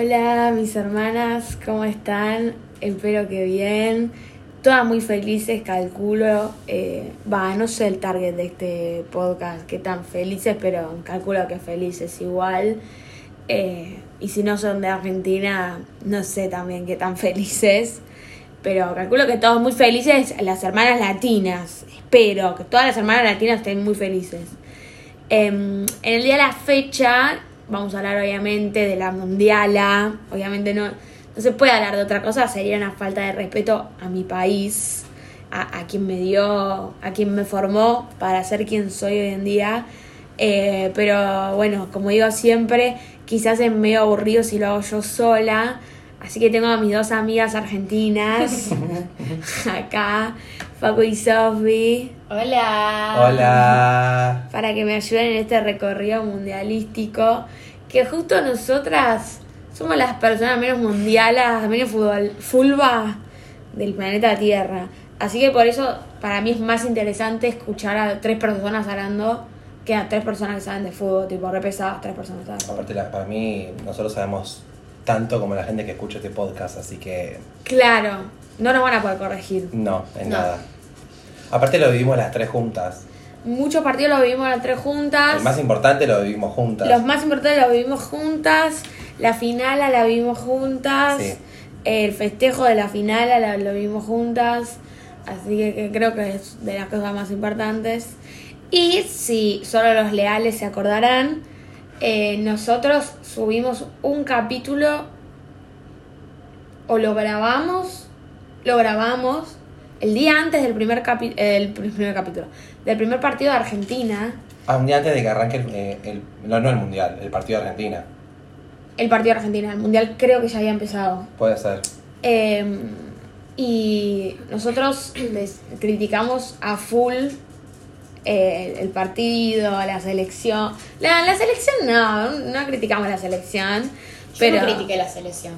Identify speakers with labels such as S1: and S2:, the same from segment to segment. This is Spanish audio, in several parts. S1: Hola mis hermanas, ¿cómo están? Espero que bien. Todas muy felices, calculo. eh, Va, no sé el target de este podcast, que tan felices, pero calculo que felices igual. Eh, y si no son de Argentina, no sé también qué tan felices. Pero calculo que todos muy felices, las hermanas latinas. Espero que todas las hermanas latinas estén muy felices. Em, en el día de la fecha, vamos a hablar obviamente de la mundiala. Obviamente no, no se puede hablar de otra cosa, sería una falta de respeto a mi país, a, a quien me dio, a quien me formó para ser quien soy hoy en día. Eh, pero bueno, como digo siempre, quizás es medio aburrido si lo hago yo sola. Así que tengo a mis dos amigas argentinas acá, Facu y Sofi,
S2: Hola.
S3: Hola.
S1: para que me ayuden en este recorrido mundialístico. Que justo nosotras somos las personas menos mundialas, menos fútbol, fulva del planeta Tierra. Así que por eso para mí es más interesante escuchar a tres personas hablando que a tres personas que saben de fútbol, tipo re pesadas tres personas. que saben de fútbol.
S3: Aparte, la- para mí, nosotros sabemos tanto como la gente que escucha este podcast, así que
S1: Claro, no nos van a poder corregir.
S3: no, en
S2: No.
S3: nada. Aparte, lo vivimos las tres juntas.
S1: Muchos partidos los vivimos las tres juntas.
S2: Ah,
S3: El más importante lo vivimos juntas.
S1: Los más importantes los vivimos juntas. La final la vimos juntas.
S3: Sí.
S1: El festejo de la final la, lo vimos juntas. Así que, que creo que es de las cosas más importantes. Y si solo los leales se acordarán, eh, nosotros subimos un capítulo o lo grabamos, lo grabamos el día antes del primer, capi- el primer capítulo, del primer partido de Argentina.
S3: Ah, un día antes de que arranque el, eh, el- No, no el mundial, el partido de Argentina.
S1: el partido de Argentina. El mundial creo que ya había empezado.
S3: Puede ser.
S1: Eh, y nosotros les criticamos a full eh, el partido, la selección. La, la selección no, no criticamos la selección.
S2: Yo
S1: pero
S2: no critiqué la selección.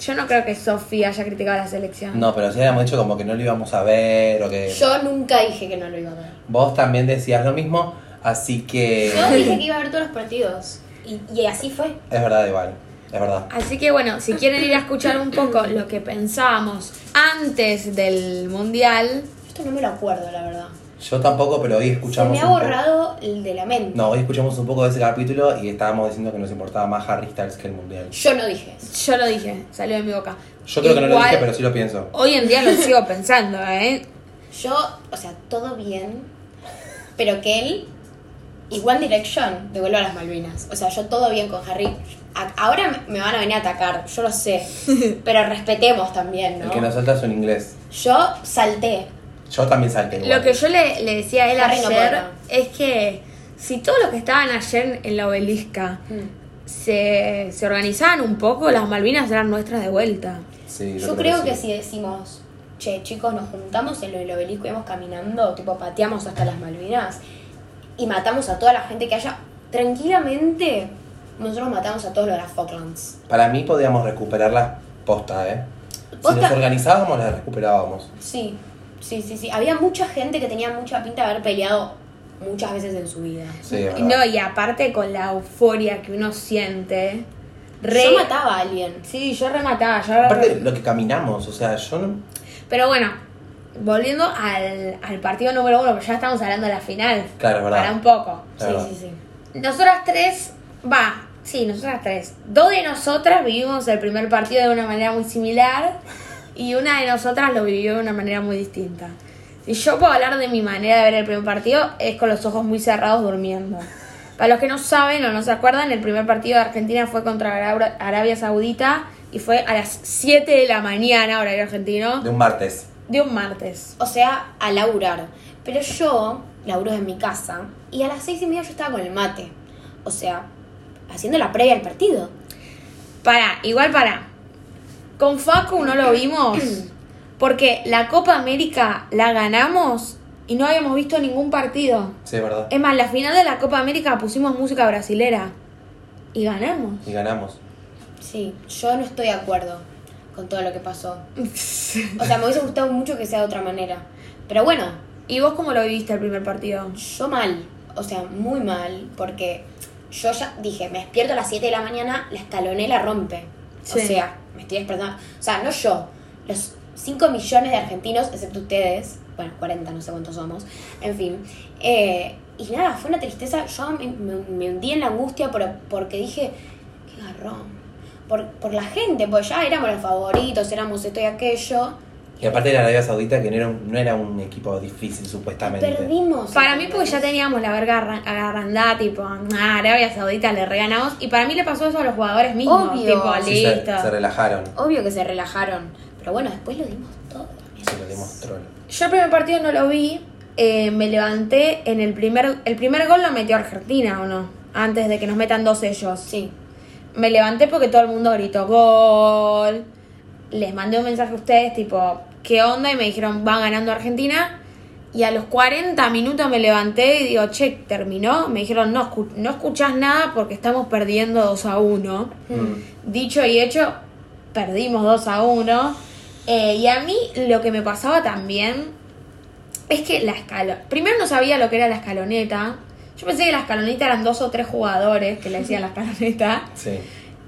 S1: yo no creo que Sofía haya criticado la selección.
S3: No, pero sí habíamos dicho como que no lo íbamos a ver o que.
S2: Ah. Yo nunca dije que no lo iba a ver.
S3: Vos también decías lo mismo, así que.
S2: Yo dije que iba a ver todos los partidos. Y, y así fue.
S3: Es verdad, igual. Es verdad.
S1: Así que bueno, si quieren ir a escuchar un poco lo que pensábamos antes del mundial,
S2: Esto no me lo acuerdo, la verdad.
S3: Yo tampoco, pero hoy
S2: Se
S3: escuchamos.
S2: me ha
S3: un poco-
S2: borrado el de la mente.
S3: No, hoy escuchamos un poco de ese capítulo y estábamos diciendo que nos importaba más Harry Styles que el mundial.
S2: Yo no dije eso.
S1: yo lo dije, salió de mi boca.
S3: Yo creo que no lo
S1: Igual,
S3: dije, pero sí lo pienso.
S1: Hoy en día lo sigo pensando, ¿eh?
S2: Yo, o sea, todo bien. Pero que él, igual dirección, devuelve a las Malvinas. O sea, yo todo bien con Harry. A- ahora me- me van a venir a atacar, yo lo sé. Pero respetemos también,
S3: El
S2: ¿no?
S3: que nos salta es un inglés.
S2: Yo salté.
S3: Yo también salté. igual.
S1: Lo que yo le, le decía a él
S2: Harry no
S1: ayer
S2: corta.
S1: es que si todos los que estaban ayer en la obelisca
S2: Mm.
S1: se, se organizaban un poco, las Malvinas eran nuestras de vuelta.
S3: Sí,
S2: Yo creo que
S3: sí.
S2: si decimos, che, chicos, nos juntamos en lo del obelisco y vamos caminando, tipo pateamos hasta las Malvinas y matamos a toda la gente que haya, tranquilamente nosotros matamos a todos los de las Falklands.
S3: Para mí podíamos recuperarlas posta, ¿eh? Si
S2: Posta.
S3: nos organizábamos, las recuperábamos.
S2: Sí, sí, sí, sí. Había mucha gente que tenía mucha pinta de haber peleado muchas veces en su vida.
S3: Sí, es
S1: Y
S3: verdad.
S1: No, y aparte con la euforia que uno siente. Re,
S2: Yo mataba a alguien.
S1: Sí, yo remataba. Yo re-
S3: Aparte, lo que caminamos, o sea, yo no...
S1: Pero bueno, volviendo al, al partido número uno, porque ya estamos hablando de la final.
S3: Claro, es verdad.
S1: Para un poco.
S3: Es
S2: Sí,
S3: verdad.
S2: sí, sí.
S1: Nosotras tres, va, sí, nosotras tres. Dos de nosotras vivimos el primer partido de una manera muy similar y una de nosotras lo vivió de una manera muy distinta. Si yo puedo hablar de mi manera de ver el primer partido, es con los ojos muy cerrados durmiendo. Para los que no saben o no se acuerdan, el primer partido de Argentina fue contra Ara- Arabia Saudita y fue a las 7 de la mañana, horario argentino,
S3: De un martes.
S1: de un martes.
S2: O sea, a laburar. Pero yo laburo en mi casa y a las seis y media yo estaba con el mate. O sea, haciendo la previa al partido.
S1: Para, igual para. Con Facu no lo vimos porque la Copa América la ganamos y no habíamos visto ningún partido.
S3: Sí, es verdad.
S1: Es más, la final de la Copa América pusimos música brasilera y ganamos.
S3: Y ganamos.
S2: Sí, yo no estoy de acuerdo con todo lo que pasó. O sea, me hubiese gustado mucho que sea de otra manera. Pero bueno,
S1: ¿Y vos cómo lo viviste el primer partido?
S2: yo mal. O sea, muy mal. Porque yo ya dije, me despierto a las 7 de la mañana, la escalonela rompe.
S1: Sí.
S2: O sea, me estoy despertando. O sea, no yo. Los 5 millones de argentinos, excepto ustedes. Bueno, 40, no sé cuántos somos. En fin. Eh, y nada, fue una tristeza. Yo me, me- me hundí en la angustia por- porque dije, qué garrón. Por, por la gente, porque ya éramos los favoritos, éramos esto y aquello.
S3: Y aparte era Arabia Saudita, que no era un, no era un equipo difícil, supuestamente.
S2: Perdimos.
S1: Para mí, porque ya teníamos la verga arra- agarrandada, tipo, ah, Arabia Saudita le reganamos. Y para mí le pasó eso a los jugadores mismos.
S2: Obvio.
S1: Tipo, listo.
S3: Sí, se, se relajaron.
S2: Obvio que se relajaron. Pero bueno, después lo dimos todo.
S3: Se lo demostró.
S1: Yo el primer partido no lo vi. eh, me levanté en el primer. El primer gol lo metió Argentina, ¿o no? Antes de que nos metan dos ellos.
S2: Sí.
S1: Me levanté porque todo el mundo gritó gol. Les mandé un mensaje a ustedes, tipo, ¿qué onda? Y me dijeron, va ganando Argentina. Y a los 40 minutos me levanté y digo, che, terminó. Me dijeron, no, escu- no escuchás nada porque estamos perdiendo 2 a 1.
S3: Mm.
S1: Dicho y hecho, perdimos 2 a 1. Eh, y a mí lo que me pasaba también es que la escaloneta. Primero no sabía lo que era la escaloneta. Yo pensé que la escaloneta eran dos o tres jugadores que le decían la escaloneta.
S3: Sí.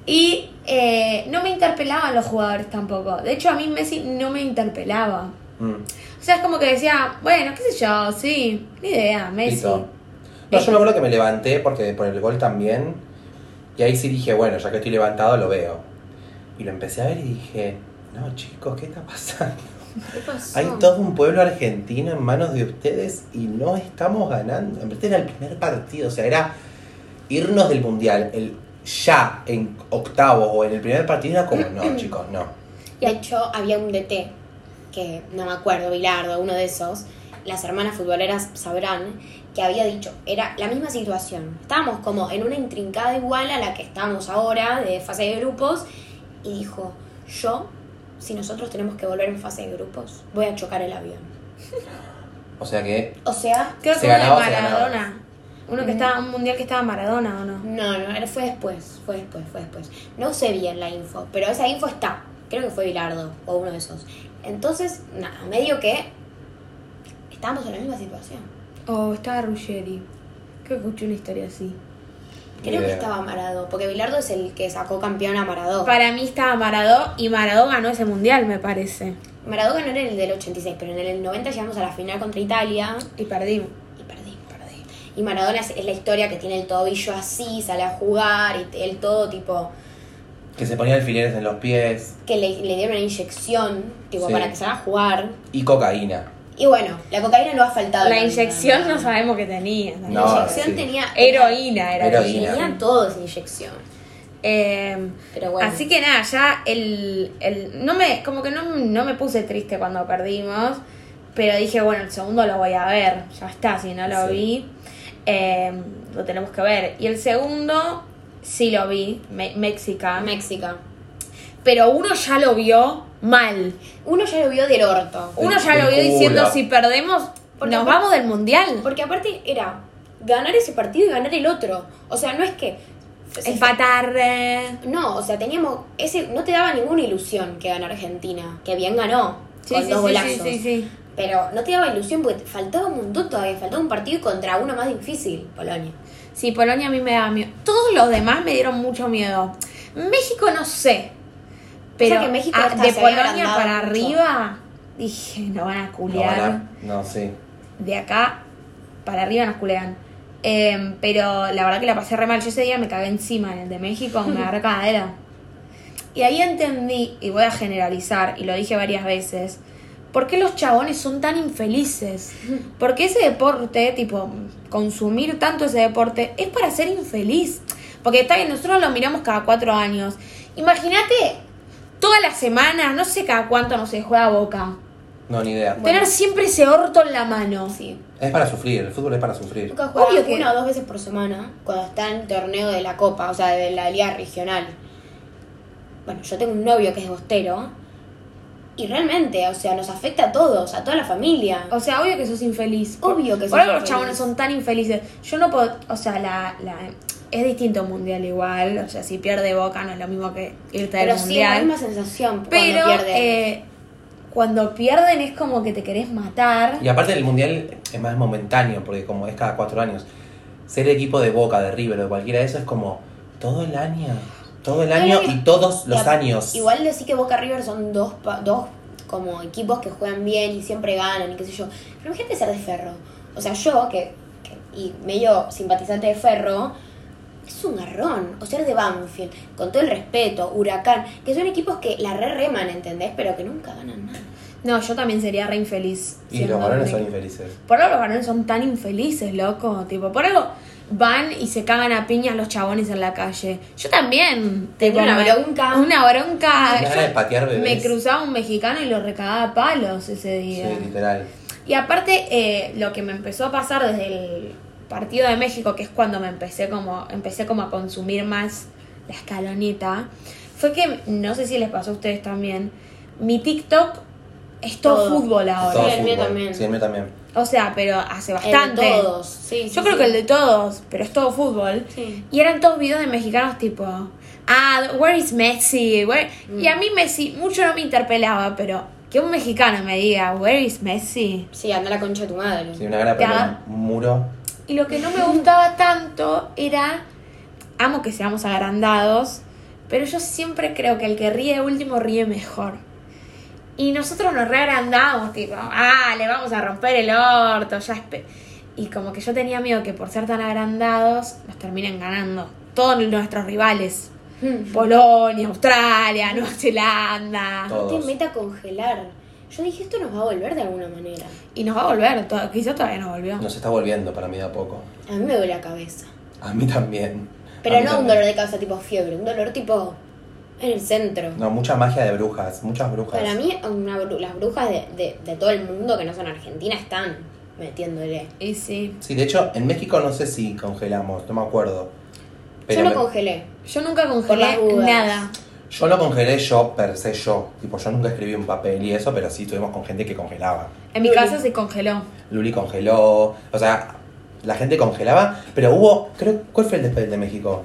S1: Y eh, no me interpelaban los jugadores tampoco. De hecho, a mí Messi no me interpelaba.
S3: Mm.
S1: O sea, es como que decía, bueno, qué sé yo, sí, ni idea, Messi.
S3: Listo. No, yo me acuerdo que me levanté porque por el gol también. Y ahí sí dije, bueno, ya que estoy levantado, lo veo. Y lo empecé a ver y dije, no, chicos, ¿qué está pasando?
S2: ¿Qué pasó?
S3: Hay todo un pueblo argentino en manos de ustedes y no estamos ganando. En verdad era el primer partido, o sea, era irnos del mundial. El ya en octavo o en el primer partido era como, no, chicos, no.
S2: De hecho, había un DT, que no me acuerdo, Bilardo, uno de esos, las hermanas futboleras sabrán, que había dicho, era la misma situación. Estábamos como en una intrincada igual a la que estamos ahora, de fase de grupos, y dijo, yo, si nosotros tenemos que volver en fase de grupos, voy a chocar el avión.
S3: O sea que
S2: O sea,
S1: Creo que
S3: Se
S1: uno de
S3: ganaba, se ganaba.
S1: Maradona. Uno que estaba, un mundial que estaba Maradona, ¿o no?
S2: no, no, era- fue después, fue después, fue después. No sé bien la info, pero esa info está. Creo que fue Bilardo o uno de esos. Entonces, nada, medio que estábamos en la misma situación.
S1: O Oh, estaba Ruggeri. Creo que escuché una historia así.
S2: Creo que
S3: Bien.
S2: estaba Maradó, porque Bilardo es el que sacó campeón a Maradó.
S1: Para mí estaba Maradó y Maradó ganó ese mundial, me parece.
S2: Maradó ganó en el del 86, pero en el 90 llegamos a la final contra Italia
S1: Y perdimos.
S2: y perdimos, perdimos. Y Maradona es, es la historia que tiene el tobillo así, sale a jugar y t- el todo tipo,
S3: que se ponían alfileres en los pies
S2: que le, le dieron una inyección, tipo,
S3: Sí.
S2: para que salga a jugar.
S3: y cocaína.
S2: Y bueno, la cocaína no ha faltado.
S1: La
S2: en
S1: inyección no
S2: vida.
S1: sabemos que tenía. ¿no?
S2: La
S3: No,
S2: inyección
S3: sí.
S2: tenía...
S1: Heroína era.
S3: Heroína.
S2: Tenía todo esa inyección.
S1: Eh,
S2: Pero bueno.
S1: Así que nada, ya el, el- no me, como que no, no me puse triste cuando perdimos, pero dije, bueno, el segundo lo voy a ver, ya está, si no lo
S3: Sí.
S1: vi, eh, lo tenemos que ver. Y el segundo sí lo vi, me- México,
S2: México.
S1: pero uno ya lo vio mal.
S2: Uno ya lo vio del orto.
S1: Uno ya
S3: del
S1: lo vio
S3: culo.
S1: diciendo, si perdemos,
S2: Porque
S1: nos
S2: aparte-
S1: vamos del mundial.
S2: Porque aparte era ganar ese partido y ganar el otro. O sea, no es que.
S1: Empatar. eh,
S2: No, o sea, teníamos. ese No te daba ninguna ilusión que ganara Argentina. Que bien ganó.
S1: Sí,
S2: con
S1: sí,
S2: dos
S1: sí,
S2: golazos.
S1: sí, sí, sí.
S2: Pero no te daba ilusión porque te faltaba un montón todavía. Faltaba un partido contra uno más difícil, Polonia.
S1: Sí, Polonia a mí me daba miedo. Todos los demás me dieron mucho miedo. México no sé. Pero
S2: O sea que México
S1: ah,
S2: hasta
S1: de
S2: se había
S1: Polonia
S2: agrandado
S1: para
S2: mucho.
S1: arriba, dije, no van a
S3: No,
S1: culear.
S3: van a- no, sí.
S1: De acá para arriba nos culean. Eh, pero la verdad que la pasé re mal. Yo ese día me cagué encima en el de México, me agarré cadera. Y ahí entendí, y voy a generalizar, y lo dije varias veces, ¿por qué los chabones son tan infelices? Porque ese deporte, tipo, consumir tanto ese deporte, es para ser infeliz. Porque está bien, nosotros lo miramos cada cuatro años. Imagínate, todas las semanas, no sé cada cuánto nos se juega boca.
S3: No, ni idea.
S1: Tener siempre ese orto en la mano.
S2: Sí.
S3: Es para sufrir, el fútbol es para sufrir.
S2: Nunca juegan
S1: Obvio que-
S2: una o dos veces por semana cuando está en el torneo de la Copa, o sea, de la Liga Regional. Bueno, yo tengo un novio que es bostero y realmente, o sea, nos afecta a todos, a toda la familia.
S1: O sea, obvio que sos infeliz.
S2: Obvio que
S1: Por
S2: sos
S1: algo los
S2: infeliz.
S1: chabones son tan infelices. Yo no puedo. O sea, la, la- es distinto un mundial igual. O sea, si pierde boca no es lo mismo que irte del
S2: Pero sí, es la
S1: mundial.
S2: misma sensación
S1: pero
S2: cuando pierden.
S1: eh, cuando pierden es como que te querés matar.
S3: Y aparte el mundial es más momentáneo, porque como es cada cuatro años, ser equipo de Boca, de River o de cualquiera de eso es como todo el año. Todo el
S2: Todo el
S3: año
S2: año.
S3: y todos los
S2: Ya,
S3: años.
S2: Igual decir que Boca River son dos, pa- dos como equipos que juegan bien y siempre ganan y qué sé yo. Pero imagínate ser de Ferro. O sea, yo, que, que- y medio simpatizante de Ferro, es un garrón. O ser de Banfield, con todo el respeto, Huracán, que son equipos que la re reman, ¿entendés? Pero que nunca ganan nada.
S1: No, yo también sería re infeliz.
S3: Y
S1: siendo
S3: los varones
S1: de-
S3: son infelices.
S1: Por algo los varones son tan infelices, loco. Tipo, por algo van y se cagan a piñas los chabones en la calle. Yo también.
S2: Tenía
S1: tipo,
S2: una
S1: me-
S2: bronca.
S1: Una bronca.
S2: Ah,
S3: Una gana
S1: Yo
S3: de patear
S1: me
S3: bebés.
S1: cruzaba un mexicano y lo recagaba a palos ese
S3: Sí,
S1: día.
S3: literal.
S1: Y aparte, eh, lo que me empezó a pasar desde el partido de México, que es cuando me empecé como, empecé como a consumir más la escaloneta, fue que, no sé si les pasó a ustedes también, mi TikTok es todo,
S2: Todo.
S1: fútbol ahora.
S3: Todo
S2: Sí, el mío
S3: fútbol.
S2: también.
S3: Sí, el mío también.
S1: O sea, pero hace
S2: El de
S1: bastante.
S2: todos, sí. sí,
S1: Yo creo
S2: sí.
S1: que el de todos, pero es todo fútbol.
S2: Sí.
S1: Y eran todos videos de mexicanos tipo, ah, where is Messi? Where- Y
S2: Mm.
S1: a mí Messi mucho no me interpelaba, pero que un mexicano me diga, where is Messi?
S2: Sí, anda la concha de tu madre.
S3: Sí, una gana de poner
S1: Ya.
S3: un muro.
S1: Y lo que no me gustaba tanto era, amo que seamos agrandados, pero yo siempre creo que el que ríe último ríe mejor. Y nosotros nos reagrandamos, tipo, ah, le vamos a romper el orto, ya espe-". Y como que yo tenía miedo que por ser tan agrandados nos terminen ganando todos nuestros rivales.
S2: Mm.
S1: Polonia, Australia, Nueva Zelanda.
S3: Todo.
S2: No te meta a congelar. Yo dije, esto nos va a volver de alguna manera.
S1: Y nos va a volver, to- quizá todavía no volvió.
S3: Nos está volviendo para mí de a poco.
S2: A mí me duele la cabeza.
S3: A mí también. A
S2: Pero
S3: mí
S2: no un
S3: también.
S2: dolor de cabeza tipo fiebre, un dolor tipo en el centro.
S3: No, mucha magia de brujas, muchas brujas.
S2: Para mí, una bru- las brujas de, de- de todo el mundo que no son argentinas están metiéndole.
S1: Y sí.
S3: Sí, de hecho, en México no sé si congelamos, no me acuerdo. Pero
S2: Yo lo
S3: me-
S2: congelé.
S1: Yo nunca
S2: las
S1: congelé
S2: dudas.
S1: nada.
S3: yo lo congelé yo, per se yo. Tipo, yo nunca escribí un papel y eso, pero sí estuvimos con gente que congelaba.
S1: En mi
S2: Luli.
S1: casa se congeló.
S3: Luli congeló, o sea, la gente congelaba, pero hubo, creo, ¿cuál fue el después de México?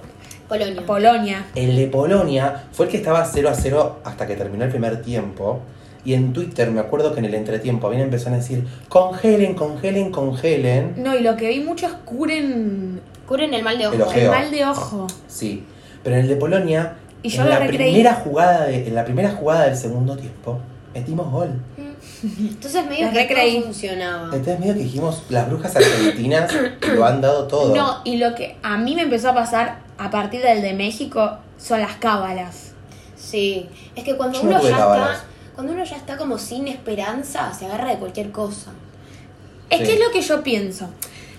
S2: Polonia.
S1: Polonia.
S3: El de Polonia fue el que estaba 0 a 0 hasta que terminó el primer tiempo. Y en Twitter me acuerdo que en el entretiempo bien empezaron a decir, congelen, congelen, congelen.
S1: No, y lo que vi mucho es curen
S2: Curen el mal de ojo. eh.
S3: El ojeo.
S1: el mal de ojo.
S3: Sí, pero en el de Polonia,
S1: Y yo
S3: en,
S1: lo
S3: la
S1: recreí.
S3: primera jugada de- en la primera jugada del segundo tiempo, metimos gol.
S2: Entonces medio
S1: Las
S2: que
S1: recreí.
S2: no funcionaba.
S3: Entonces medio que dijimos, las brujas argentinas lo han dado todo.
S1: No, y lo que a mí me empezó a pasar a partir del de México son las cábalas.
S2: Sí. Es que cuando
S3: Yo no
S2: uno ya
S3: tuve cábalas.
S2: está. Cuando uno ya está como sin esperanza, se agarra de cualquier cosa.
S1: Es
S3: Sí.
S1: que es lo que yo pienso.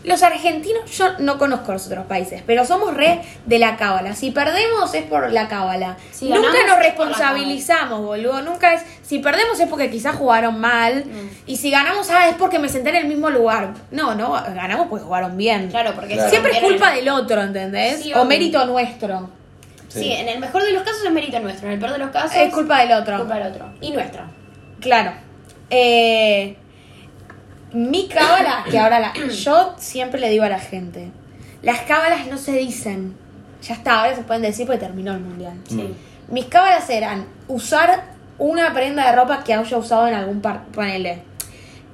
S1: Los argentinos, yo no conozco los otros países, pero somos re de la cábala. Si perdemos es por la cábala.
S2: Si ganamos,
S1: Nunca nos
S2: es por la
S1: responsabilizamos, boludo. Nunca es. Si perdemos es porque quizás jugaron mal.
S2: Mm.
S1: Y si ganamos, ah, es porque me senté en el mismo lugar. No, no, ganamos porque jugaron bien.
S2: Claro, porque
S3: Claro.
S1: Siempre es culpa
S2: de
S1: del otro, ¿entendés?
S2: Sí,
S1: o
S2: obvio.
S1: mérito nuestro.
S2: Sí. en el mejor de los casos es mérito nuestro. En el peor de los casos
S1: Es culpa del otro.
S2: culpa del otro. Y nuestra.
S1: Claro. Eh, mi cábala, que ahora la, yo siempre le digo a la gente, las cábalas no se dicen. Ya está, ahora se pueden decir porque terminó el mundial.
S3: Mm.
S2: Sí.
S1: Mis cábalas eran usar una prenda de ropa que haya usado en algún par, ponele.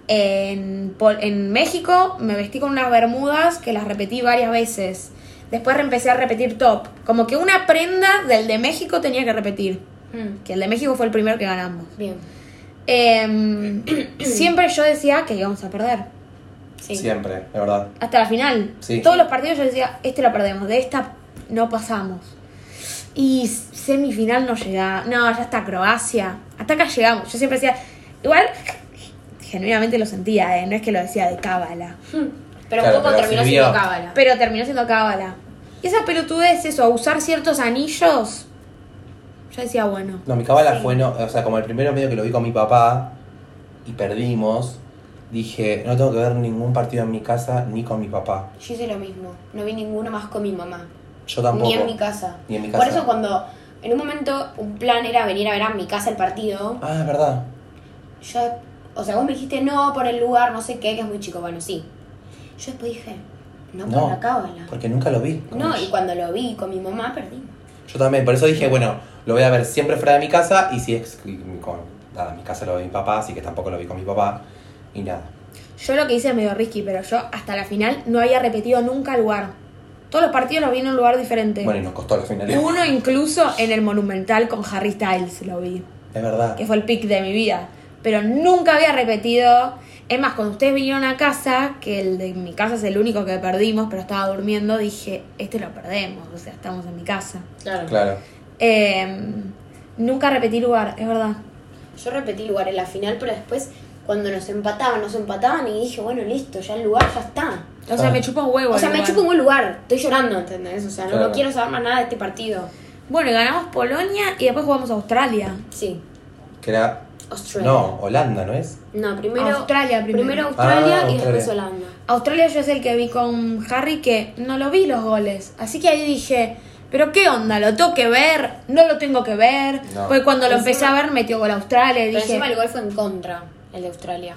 S1: En, Pol- en México me vestí con unas bermudas que las repetí varias veces. Después empecé a repetir top. Como que una prenda del de México tenía que repetir.
S2: Mm.
S1: Que el de México fue el primero que ganamos.
S2: Bien.
S1: Em, siempre yo decía que íbamos a perder.
S2: Sí.
S3: Siempre, la verdad.
S1: Hasta la final.
S3: Sí.
S1: Todos los partidos yo decía, este lo perdemos, de esta no pasamos. Y semifinal no llega. No, ya está Croacia. Hasta acá llegamos. Yo siempre decía, igual, genuinamente lo sentía, ¿eh? no es que lo decía de cábala.
S2: Pero
S3: Claro,
S2: un poco
S3: pero
S2: terminó
S3: sirvió.
S2: siendo cábala.
S1: Pero terminó siendo cábala. Y esa pelotudez, eso, usar ciertos anillos. Yo decía, bueno.
S3: No, mi cábala fue, no, o sea, como el primero medio que lo vi con mi papá y perdimos, dije, no tengo que ver ningún partido en mi casa ni con mi papá.
S2: Yo hice lo mismo. No vi ninguno más con mi mamá.
S3: Yo tampoco.
S2: Ni en mi casa.
S3: Ni en mi
S2: Por
S3: casa.
S2: eso cuando en un momento un plan era venir a ver a mi casa el partido,
S3: Ah, es verdad.
S2: yo, o sea, vos me dijiste no por el lugar, no sé qué, que es muy chico, bueno, sí. Yo después dije, no por
S3: No,
S2: la cábala.
S3: Porque nunca lo vi.
S2: No, y cuando lo vi con mi mamá perdí.
S3: Yo también, por eso dije, bueno, lo voy a ver siempre fuera de mi casa y si es y con... Nada, mi casa lo vi mi papá, así que tampoco lo vi con mi papá. Y nada.
S1: Yo lo que hice es medio risky, pero yo hasta la final no había repetido nunca lugar. Todos los partidos los vi en un lugar diferente.
S3: Bueno, y nos costó la finales.
S1: Uno incluso en el Monumental con Harry Styles lo vi,
S3: Es verdad.
S1: que fue el pick de mi vida. Pero nunca había repetido. Es más, cuando ustedes vinieron a casa, que el de mi casa es el único que perdimos, pero estaba durmiendo, dije, este lo perdemos, o sea, estamos en mi casa.
S2: Claro.
S3: Claro.
S1: Eh, nunca repetí lugar, es verdad.
S2: Yo repetí lugar en la final, pero después cuando nos empataban, nos empataban y dije, bueno, listo, ya el lugar ya está.
S1: O sea,
S3: Ah.
S1: me chupa un huevo.
S2: O sea,
S1: el
S2: me
S1: lugar.
S2: chupo un buen lugar, estoy llorando, ¿entendés? O sea, no, no
S3: Claro.
S2: quiero saber más nada de este partido.
S1: Bueno, y ganamos Polonia y después jugamos a Australia.
S2: Sí,
S3: Que era.
S2: Australia.
S3: No, Holanda, ¿no es?
S2: No, primero
S1: Australia primero.
S2: Australia
S3: Ah,
S2: y después
S3: Australia.
S2: Holanda.
S1: Australia yo es el que vi con Harry que no lo vi los goles. Así que ahí dije, pero qué onda, lo tengo que ver, no lo tengo que ver.
S3: No.
S1: Porque cuando lo
S2: Encima-
S1: empecé a ver metió gol Australia y
S2: Pero
S1: dije,
S2: encima el gol fue en contra, el de Australia.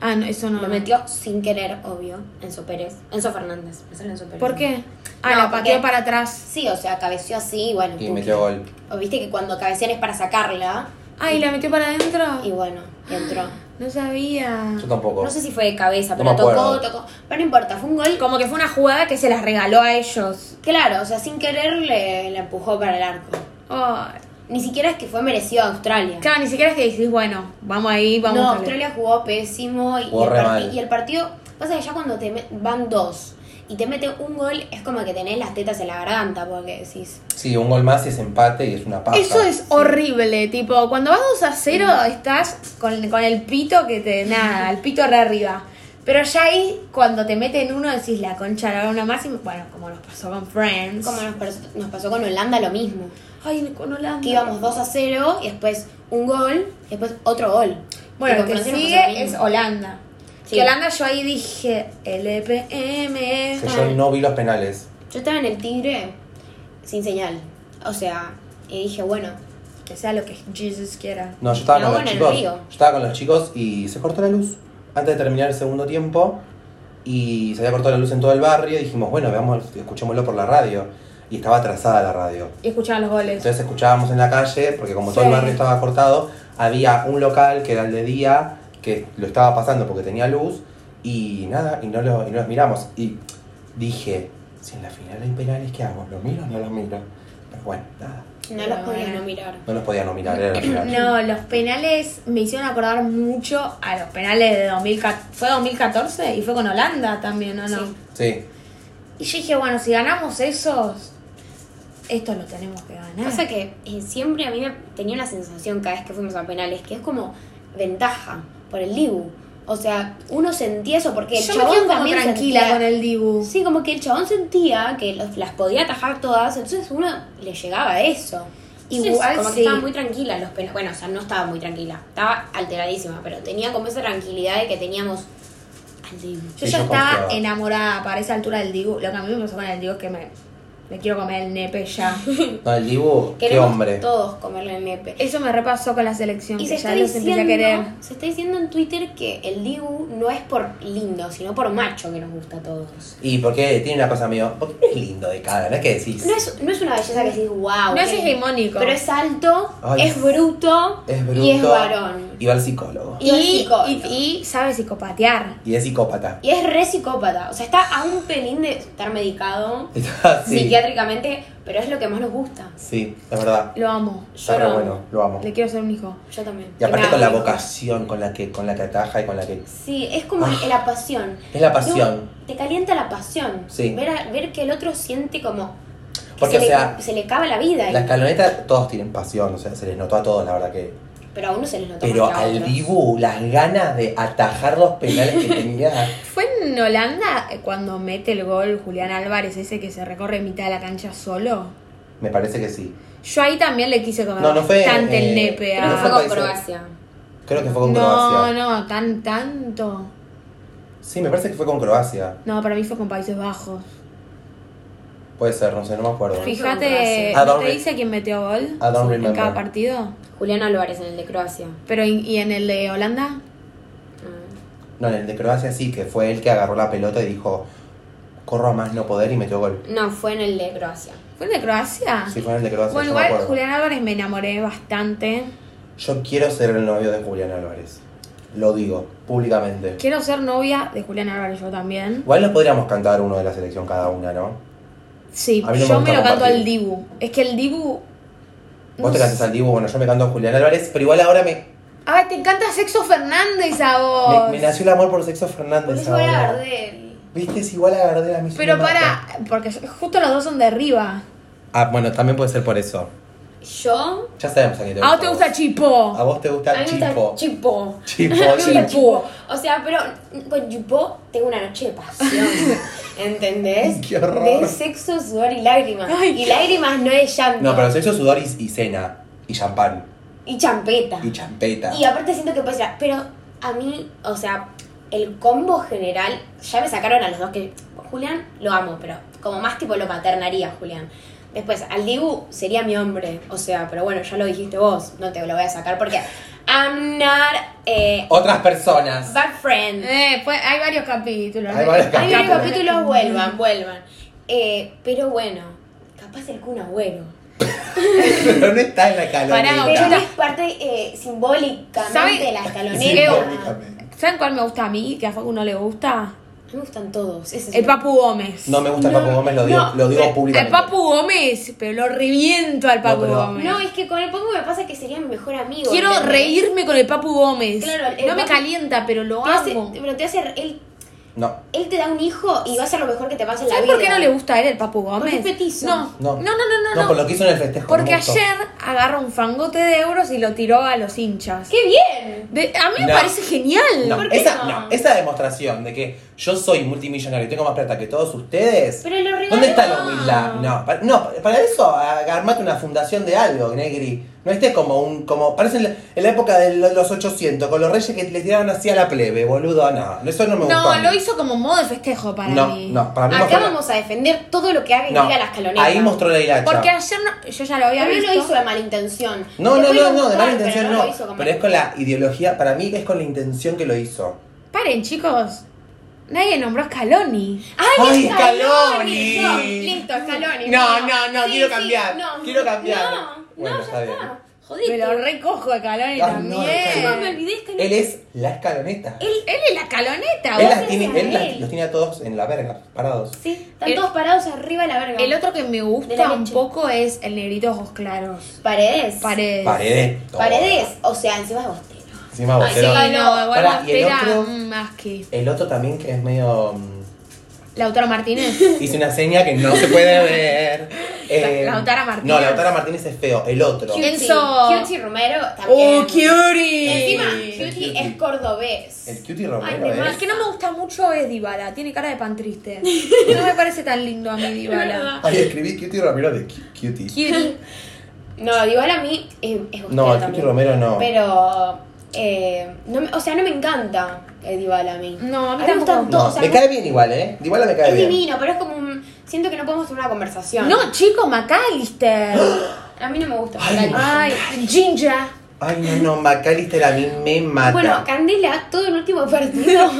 S1: ah, no, eso no
S2: Lo metió sin querer, obvio, Enzo Pérez. Enzo Fernández. Me sale Enzo Pérez.
S1: ¿Por qué? Ah,
S2: No,
S1: la pateó
S2: porque-
S1: para atrás.
S2: Sí, o sea, cabeció así y bueno.
S3: Y
S2: puki.
S3: metió gol.
S2: O viste que cuando cabecean es para sacarla
S1: Ah, y la metió para adentro.
S2: y bueno, y entró.
S1: No sabía.
S3: Yo tampoco.
S2: Ah. No sé si fue de cabeza,
S3: No
S2: pero
S3: me
S2: tocó,
S3: acuerdo.
S2: tocó. Pero no importa, fue un gol.
S1: Como que fue una jugada que se las regaló a ellos.
S2: Claro, o sea, sin querer le, le empujó para el arco.
S1: Ay.
S2: Ni siquiera es que fue merecido a Australia.
S1: Claro, ni siquiera es que decís, bueno, vamos ahí, vamos
S2: no,
S1: a
S2: Australia jugó pésimo y,
S3: Jugó
S2: el
S3: re
S2: parti-
S3: mal.
S2: y el partido. Pasa que ya cuando te met- van dos y te mete un gol, es como que tenés las tetas en la garganta, porque decís.
S3: Sí, un gol más y es empate y es una paja.
S1: Eso es horrible, tipo, cuando vas 2 a 0 estás con, con el pito que te... Nada, el pito re arriba. Pero ya ahí, cuando te meten uno, decís la concha, la una más y... Bueno, como nos pasó con Friends.
S2: Como nos, pas- nos pasó con Holanda lo mismo.
S1: Ay, con Holanda.
S2: Que íbamos 2 a 0 y después un gol, y después otro gol. Y
S1: Bueno,
S2: con
S1: lo que
S2: Francia nos pasó lo
S1: sigue es
S2: mismo.
S1: Holanda.
S2: Sí.
S1: Que Holanda yo ahí dije, LPM.
S3: Que yo no vi los penales.
S2: Yo estaba en el Tigre sin señal. O sea, y dije, bueno,
S1: Que sea lo que Jesus quiera.
S3: No, yo estaba
S2: Me
S3: con
S2: hago
S3: los
S2: en el
S3: chicos.
S2: río.
S3: Yo estaba con los chicos y se cortó la luz antes de terminar el segundo tiempo. Y se había cortado la luz en todo el barrio. Y dijimos, bueno, veamos, escuchémoslo por la radio. Y estaba atrasada la radio.
S1: Y escuchaban los goles.
S3: Entonces escuchábamos en la calle, porque como todo
S1: Sí.
S3: el barrio estaba cortado, había un local que era el de día, que lo estaba pasando porque tenía luz, y nada, y no, lo, y no los miramos. Y dije, si en la final hay penales, ¿qué hago? ¿Los miro o no los miro? Pero bueno, nada,
S2: no
S1: Pero
S2: los podía
S1: bueno.
S2: no mirar.
S3: no los podía no mirar, era la final.
S1: No, los penales me hicieron acordar mucho a los penales de 2014. Fue 2014 y fue con Holanda también, ¿o no?
S2: Sí.
S3: Sí,
S1: Y yo dije, bueno, si ganamos esos, esto lo tenemos que ganar.
S2: Cosa que eh, siempre a mí me tenía una sensación cada vez que fuimos a penales, que es como ventaja por el Dibu. O sea, uno sentía eso porque el
S1: yo me
S2: chabón
S1: quedo como
S2: también
S1: tranquila
S2: sentía-
S1: con el Dibu.
S2: Sí, como que el chabón sentía que los- las podía atajar todas, entonces uno le llegaba a eso.
S1: Igual
S2: como que
S1: sí.
S2: estaba muy tranquila en los penales. Bueno, o sea, no estaba muy tranquila, estaba alteradísima, pero tenía como esa tranquilidad de que teníamos al Dibu.
S1: Yo
S3: Sí,
S1: ya
S3: yo
S1: estaba
S3: confiaba.
S1: enamorada para esa altura del Dibu. Lo que a mí me pasó con el Dibu es que me, me quiero comer el nepe ya.
S3: no, el Dibu, qué
S2: Queremos
S3: hombre.
S2: todos comerle el nepe.
S1: Eso me repasó con la selección,
S2: Y
S1: que
S2: se
S1: ya
S2: está,
S1: los empecé a querer.
S2: diciendo, se está diciendo en Twitter que el Dibu no es por lindo, sino por macho que nos gusta a todos.
S3: Y porque tiene una cosa medio, porque no es lindo de cara, ¿no es que decís?
S2: No es, no es una belleza que decís, wow.
S1: No "Ah, es hegemónico.
S2: Pero es alto,
S3: Ay.
S2: es bruto,
S3: Es bruto.
S2: y es varón.
S3: Y va al psicólogo.
S2: Y es
S1: Y,
S2: psicópata.
S1: y- y sabe psicopatear.
S3: Y es psicópata.
S2: Y es re psicópata. O sea, está a un pelín de estar medicado
S3: sí,
S2: psiquiátricamente, pero es lo que más nos gusta.
S3: sí, es verdad.
S1: Lo amo.
S3: Está
S1: Yo
S3: re
S1: lo amo.
S3: bueno, lo amo.
S1: Le quiero hacer un hijo.
S2: Yo también.
S3: Y aparte
S2: Que me
S3: con la
S2: amo.
S3: vocación con la que con la que ataja y con la que.
S2: Sí, es como
S3: Ah.
S2: la pasión.
S3: Es la pasión.
S2: Te calienta la pasión.
S3: Sí.
S2: Ver, a- ver que el otro siente como. que
S3: Porque,
S2: se,
S3: o sea,
S2: le, se le acaba la vida. y-
S3: La escaloneta todos tienen pasión, o sea, se les notó a todos, la verdad que.
S2: pero a uno se les notó.
S3: Pero
S2: más que a
S3: al
S2: otros.
S3: Dibu, las ganas de atajar los penales que tenía.
S1: Fue en Holanda eh, cuando mete el gol Julián Álvarez, ese que se recorre mitad de la cancha solo.
S3: Me parece que sí.
S1: Yo ahí también le quise comer
S3: No, no fue,
S1: tanto el
S3: eh,
S1: nepe
S2: Creo que
S1: a-
S3: Ah,
S2: fue con
S3: parece-
S2: Croacia.
S3: Creo que fue con
S1: No,
S3: Croacia.
S1: no, tan tanto.
S3: Sí, me parece que fue con Croacia.
S1: No, para mí fue con Países Bajos.
S3: Puede ser, no sé, no me acuerdo.
S2: Sí.
S1: Fíjate,
S3: Croacia. I
S1: ¿no
S3: don't
S1: te
S3: re-
S1: dice quién metió gol
S3: I don't
S1: en
S3: remember.
S1: cada partido?
S2: Julián Álvarez en el de Croacia. Mm.
S1: Pero ¿y y en el de Holanda?
S2: Ah.
S3: No, en el de Croacia sí, que fue él que agarró la pelota y dijo, corro a más no poder y metió gol.
S2: No, fue en el de Croacia.
S1: ¿Fue el de Croacia?
S2: Ah.
S3: Sí, fue en el de Croacia.
S1: bueno,
S3: yo me
S1: igual
S3: acuerdo.
S1: Julián Álvarez me enamoré bastante.
S3: Yo quiero ser el novio de Julián Álvarez. Lo digo, públicamente.
S1: Quiero ser novia de Julián Álvarez yo también.
S3: Igual nos podríamos cantar uno de la selección cada una, ¿no?
S1: Sí,
S3: A mí no me
S1: yo
S3: gusta
S1: me lo canto
S3: compartir.
S1: al Dibu. Es que el Dibu.
S3: Vos
S1: no
S3: te cantas
S1: sé.
S3: al Dibu, bueno, yo me canto a Julián Álvarez, pero igual ahora me,
S1: Ay, te encanta Sexo Fernández a vos.
S3: me, me nació el amor por Sexo
S2: Por
S3: Fernández
S2: eso voy a
S3: Pues ahora.
S2: Gardel.
S3: Viste, es igual a Gardel a mí. se
S1: Pero
S3: me mata.
S1: para. Porque justo los dos son de arriba.
S3: Ah, bueno, también puede ser por eso.
S2: Yo.
S3: Ya sabemos a quién te
S1: ¿A
S3: gusta.
S1: vos te gusta
S3: A
S1: Chipo?
S3: vos te gusta
S2: a mí me gusta
S3: Chipo.
S2: Chipo.
S3: Chipo,
S2: A mí me gusta
S3: Chipo.
S2: Chipo. O sea, pero con Chipo tengo una noche de pasión. ¿Entendés?
S3: Qué horror.
S2: De sexo, sudor y lágrimas.
S1: Ay,
S2: y lágrimas no es llanto.
S3: No, pero sexo, sudor y, y cena. Y champán.
S2: Y champeta.
S3: Y champeta.
S2: Y aparte siento que puede ser. Pero a mí, o sea, el combo general. Ya me sacaron a los dos que. Julián lo amo, pero como más tipo lo paternaría, Julián. Después, al Dibu sería mi hombre. O sea, pero bueno, ya lo dijiste vos. No te lo voy a sacar porque. I'm not eh,
S3: Otras personas.
S2: bad friend.
S1: Eh, pues, hay varios capítulos.
S3: Hay varios
S2: Hay varios
S3: Capítulo.
S2: capítulos, vuelvan, vuelvan. Eh, pero bueno, capaz el Kun Agüero.
S3: Pero no está en la caloneta.
S1: Pará,
S2: Pero
S1: Puta.
S2: es parte eh, simbólicamente
S1: ¿Sabe?
S2: de la escalonera. A mí
S3: Simbólicamente.
S1: ¿Saben cuál me gusta a mí? Que a Facu no le gusta.
S2: me gustan todos. ese es
S1: El Papu Gómez.
S3: No me gusta el
S2: No,
S3: Papu Gómez, lo digo,
S2: no,
S3: lo digo
S2: el- el
S1: Al
S3: públicamente.
S1: Papu Gómez, pero lo reviento al Papu
S3: pero-
S1: Gómez.
S2: No, es que con el Papu me pasa que sería mi mejor amigo.
S1: Quiero
S2: ¿entendés?
S1: reírme con el Papu Gómez.
S2: Claro, el
S1: no me
S2: Papu-
S1: calienta, pero lo
S2: Te hace-
S1: amo.
S2: pero te hace. Él,
S3: No.
S2: él te da un hijo y va a ser lo mejor que te pasa en la
S1: ¿Sabes
S2: vida.
S1: por qué no le gusta a él el Papu Gómez?
S2: Porque es petizo.
S1: No, no,
S3: No.
S1: no, no, no.
S3: No,
S1: no.
S3: por lo que hizo en el festejo.
S1: Porque
S3: no me gustó.
S1: ayer agarra un fangote de euros y lo tiró a los hinchas.
S2: ¡Qué bien!
S1: De- a mí me
S3: No.
S1: parece genial.
S3: No,
S2: ¿Por qué
S3: esa,
S2: no?
S3: no, esa demostración de que yo soy multimillonario y tengo más plata que todos ustedes.
S2: Pero lo regaló.
S3: ¿Dónde está la humildad? No, para, no, para eso a- armate una fundación de algo, Negri. No estés como un. como Parece en la, en la época de lo- los 800, con los reyes que les tiraban así a la plebe, boludo. No, eso no me gustó.
S1: No,
S3: a mí.
S1: lo hizo como modo de festejo para
S3: No,
S1: mí.
S3: no, para mí no
S2: Acá
S3: fue-
S2: vamos a defender todo lo que haga y
S3: no,
S2: diga la escaloneta.
S3: Ahí mostró la hilacha.
S1: Porque ayer no- yo ya lo había
S2: Pero no
S1: visto.
S2: lo hizo de mala intención.
S3: No,
S2: Te
S3: no,
S2: puede
S3: no, no, de mala
S2: gustar,
S3: intención
S2: pero
S3: no.
S2: lo hizo
S3: pero es
S2: mala
S3: con la ideología, para mí es con la intención que lo hizo.
S1: Paren, chicos. Nadie nombró a Scaloni.
S2: Ah,
S3: ¡Ay,
S2: Scaloni!
S3: Scaloni!
S2: No, listo, Scaloni.
S3: No,
S2: mío.
S3: no, no, quiero cambiar, quiero cambiar.
S2: No,
S3: Bueno,
S2: no,
S3: está
S2: ya
S3: bien.
S2: está.
S1: Me
S2: Jodiste.
S1: lo recojo a Scaloni
S3: Ah, no,
S1: también.
S3: Scaloni.
S2: me olvidé, este Scaloni.
S3: Él es la escaloneta.
S1: Él, él es la caloneta.
S3: él
S1: vos.
S3: las tiene,
S2: gracias a
S3: él las-
S2: él.
S3: los tiene a todos en la verga, parados.
S2: Sí, están
S1: El-
S2: todos parados arriba de la verga.
S1: El otro que me
S2: De la
S1: gusta un
S2: leche.
S1: poco es el negrito ojos claros.
S2: Paredes.
S1: Paredes.
S3: Paredes. todo.
S2: Paredes, o sea, encima es bostero.
S3: Encima
S2: Ay,
S3: bostero.
S1: Ay, no, igual
S3: Pará, ¿y el
S1: Bostera,
S3: otro?
S1: mm, más que.
S3: El otro también que es medio. mm,
S1: Lautaro Martínez.
S3: Hice una seña que no se puede ver. Eh,
S1: La- Lautaro Martínez.
S3: No, Lautara Martínez es feo. El otro.
S1: ¿Quién? Enzo.
S2: Cutie Romero también.
S1: cutie!
S2: Encima,
S3: Oh, El
S2: Cutie
S3: Cutie.
S2: es cordobés.
S3: El Cutie
S2: Ay,
S3: Romero ¿eh?
S2: me
S1: El
S3: es.
S1: que no me gusta mucho es Dybala, tiene cara de pan triste. No me parece tan lindo a mí Dybala.
S3: Ay, escribí Cutie Romero de Cu- Cutie.
S1: Cutie.
S2: No, igual a mí es, es bostero
S3: No, el Cutie
S2: también.
S3: Romero no.
S2: Pero, eh, no me- o sea, no me encanta el Dybala a mí.
S1: No, a mí
S2: me
S1: tampoco.
S2: gustan
S3: No,
S2: todos, o sea,
S3: me cae bien igual, ¿eh? Igual me cae
S2: Es
S3: bien.
S2: divino, pero es como un... Siento que no podemos tener una conversación.
S1: No, chico, McAllister.
S2: A mí no me gusta.
S3: Ay.
S2: Candela.
S1: Ay, Ginger.
S3: Ay, no, no, Macalister a mí me mata.
S2: Bueno, Candela, todo el último partido,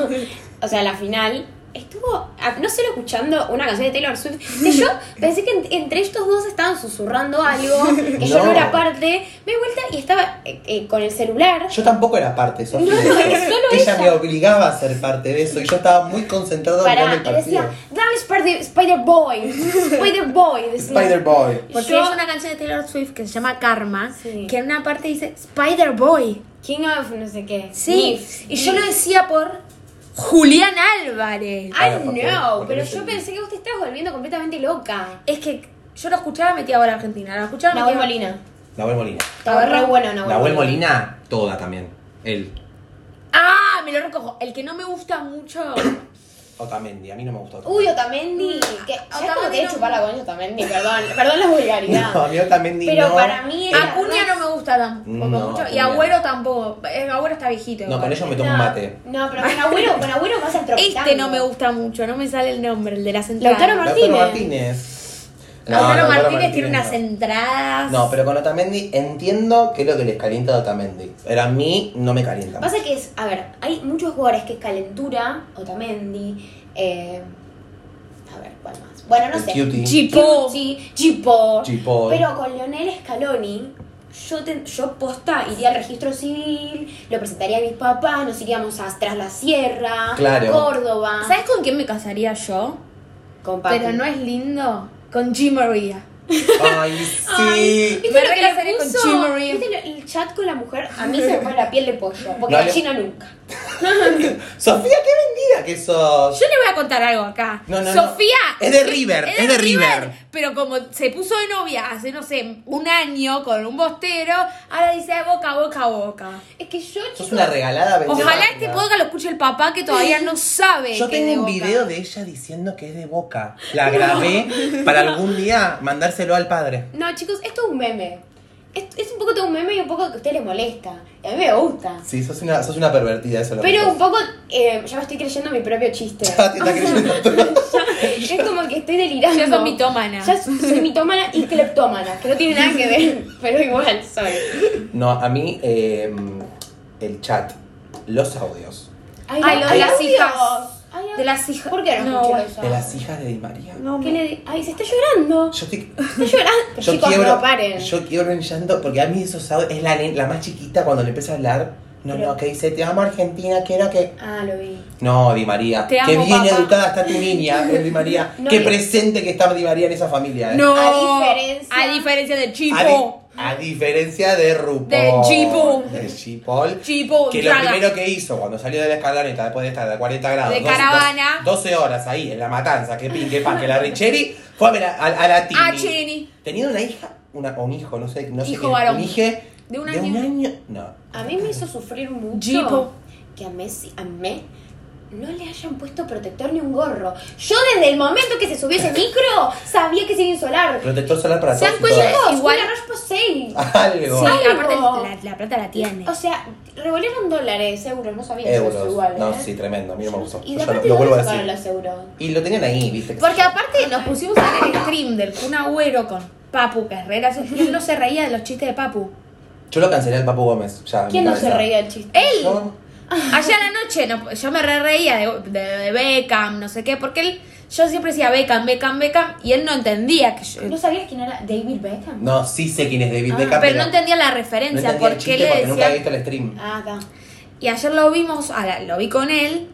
S2: o sea, la final, estuvo, ah, no solo escuchando una canción de Taylor Swift, que yo pensé que en- entre estos dos estaban susurrando algo, que yo no
S3: No.
S2: era parte, me di vuelta y estaba eh, eh, con el celular.
S3: Yo tampoco era parte de Sofía.
S2: No,
S3: de eso.
S2: solo
S3: ella
S2: ella.
S3: me obligaba a ser parte de eso y yo estaba muy concentrado en
S2: Para,
S3: el
S2: y
S3: partido.
S2: decía, dame Spider- Spider Boy, Spider Boy, decía.
S3: Spider Boy.
S1: Porque
S2: Yo-
S1: es una canción de Taylor Swift que se llama Karma,
S2: Sí.
S1: que en una parte dice Spider Boy.
S2: King of no sé qué.
S1: Sí.
S2: Nips.
S1: y yo lo decía por Julián Álvarez. Ah,
S2: I
S3: Para, porque-
S2: know,
S3: porque
S2: pero
S3: Ah, no
S2: yo
S3: sé.
S2: pensé que vos te estabas volviendo completamente loca.
S1: Es que yo lo escuchaba metida ahora Argentina, lo escuchaba
S2: Nahuel
S1: metida-
S2: Molina.
S3: Nahuel Molina.
S2: Estaba re bueno Nahuel,
S3: Nahuel Molina, toda también. Él.
S1: Ah, me lo recojo. El que no me gusta mucho.
S3: Otamendi, a mí no me gustó.
S2: Uy, Otamendi. Que, ya es como que
S1: Otamendi no-
S2: chupar la coña Otamendi, perdón. Perdón la vulgaridad.
S3: No, a mí Otamendi
S2: pero
S3: no.
S2: para mí era
S1: Acuña no me gusta tampoco
S3: No,
S1: mucho. Y
S3: Acuña.
S1: Agüero tampoco. Eh, Agüero está viejito.
S3: Ah, No,
S1: igual.
S3: con ellos me tomo un
S2: No,
S3: mate.
S2: No, pero con Agüero, con Agüero vas al tropical.
S1: Este no me gusta mucho, no me sale el nombre, el de las entradas.
S2: Lautaro Martínez.
S3: Lautaro Martínez. No,
S1: Lautaro Martínez tiene
S3: Martínez
S1: unas
S3: no.
S1: entradas.
S3: No, pero con Otamendi entiendo que es lo que les calienta a Otamendi. Pero a mí no me calienta.
S2: Pasa que es, a ver, hay muchos jugadores que es calentura, Otamendi, eh, a ver, ¿cuál más? Bueno, no
S3: El
S2: sé.
S3: Cutie.
S1: Chipo.
S2: Cuti, Chipo.
S3: Chipo.
S2: Pero con Leonel Scaloni, yo, te- yo posta iría al registro civil, lo presentaría a mis papás, nos iríamos a Tras la Sierra,
S3: Claro.
S2: Córdoba.
S1: ¿Sabes con quién me casaría yo?
S2: Con Paco.
S1: Pero no es lindo. Con G. María.
S3: Ay, sí.
S2: ¿Viste
S1: Me
S2: lo que
S1: reí la serie
S2: le
S1: con
S2: puso?
S1: Chimmery.
S2: ¿Viste lo- el chat con la mujer? A mí se me pone la piel de pollo, porque
S3: No,
S2: la
S3: le-
S2: China nunca.
S3: Sofía, qué vendida que sos.
S1: Yo le voy a contar algo acá.
S3: No, no,
S1: Sofía.
S3: no. Es de River, es de River.
S1: Pero como se puso de novia hace, no sé, un año con un bostero, ahora dice boca, boca, boca.
S2: Es que yo,
S3: Sos
S2: chicos,
S3: una regalada vendida.
S1: Ojalá este podcast lo escuche el papá que todavía no sabe.
S3: Yo
S1: que
S3: tengo
S1: es
S3: un
S1: Boca.
S3: video de ella diciendo que es de boca. La grabé para algún día mandárselo al padre.
S2: No, chicos, esto es un meme. Es, es un poco todo un meme y un poco que a ustedes les molesta. Y a mí me gusta.
S3: Sí, sos una, sos una pervertida, eso es lo que
S2: Pero
S3: sos.
S2: un poco, eh, ya me estoy creyendo mi propio chiste.
S3: Ya te está creyendo todo.
S2: es como que estoy delirando.
S1: Ya sos mitómana.
S2: Ya soy mitómana y cleptómana, que no tiene nada que ver, pero igual soy.
S3: No, a mí eh, el chat, los audios
S2: Ay,
S1: Ay, lo de las
S2: audios.
S1: hijas.
S2: Ay,
S1: De las hijas.
S2: ¿Por qué no,
S1: No,
S2: escucho
S1: bueno.
S2: eso?
S3: de las hijas de Di María.
S1: No,
S2: ¿Qué le di- Ay, se está llorando.
S3: Yo estoy...
S2: Se está llorando.
S3: Yo
S2: chicos,
S3: quiebro,
S2: no paren.
S3: yo quiebro en llanto porque a mí esos audios es la, nen- la más chiquita cuando le empieza a hablar. No,
S2: Pero-
S3: no, que dice, te amo Argentina, quiero que...
S2: Ah, lo vi.
S3: No, Di María,
S1: Te
S3: que
S1: amo,
S3: bien
S1: papá.
S3: educada está tu niña, eh, Di María.
S2: No,
S3: Qué
S2: Di-
S3: presente que está Di María en esa familia. eh.
S1: No.
S2: A diferencia-
S1: A diferencia de
S3: A, di-
S1: Chipo.
S3: a diferencia de RuPaul.
S1: De Chipul.
S3: De Chipol.
S1: Chipul,
S3: Que lo
S1: traga.
S3: primero que hizo cuando salió de la escaloneta después de estar de 40 grados.
S1: De caravana.
S3: 12 horas ahí en la matanza, que pin, que pan, que la Richeri. Fue a ver a, a- a la Tini.
S1: A Ah, Chini.
S3: Teniendo una hija, una, o un hijo, no sé. No sé
S1: Hijo
S3: qué,
S1: varón.
S3: Un hije
S1: De un
S3: De
S1: año.
S3: No.
S2: A mí me hizo sufrir mucho
S1: Jipo.
S2: que a Messi, a me no le hayan puesto protector ni un gorro. Yo desde el momento que se subió ese micro sabía que se iba a insolar.
S3: Protector solar para
S1: Se
S3: todos.
S1: dan cuenta
S3: y todas.
S2: Chicos,
S1: Igual-
S2: igual la Roche Posay.
S3: Algo.
S1: Sí,
S2: Algo.
S1: aparte la, la plata la tiene.
S2: O sea, revolvieron dólares, euros, no sabía eso,
S3: Euros.
S2: es igual. ¿eh?
S3: No, sí, tremendo. A mí no me gustó.
S2: Y
S3: Yo
S2: de
S3: ya lo,
S2: aparte,
S3: lo
S2: ¿dónde
S3: vuelvo a
S2: sacaron
S3: decir.
S2: los euros?
S3: Y lo tenían ahí, viste. que-
S1: Porque aparte nos pusimos a ver el stream del Kun Agüero con Papu Carreras y él no se reía de los chistes de Papu.
S3: Yo lo cancelé al Papu Gómez. Ya, en
S2: ¿Quién
S3: mi
S2: no se
S3: cabeza.
S2: reía del chiste?
S1: Él,
S3: Yo-
S1: ayer a la noche, no, yo me re reía de, de- de Beckham, no sé qué, porque él, yo siempre decía Beckham, Beckham, Beckham, y él no entendía que
S3: Eh.
S1: yo...
S2: ¿No sabías quién era David Beckham?
S3: No, sí sé quién es David
S2: Ah,
S3: Beckham.
S1: Pero no entendía la
S3: no
S1: referencia,
S3: entendía el
S1: porque
S3: chiste
S1: él le
S3: porque nunca
S1: decía...
S3: había visto el stream.
S2: Ah, acá.
S1: Y ayer lo vimos, a la- lo vi con él,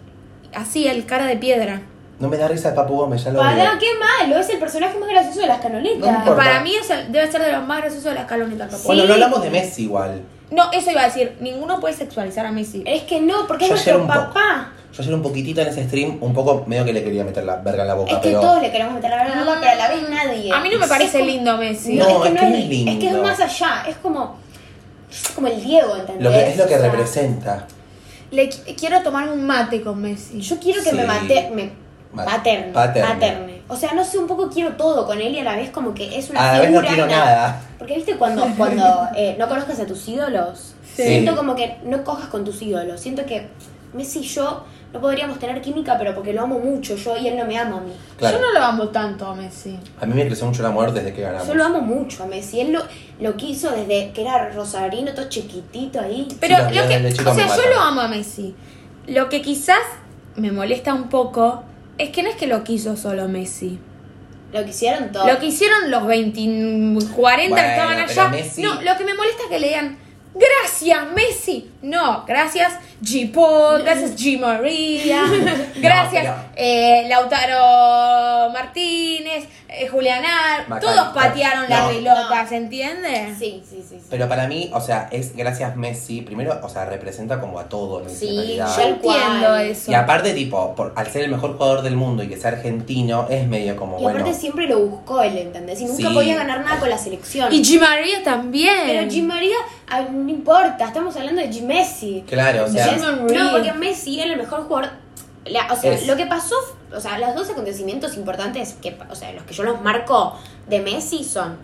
S1: así, el cara de piedra.
S3: No me da risa el Papu Gómez, ya lo
S2: Pará,
S3: veo.
S2: qué malo, es el personaje más gracioso de las
S3: No me
S2: canolitas.
S3: importa.
S1: Para mí es el- debe ser de los más graciosos de las calonetas. Papu.
S3: Bueno,
S2: Sí.
S3: no hablamos de Messi igual.
S1: No, eso iba a decir, ninguno puede sexualizar a Messi.
S2: es que no, porque es
S3: Yo ayer
S2: nuestro
S3: un poco.
S2: papá.
S3: Yo ayer un poquitito en ese stream, un poco medio que le quería meter la verga en la boca,
S2: Es que
S3: Ah, pero.
S2: todos le queremos meter la verdad en la boca, pero a la vez nadie.
S1: Ah. A mí no me parece
S2: Es como-
S1: lindo Messi.
S3: No, es que no es
S2: es
S3: lindo.
S2: Es que es más allá, es como. Es como el Diego, ¿entendés?
S3: Lo que, es lo que
S2: O sea,
S3: representa.
S1: Le qui- quiero tomar un mate con Messi.
S2: Yo quiero que
S3: Sí.
S2: me mate. Me,
S3: Ma-
S2: paterne,
S3: paterne.
S2: paterne. O sea, no sé, un poco quiero todo con él y a la vez como que es una
S3: A la vez no
S2: figura.
S3: quiero
S2: una-
S3: nada.
S2: Porque viste cuando, cuando eh, no conozcas a tus ídolos,
S3: Sí.
S2: siento como que no cojas con tus ídolos. Siento que Messi y yo no podríamos tener química, pero porque lo amo mucho yo y él no me ama a mí.
S3: Claro.
S1: Yo no lo amo tanto a Messi.
S3: A mí me creció mucho el amor desde que ganamos.
S2: Yo lo amo mucho a Messi. Él lo, lo quiso desde que era rosarino, todo chiquitito ahí.
S1: Pero
S3: Sí, los
S1: lo
S3: videos de
S1: que.
S3: chico
S1: O sea,
S3: me
S1: yo
S3: matan.
S1: lo amo a Messi. Lo que quizás me molesta un poco es que no es que lo quiso solo Messi.
S2: Lo quisieron todo.
S1: Lo que hicieron los 20, 40
S3: Bueno,
S1: que estaban
S3: pero
S1: allá.
S3: Messi-
S1: No, lo que me molesta es que le digan. Gracias, Messi. No, gracias, Gipo, gracias, G. María, gracias,
S3: pero-
S1: eh, Lautaro Martínez, eh, Julián Ar-
S3: Macarita.
S1: Todos patearon
S3: No.
S1: la pelota,
S2: No.
S1: ¿se entiende?
S2: Sí, sí, sí. sí.
S3: Pero para mí, o sea, es gracias Messi. Primero, o sea, representa como a todo Messi en
S2: Sí,
S3: realidad.
S1: Yo
S2: Tal
S1: entiendo
S2: cual.
S1: eso.
S3: Y aparte, tipo, por- al ser el mejor jugador del mundo y que sea argentino, es medio como,
S2: y
S3: bueno.
S2: aparte siempre lo buscó él, ¿entendés? Y nunca
S3: Sí.
S2: podía ganar nada con la selección.
S1: Y G. María también.
S2: Pero Jim María, ah, no importa, estamos hablando de Jim Messi.
S3: Claro, o sea.
S2: ¿Entendés?
S1: Jim María.
S2: No, porque Messi era el mejor jugador. La- o sea,
S3: Es.
S2: lo que pasó, o sea, los dos acontecimientos importantes, que, pa- o sea, los que yo los marco de Messi son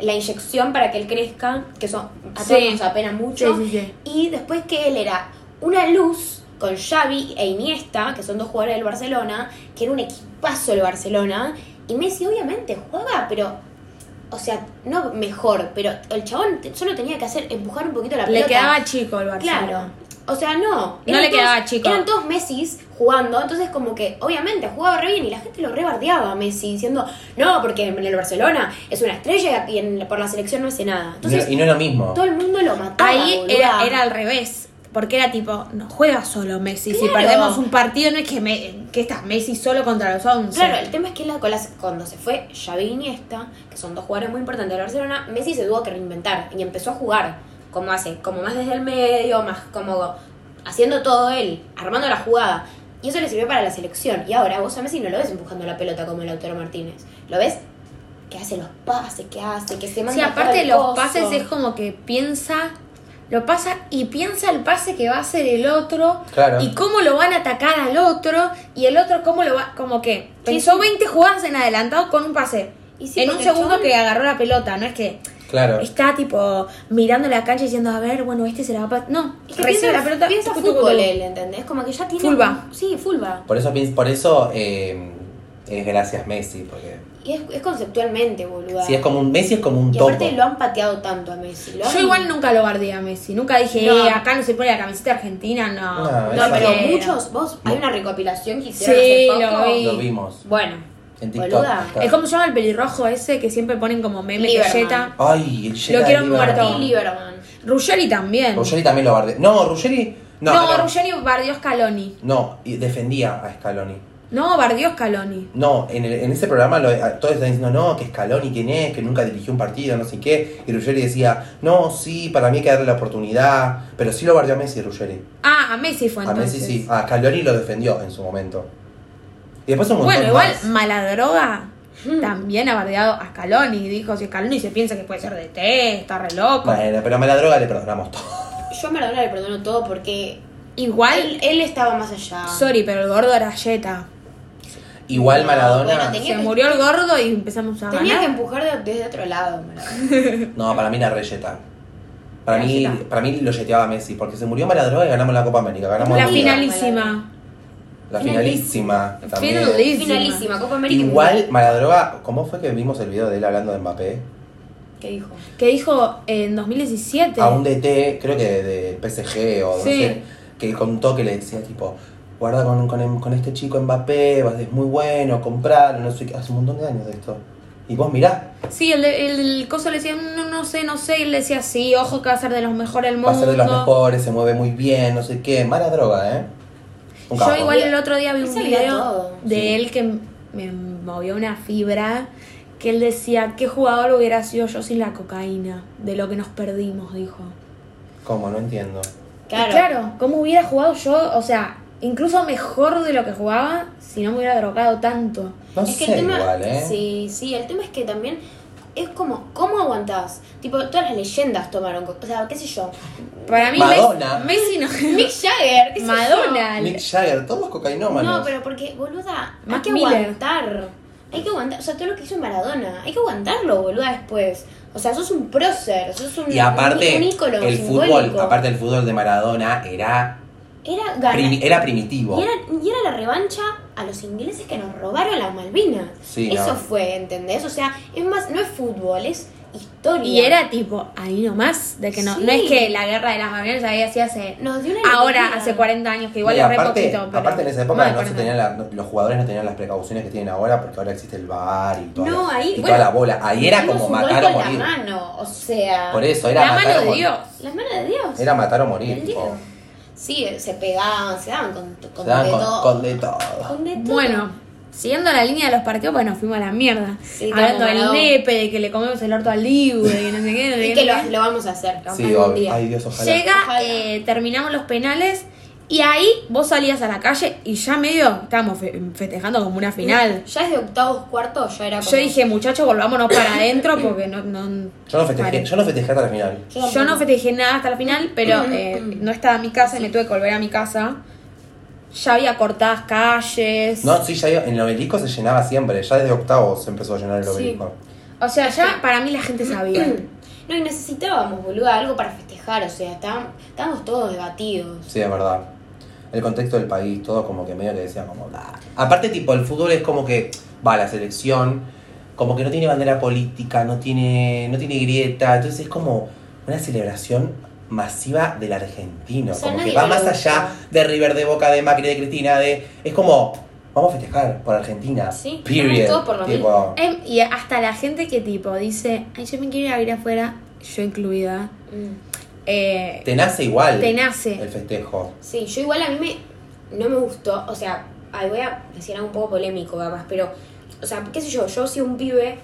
S2: la inyección para que él crezca, que son a todos
S1: Sí.
S2: nos apena mucho,
S1: Sí, sí, sí.
S2: y después que él era una luz con Xavi e Iniesta, que son dos jugadores del Barcelona, que era un equipazo el Barcelona, y Messi obviamente jugaba, pero, o sea, no mejor, pero el chabón te- solo tenía que hacer, empujar un poquito la
S1: le
S2: pelota.
S1: quedaba chico el Barcelona.
S2: Claro. O sea, no.
S1: No le quedaba chico.
S2: Eran todos Messis jugando, entonces como que obviamente jugaba re bien y la gente lo rebardeaba a Messi diciendo, no, porque en el Barcelona es una estrella y en- por la selección no hace nada. Entonces
S3: no- y no es lo mismo.
S2: todo el mundo lo mataba.
S1: Ahí
S2: Ah, boluda.
S1: era, era al revés. Porque era tipo, no juega solo Messi. Si
S2: Claro.
S1: perdemos un partido, no es que, me, que está Messi solo contra los 11.
S2: Claro, el tema es que la cola, cuando se fue Xavi y Iniesta, que son dos jugadores muy importantes del Barcelona, Messi se tuvo que reinventar y empezó a jugar como hace, como más desde el medio, más como haciendo todo él, armando la jugada. Y eso le sirvió para la selección. Y ahora vos a Messi no lo ves empujando la pelota como el Lautaro Martínez. Lo ves que hace los pases, que hace, que se manda
S1: Sí,
S2: fuera
S1: aparte
S2: del
S1: los
S2: coso.
S1: pases es como que piensa, lo pasa y piensa el pase que va a hacer el otro
S3: Claro.
S1: y cómo lo van a atacar al otro y el otro cómo lo va, como que pensó
S2: sí.
S1: 20 jugadas en adelantado con un pase.
S2: Y sí,
S1: en un
S2: porque el
S1: segundo
S2: chabón-
S1: que agarró la pelota, no es que
S3: Claro.
S1: está tipo mirando la cancha diciendo, a ver, bueno, este se la va a... pas-". No,
S2: Es que
S1: recibe
S2: piensa-
S1: la pelota.
S2: Piensa
S1: tucu, tucu,
S2: fútbol eh,
S1: tucu.
S2: él, ¿entendés? Como que ya tiene.
S1: Fulva.
S2: Sí, fulva.
S3: Por eso, piens- por eso eh, es gracias Messi, porque
S2: Y es, es conceptualmente, boluda.
S3: si es como un Messi es como un
S2: Y
S3: topo.
S2: aparte lo han pateado tanto a Messi. lo
S1: Yo
S2: han-
S1: igual nunca lo guardé a Messi, nunca dije,
S2: No.
S1: "Eh, acá no se pone la camiseta argentina, no.
S3: No,
S2: No,
S3: Exacto.
S2: pero
S1: quiero".
S2: muchos, vos, hay una recopilación que hicieron
S1: Sí,
S2: hace poco.
S1: lo vi.
S3: Lo vimos
S2: Bueno,
S3: en TikTok.
S2: Boluda.
S3: claro.
S1: Es como se llama el pelirrojo ese que siempre ponen como meme
S2: Lieberman.
S1: galleta.
S3: Ay, el Jedi
S1: quiero
S3: Lieberman.
S1: muerto.
S2: Martín Lieberman.
S1: Ruggeri también.
S3: Ruggeri también lo bardeó. No, Ruggeri. No,
S1: No,
S3: pero-
S1: Ruggeri bardió Scaloni.
S3: no, y defendía a Scaloni.
S1: No, bardió Scaloni.
S3: No, en, el- en ese programa lo- a- todos están diciendo, no, que Scaloni quién es, que nunca dirigió un partido, no sé qué. Y Ruggeri decía, no, sí, para mí hay que darle la oportunidad. Pero sí lo bardeó a Messi, Ruggeri.
S1: Ah, a Messi fue
S3: a
S1: entonces.
S3: Messi sí. A Scaloni lo defendió en su momento. Y después un montón
S1: Bueno, igual
S3: más.
S1: Maladroga
S2: Mm.
S1: también ha bardeado a Scaloni. Dijo, si Scaloni se piensa que puede ser de té, está re loco.
S3: Bueno, pero a Maladroga le perdonamos todo.
S2: Yo a Maradona le perdono todo porque él,
S1: Igual,
S2: él estaba más allá.
S1: sorry, pero el gordo era Jetta.
S3: Igual
S2: No,
S3: Maradona.
S2: bueno, tenía-
S1: Se murió el gordo y empezamos a
S2: Tenía que
S1: ganar.
S2: empujar de- desde otro lado, Maradona.
S3: No, para mí la reyeta. Para mí,
S1: Reyeta.
S3: para mí lo yeteaba Messi, porque se murió Maladroga y ganamos la Copa América. Ganamos
S1: La
S3: Liga.
S1: finalísima.
S3: La finalísima. también.
S1: Finalísima.
S2: Finalísima, Copa América.
S3: Igual Maladroga, ¿cómo fue que vimos el video de él hablando de Mbappé?
S2: ¿Qué dijo?
S1: Que dijo en 2017.
S3: A Ah, un DT, creo que del PSG o no
S1: Sí.
S3: sé, que contó que le decía tipo, guarda con, con, con este chico Mbappé, vas- es muy bueno, comprar, no sé qué, hace un montón de años de esto. Y vos mirá,
S1: Sí, el, el, el coso le decía, no, no sé, no sé. Y él decía, sí, ojo que va a ser de los mejores del mundo.
S3: va a ser de los mejores, se mueve muy bien, no sé qué, mala droga, ¿eh? Un
S1: Yo
S3: capo.
S1: igual el otro día vi
S2: Él
S1: un
S2: sabía
S1: video
S2: todo.
S1: de
S3: Sí.
S1: él que me movió una fibra que él decía, ¿qué jugador hubiera sido yo sin la cocaína? De lo que nos perdimos, dijo.
S3: ¿Cómo? No entiendo.
S1: Y
S2: Claro.
S1: claro, ¿cómo hubiera jugado yo? O sea, incluso mejor de lo que jugaba si no me hubiera drogado tanto.
S3: No
S2: es que
S3: sé
S2: el tema,
S3: igual, ¿eh?
S2: Sí, sí, el tema es que también es como, ¿cómo aguantás? Tipo, todas las leyendas tomaron, co- o sea, qué sé yo.
S1: Para mí,
S3: Madonna.
S1: Messi, Messi no...
S2: Mick Jagger, qué sé yo.
S1: Madonna.
S3: Mick Jagger, todos cocainómanos.
S2: No, pero porque, boluda, hay
S1: Mac
S2: que
S1: Miller.
S2: aguantar. Hay que aguantar, o sea, todo lo que hizo Maradona, hay que aguantarlo, boluda, después. O sea, sos un prócer, sos un,
S3: Y aparte,
S2: un ícono
S3: el
S2: simbólico.
S3: fútbol, aparte el fútbol de Maradona era,
S2: Era ganar.
S3: primi-
S2: Y
S3: era primitivo.
S2: era, y era la revancha a los ingleses que nos robaron las Malvinas.
S3: Sí,
S2: Eso
S3: no.
S2: fue, ¿entendés? O sea, es más, no es fútbol, es historia.
S1: Y era tipo, ahí nomás, de que no,
S2: Sí.
S1: no es que la guerra de las Malvinas ya había sido hace...
S2: Nos dio una
S1: Ahora,
S2: alegría.
S1: hace 40 años, que igual
S3: Y
S1: es re
S3: aparte,
S1: poquito. pero-
S3: aparte en esa
S1: Más
S3: época
S1: de
S3: no se
S1: 40.
S3: tenían la- no- los jugadores no tenían las precauciones que tienen ahora porque ahora existe el bar y toda,
S2: No,
S3: la,
S2: ahí,
S3: y
S2: bueno,
S3: toda la bola. Ahí era
S2: Tuvimos
S3: como
S2: un gol
S3: matar o
S2: con
S3: morir.
S2: la mano, o sea.
S3: Por eso, era
S1: La
S3: matar
S1: mano
S3: o
S1: de
S3: morir.
S1: Dios.
S2: Las manos de Dios.
S3: Era matar o morir.
S2: El
S3: tipo.
S2: dedo. Sí, se pegaban, se daban con, con
S3: Se daban
S2: de
S3: con,
S2: todo.
S3: con de todo.
S2: Con de todo.
S1: Bueno, siguiendo la línea de los partidos, pues nos fuimos a la mierda.
S2: Sí,
S1: Hablando
S2: estamos
S1: del
S2: malados.
S1: nepe, de que le comemos el orto al Dibu, de que no sé qué. no sé qué,
S2: Y que lo,
S1: no sé
S2: lo vamos a hacer. lo
S3: Sí,
S2: vamos a hacer un
S3: obvio.
S2: día.
S3: Ay, Dios,
S1: qué.
S3: ojalá.
S1: Llega,
S2: Ojalá.
S1: eh, terminamos los penales y ahí vos salías a la calle y ya medio estábamos fe- festejando como una final.
S2: Ya desde octavos, cuartos, ya era como...
S1: Yo dije, muchachos, volvámonos para adentro porque no. no
S3: Yo no festejé,
S1: Vale.
S3: yo no festejé hasta la final.
S2: Yo
S1: Yo
S2: tampoco. Mm,
S1: no festejé nada hasta la final, pero eh, no estaba en mi casa y me tuve que volver a mi casa. Ya había cortadas calles.
S3: No, sí, ya digo, en el obelisco se llenaba siempre, ya desde octavo se empezó a llenar el
S2: Sí.
S3: obelisco.
S1: O sea, ya para mí la gente sabía.
S2: No, y necesitábamos, boluda, algo para festejar. O sea, estábamos, estábamos todos debatidos.
S3: Sí, es verdad. El contexto del país, todo como que medio que decía como... "Bah". Aparte, tipo, el fútbol es como que, va, la selección, como que no tiene bandera política, no tiene, no tiene grieta, entonces es como una celebración masiva del argentino,
S2: O sea,
S3: como que
S2: nadie
S3: va
S2: lo
S3: más
S2: busca.
S3: allá de River, de Boca, de Macri, de Cristina, de... Es como, vamos a festejar por Argentina,
S2: Sí,
S3: period.
S2: estamos todos por lo
S3: Tipo,
S1: Em, Y hasta la gente que tipo dice, ay, yo me quiero ir a vivir afuera, yo incluida.
S2: Mm.
S1: eh,
S3: Te nace e igual.
S1: Te nace.
S3: El festejo.
S2: Sí, yo igual a mí me, no me gustó, o sea, ahí voy a decir algo un poco polémico, capaz, pero, o sea, qué sé yo, yo soy un pibe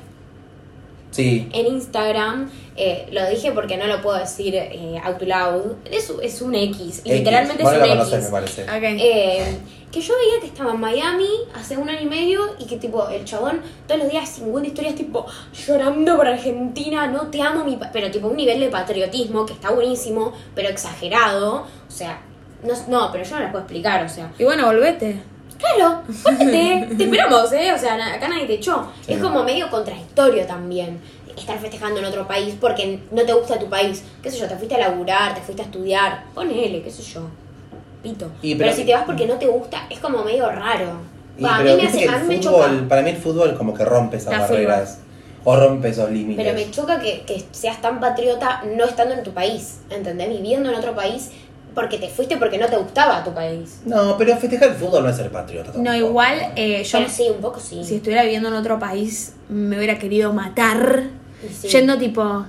S3: Sí.
S2: en Instagram, eh, lo dije porque no lo puedo decir eh, out loud, es, es un X, literalmente
S3: Vos no
S2: es
S3: lo
S2: un
S3: conocés,
S2: X.
S3: me parece.
S1: ok.
S2: Eh, que yo veía que estaba en Miami hace un año y medio y que tipo el chabón todos los días 50 historias tipo llorando por Argentina, no te amo mi pa-". pero tipo un nivel de patriotismo que está buenísimo, pero exagerado, o sea, no, no, pero yo no las puedo explicar, o sea,
S1: Y bueno, volvete.
S2: claro, ponete, te esperamos, eh, o sea, na- acá nadie te echó.
S3: Sí.
S2: Es como medio contradictorio también estar festejando en otro país porque no te gusta tu país, qué sé yo, te fuiste a laburar, te fuiste a estudiar, ponele, qué sé yo. Pito.
S3: Y
S2: pero,
S3: pero-
S2: si te vas porque no te gusta, es como medio raro.
S3: Y,
S2: Va, a
S3: pero
S2: mí me
S3: viste
S2: hace,
S3: que
S2: a mí me
S3: el
S2: choca.
S3: fútbol, para mí el fútbol como que rompe esas
S1: La
S3: barreras. O rompe esos límites.
S2: Pero me choca que, que seas tan patriota no estando en tu país, ¿entendés? Viviendo en otro país porque te fuiste porque no te gustaba tu país.
S3: No, pero festejar el fútbol no es ser patriota.
S1: No,
S3: tampoco.
S1: igual eh, yo
S2: Pero sí, un poco sí.
S1: si estuviera viviendo en otro país me hubiera querido matar
S2: Y sí.
S1: yendo tipo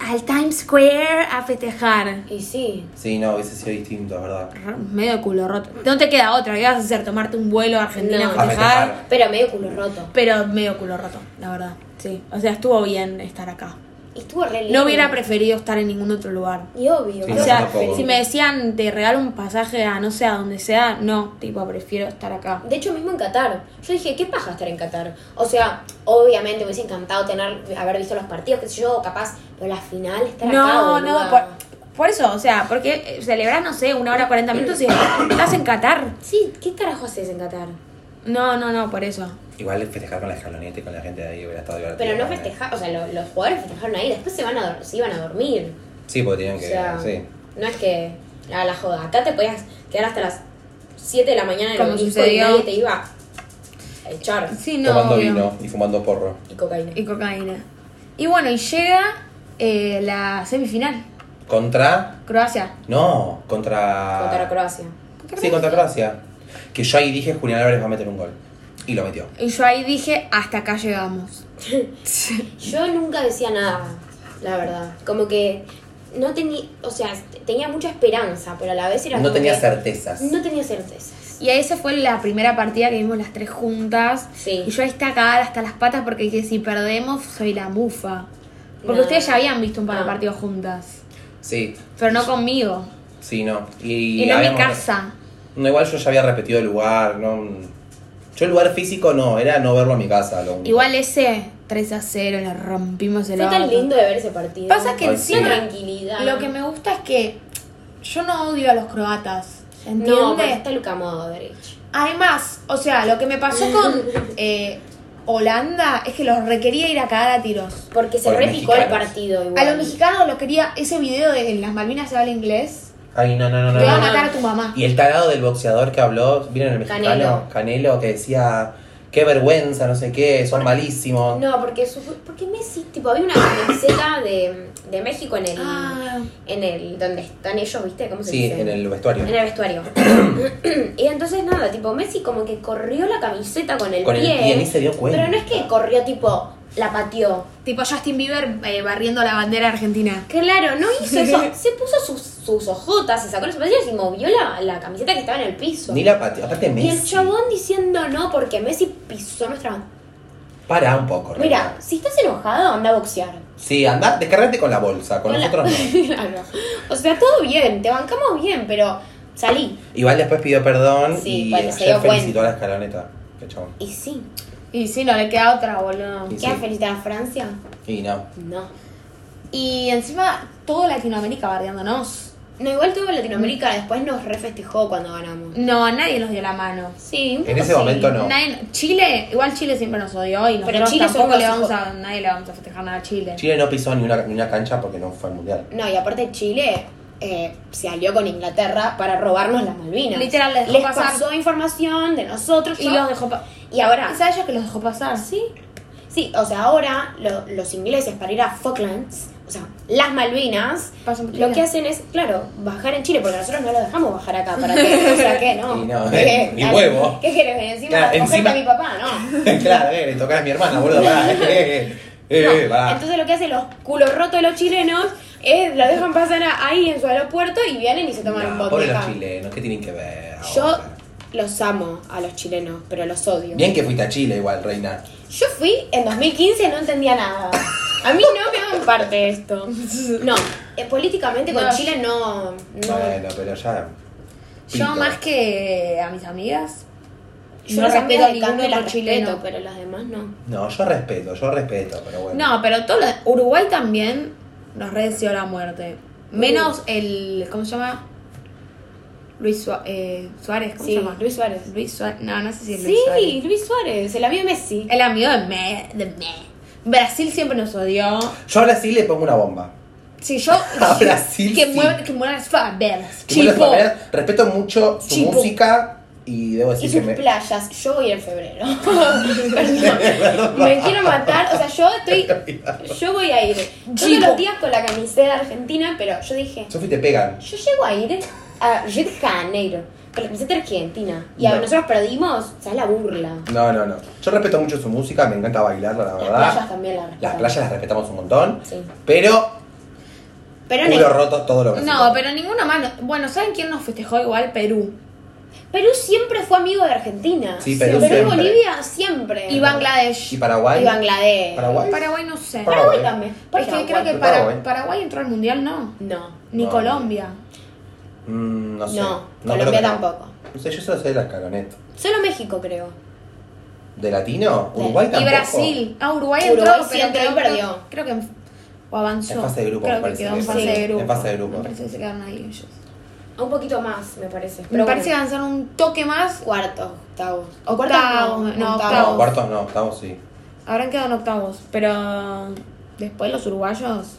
S1: al Times Square a festejar.
S2: Y sí.
S3: Sí, no, hubiese sido distinto, es verdad.
S1: R- Medio culo roto. No te queda otra, ¿qué vas a hacer? Tomarte un vuelo a Argentina
S2: No.
S1: a festejar.
S3: A festejar.
S2: Pero medio culo roto.
S1: Pero medio culo roto, la verdad. Sí. O sea, estuvo bien estar acá.
S2: Y estuvo re lindo.
S1: No hubiera preferido estar en ningún otro lugar.
S2: Y obvio.
S3: Sí,
S2: ¿qué
S1: O
S3: no,
S2: vas a
S1: sea,
S3: tampoco.
S2: hacer?
S1: si me decían te regalo un pasaje a no sé a donde sea, no, tipo, prefiero estar acá.
S2: De hecho, mismo en Qatar. Yo dije, ¿qué paja estar en Qatar? O sea, obviamente me hubiese encantado tener, haber visto los partidos, qué sé yo, capaz, pero la final estar acá.
S1: No,
S2: boluda.
S1: no, por, por eso, o sea, porque eh, celebrar, no sé, una hora cuarenta minutos y estás en Qatar.
S2: Sí, ¿qué carajo haces en Qatar?
S1: No, no, no, por eso.
S3: Igual festejar con la escaloneta y con la gente de ahí hubiera estado divertido.
S2: Pero no
S3: también.
S2: festejar, o sea, lo- los jugadores festejaron ahí, después se, van a, dor- se iban a dormir.
S3: Sí, porque tenían
S2: O
S3: que.
S2: sea,
S3: sí.
S2: no es que la, la joda. Acá te podías quedar hasta las 7 de la mañana en el
S1: Como
S2: obelisco y
S1: sucedió.
S2: nadie te iba a echar.
S1: Sí, no.
S3: Tomando
S1: obvio.
S3: vino y fumando porro.
S2: Y cocaína.
S1: Y cocaína. Y bueno, y llega eh, la semifinal.
S3: Contra.
S1: Croacia.
S3: No, contra.
S2: Contra Croacia.
S3: Sí, contra Croacia. Que yo ahí dije Julián Álvarez va a meter un gol. Y lo metió.
S1: Y yo ahí dije, hasta acá llegamos.
S2: Yo nunca decía nada, la verdad. Como que no tenía, o sea, t- tenía mucha esperanza, pero a la vez era
S3: No
S2: como
S3: tenía
S2: que
S3: certezas.
S2: No tenía certezas.
S1: Y esa fue la primera partida que vimos las tres juntas.
S2: Sí.
S1: Y yo ahí estaba cagada hasta las patas porque dije, si perdemos, soy la mufa. Porque
S2: No. Ah.
S1: ustedes ya habían visto un par de
S2: No.
S1: partidos juntas.
S3: Sí,
S1: Pero no conmigo.
S3: sí, no. Y,
S1: Y no en mi
S3: habíamos-
S1: casa.
S3: No, igual yo ya había repetido el lugar, no. mm. Yo el lugar físico no, era no verlo a mi casa. Lo único.
S1: Igual ese 3 a 0, le rompimos el
S2: Fue tan
S1: orto.
S2: lindo de ver ese partido.
S1: Pasa que
S3: Ay,
S1: encima
S3: sí.
S2: tranquilidad.
S1: lo que me gusta es que yo no odio a los croatas. ¿Entiendes?
S2: No, pero está Luka Modric.
S1: Además, o sea, lo que me pasó con eh, Holanda es que los requería ir a cagar a tiros.
S2: Porque se
S3: Por los
S2: repicó el
S3: mexicanos.
S2: partido igual.
S1: A los mexicanos los quería ese video de las Malvinas se habla inglés.
S3: Ay, no, no, no, no.
S1: Te va a
S3: no.
S1: matar a tu mamá.
S3: Y el tarado del boxeador que habló, ¿vieron el mexicano?
S2: Canelo.
S3: Canelo, que decía, qué vergüenza, no sé qué, son malísimos.
S2: No, porque, su, porque Messi, tipo, había una camiseta de, de México en el,
S1: Ah.
S2: en el. donde están ellos, ¿viste? ¿Cómo se
S3: sí,
S2: dice?
S3: en el vestuario.
S2: En el vestuario. y entonces nada, tipo Messi como que corrió la camiseta con el
S3: Con el
S2: pie.
S3: pie, ni se dio cuenta.
S2: Pero no es que corrió tipo, la pateó.
S1: Tipo Justin Bieber eh, barriendo la bandera argentina.
S2: Claro, no hizo eso. se puso sus, sus ojotas, se sacó las zapatillas y movió la, la camiseta que estaba en el piso.
S3: Ni la pateó, aparte Messi.
S2: y el chabón diciendo no porque Messi pisó nuestra ban-
S3: Pará un poco,
S2: Mira,
S3: Renata.
S2: si estás enojado, anda a boxear.
S3: Sí, andá, descargate con la bolsa, con
S2: Con la-
S3: nosotros no.
S2: Claro. O sea, todo bien, te bancamos bien, pero salí.
S3: Igual después pidió perdón
S2: Sí,
S3: y
S2: cuando
S3: ayer
S2: se dio
S3: felicitó a la escaloneta. Qué chabón.
S2: Y sí.
S1: Y sí, no le queda otra, boludo.
S3: Y sí.
S2: ¿Quieres felicitar a Francia?
S3: Y no.
S2: No.
S1: Y encima, todo Latinoamérica barriándonos.
S2: No, igual todo Latinoamérica después nos refestejó cuando ganamos.
S1: No, nadie nos dio la mano.
S2: Sí, un
S3: En
S2: poco
S3: ese
S2: sí.
S3: momento no.
S1: Nadie- Chile, igual Chile siempre nos odió y
S2: Pero
S1: nosotros
S2: Chile son
S1: tampoco le
S2: los
S1: vamos
S2: hijos-
S1: a, nadie le vamos a festejar nada a Chile.
S3: Chile no pisó ni una, ni una cancha porque no fue al mundial.
S2: No, y aparte Chile eh, se alió con Inglaterra para robarnos las Malvinas.
S1: Literal, les dejó
S2: les
S1: pasar.
S2: pasó información de nosotros.
S1: Y
S2: yo-
S1: los dejó pa-
S2: y ahora,
S1: ¿Sabes ellos que los dejó pasar? Sí.
S2: sí, o sea, ahora lo- los ingleses para ir a Falklands, o sea, las Malvinas,
S1: Pasan por
S2: lo
S1: Chile.
S2: que hacen es, claro, bajar en Chile, porque nosotros no lo dejamos bajar acá. ¿Para qué? O sea, ¿qué? No.
S3: Y no,
S2: ¿Qué?
S3: eh, ni huevo.
S2: ¿Qué quieres? Encima,
S3: Claro,
S2: cogerte
S3: encima-
S2: a mi papá, no.
S3: claro, eh, le tocaba a mi hermana, boludo. pará, eh, eh, eh,
S2: No,
S3: eh, pará.
S2: Entonces lo que hacen los culos rotos de los chilenos Eh, lo dejan pasar a- ahí en su aeropuerto y vienen y se toman
S3: No,
S2: un bote
S3: pobre
S2: acá.
S3: los chilenos, ¿qué tienen que ver?
S2: Yo
S3: ahora?
S2: los amo a los chilenos, pero los odio.
S3: Bien que fuiste a Chile igual, reina.
S2: Yo fui en 2015 y no entendía nada. A mí no me hagan parte de esto. No, eh, políticamente con
S1: No.
S2: Chile no. no.
S3: Bueno, pero ya.
S1: Yo
S3: pito.
S1: más que a mis amigas,
S2: Yo
S1: no
S2: los
S1: respeto
S2: respeto
S1: a
S2: del cambio
S1: ninguno
S2: las
S1: por chileno.
S2: respeto, pero las demás no.
S3: No, yo respeto, yo respeto, pero bueno.
S1: No, pero todo lo- Uruguay también nos redeseó la muerte. Menos el. ¿Cómo se llama? Luis Sua- eh, Suárez. ¿Cómo
S2: Sí,
S1: se llama?
S2: Luis Suárez.
S1: Luis Suárez. No, no sé si es Luis
S2: Sí,
S1: Suárez.
S2: Luis Suárez, el amigo de Messi.
S1: El amigo de me, de me. Brasil siempre nos odió.
S3: Yo ahora sí le pongo una bomba.
S1: Si yo.
S3: A Brasil,
S1: Que
S3: sí.
S1: muevan que muevan las favelas.
S3: Que vuelva a
S1: Chipo.
S3: poner- Respeto mucho su
S1: Chipo.
S3: música y debo
S2: Y
S3: decir que
S2: sus
S3: me.
S2: playas, yo voy a ir en febrero. Perdón. Me quiero matar, o sea, yo estoy. Yo voy a ir todos
S1: Chivo.
S2: los días con la camiseta argentina, pero yo dije,
S3: Sofi te pegan.
S2: yo llego a ir a Rio de Janeiro con la camiseta argentina. Y a-
S3: No.
S2: nosotros perdimos, o sea, es la burla.
S3: No, no, no. Yo respeto mucho su música, me encanta bailarla, la
S2: Las
S3: verdad.
S2: playas también las
S3: Las
S2: respetamos.
S3: playas las respetamos un montón.
S2: Sí.
S3: Pero,
S2: Pero en
S3: culo roto todo lo que
S1: No, pero ninguno más. no- Bueno, ¿saben quién nos festejó igual? Perú.
S2: Perú siempre fue amigo de Argentina.
S3: Sí, Perú
S2: y
S3: siempre.
S2: Bolivia siempre.
S1: Y Bangladesh.
S3: Eh, ¿Y Paraguay?
S2: Y Bangladesh.
S3: ¿Paraguay?
S1: Paraguay no sé.
S3: Paraguay.
S2: Paraguay también.
S1: Es que Pues creo que
S3: Paraguay.
S1: para-
S3: Paraguay.
S1: Paraguay entró al mundial, no.
S2: No.
S1: Ni
S3: No.
S1: Colombia.
S3: Mm, no sé.
S2: No,
S3: creo
S2: Colombia
S3: que no.
S2: tampoco.
S3: No sé, yo solo sé de la escaloneta.
S2: Solo México, creo.
S3: ¿De latino?
S2: Sí.
S3: Uruguay tampoco.
S1: Y Brasil. Ah, Uruguay entró,
S2: Uruguay
S1: pero
S2: siempre
S1: creo,
S2: perdió.
S1: Creo que en- o avanzó.
S3: En fase de grupo, me
S1: Creo que
S3: parece
S1: quedó en
S3: que
S1: fase
S2: sí.
S1: de grupo.
S3: En fase de grupo.
S1: Me parece que se quedaron ahí ellos.
S2: Un poquito más, me parece.
S1: me
S2: Pero
S1: parece que
S2: bueno.
S1: avanzaron un toque más.
S2: cuarto, octavo.
S1: Octavo, no,
S3: No,
S1: octavo.
S3: cuartos no, octavos sí.
S1: Habrán quedado en octavos. Pero um, después los uruguayos.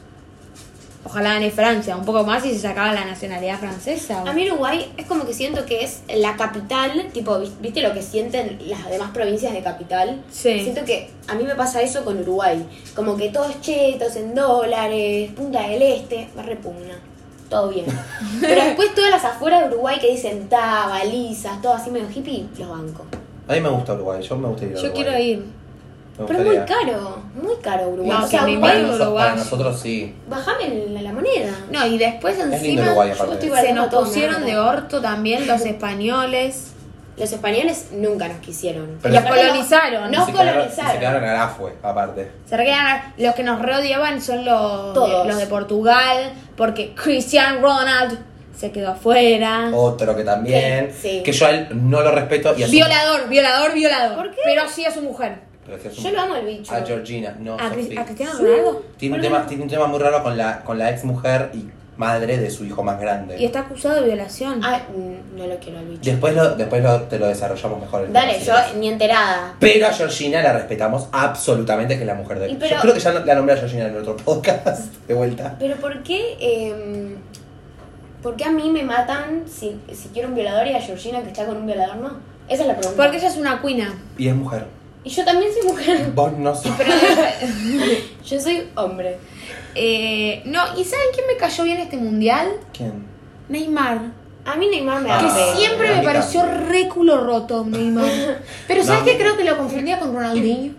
S1: Ojalá en Francia, un poco más y se sacaba la nacionalidad francesa.
S2: A mí Uruguay es como que siento que es la capital, tipo, vi- ¿viste lo que sienten las demás provincias de capital?
S1: Sí.
S2: Siento que a mí me pasa eso con Uruguay. Como que todos chetos en dólares, Punta del Este, me repugna. Todo bien. Pero después todas las afueras de Uruguay que dicen ta, balizas, todo así medio hippie, los banco.
S3: A mí me gusta Uruguay, yo me gustaría ir a
S1: Yo
S3: Uruguay.
S1: quiero ir.
S3: Me
S2: Pero es muy
S3: gustaría.
S2: caro, muy caro Uruguay.
S1: No,
S2: o sea,
S1: sí, me
S3: Para,
S1: Uruguay,
S2: Uruguay,
S3: noso-
S1: Uruguay.
S3: para nosotros sí.
S2: bajame la, la moneda.
S1: No, y después
S3: lindo
S1: encima
S3: Uruguay,
S1: yo
S3: aparte.
S1: estoy se nos
S2: Todo
S1: pusieron
S2: nada.
S1: de orto también los españoles.
S2: Los españoles nunca nos quisieron.
S3: Pero-
S2: Y
S1: los
S2: aparte nos-
S1: colonizaron.
S2: No
S3: Y se quedaron-
S2: colonizaron.
S3: y Se quedaron en Arafue, aparte.
S1: Se recrean- los que nos rodeaban son los de,
S2: Todos.
S1: los de Portugal, porque Cristian Ronald se quedó afuera.
S3: Otro que también.
S2: Sí, sí.
S3: Que yo a él no lo respeto. Oh, Y a su-
S1: Violador, violador, violador.
S2: ¿Por qué?
S1: Pero sí a su mujer.
S3: Pero si a su-
S2: Yo lo amo el bicho.
S3: A Georgina, no,
S1: ¿A, Cris-
S3: Sofi.
S1: a Cristiano Ronaldo?
S3: Tiene un, tema, tiene un tema muy raro con la, con la ex mujer y madre de su hijo más grande.
S1: Y está acusado de violación.
S2: Ah, mm, no lo quiero al bicho.
S3: Después, lo, después lo- te lo desarrollamos mejor. el tema,
S2: Dale,
S3: si
S2: yo
S3: querés.
S2: ni enterada.
S3: Pero a Georgina la respetamos absolutamente, que es la mujer de
S2: Y
S3: él.
S2: pero-
S3: Yo creo que ya la nombré a Georgina en el otro podcast, de vuelta.
S2: Pero ¿por qué, eh, por qué a mí me matan si, si quiero un violador y a Georgina que está con un violador no? Esa es la pregunta.
S1: Porque ella es una cuina.
S3: Y es mujer.
S2: Y yo también soy mujer.
S3: Vos no sos.
S2: Yo soy hombre.
S1: Eh, no, ¿y saben quién me cayó bien este mundial?
S3: ¿Quién?
S1: Neymar.
S2: A mí Neymar me
S3: Ah,
S1: Que
S2: da pena.
S1: siempre
S3: a
S1: me
S3: mí
S1: pareció
S3: también.
S1: réculo roto, Neymar. Pero
S3: No,
S1: ¿sabes
S3: a
S1: qué?
S3: mí-
S1: Creo que lo confundía con Ronaldinho.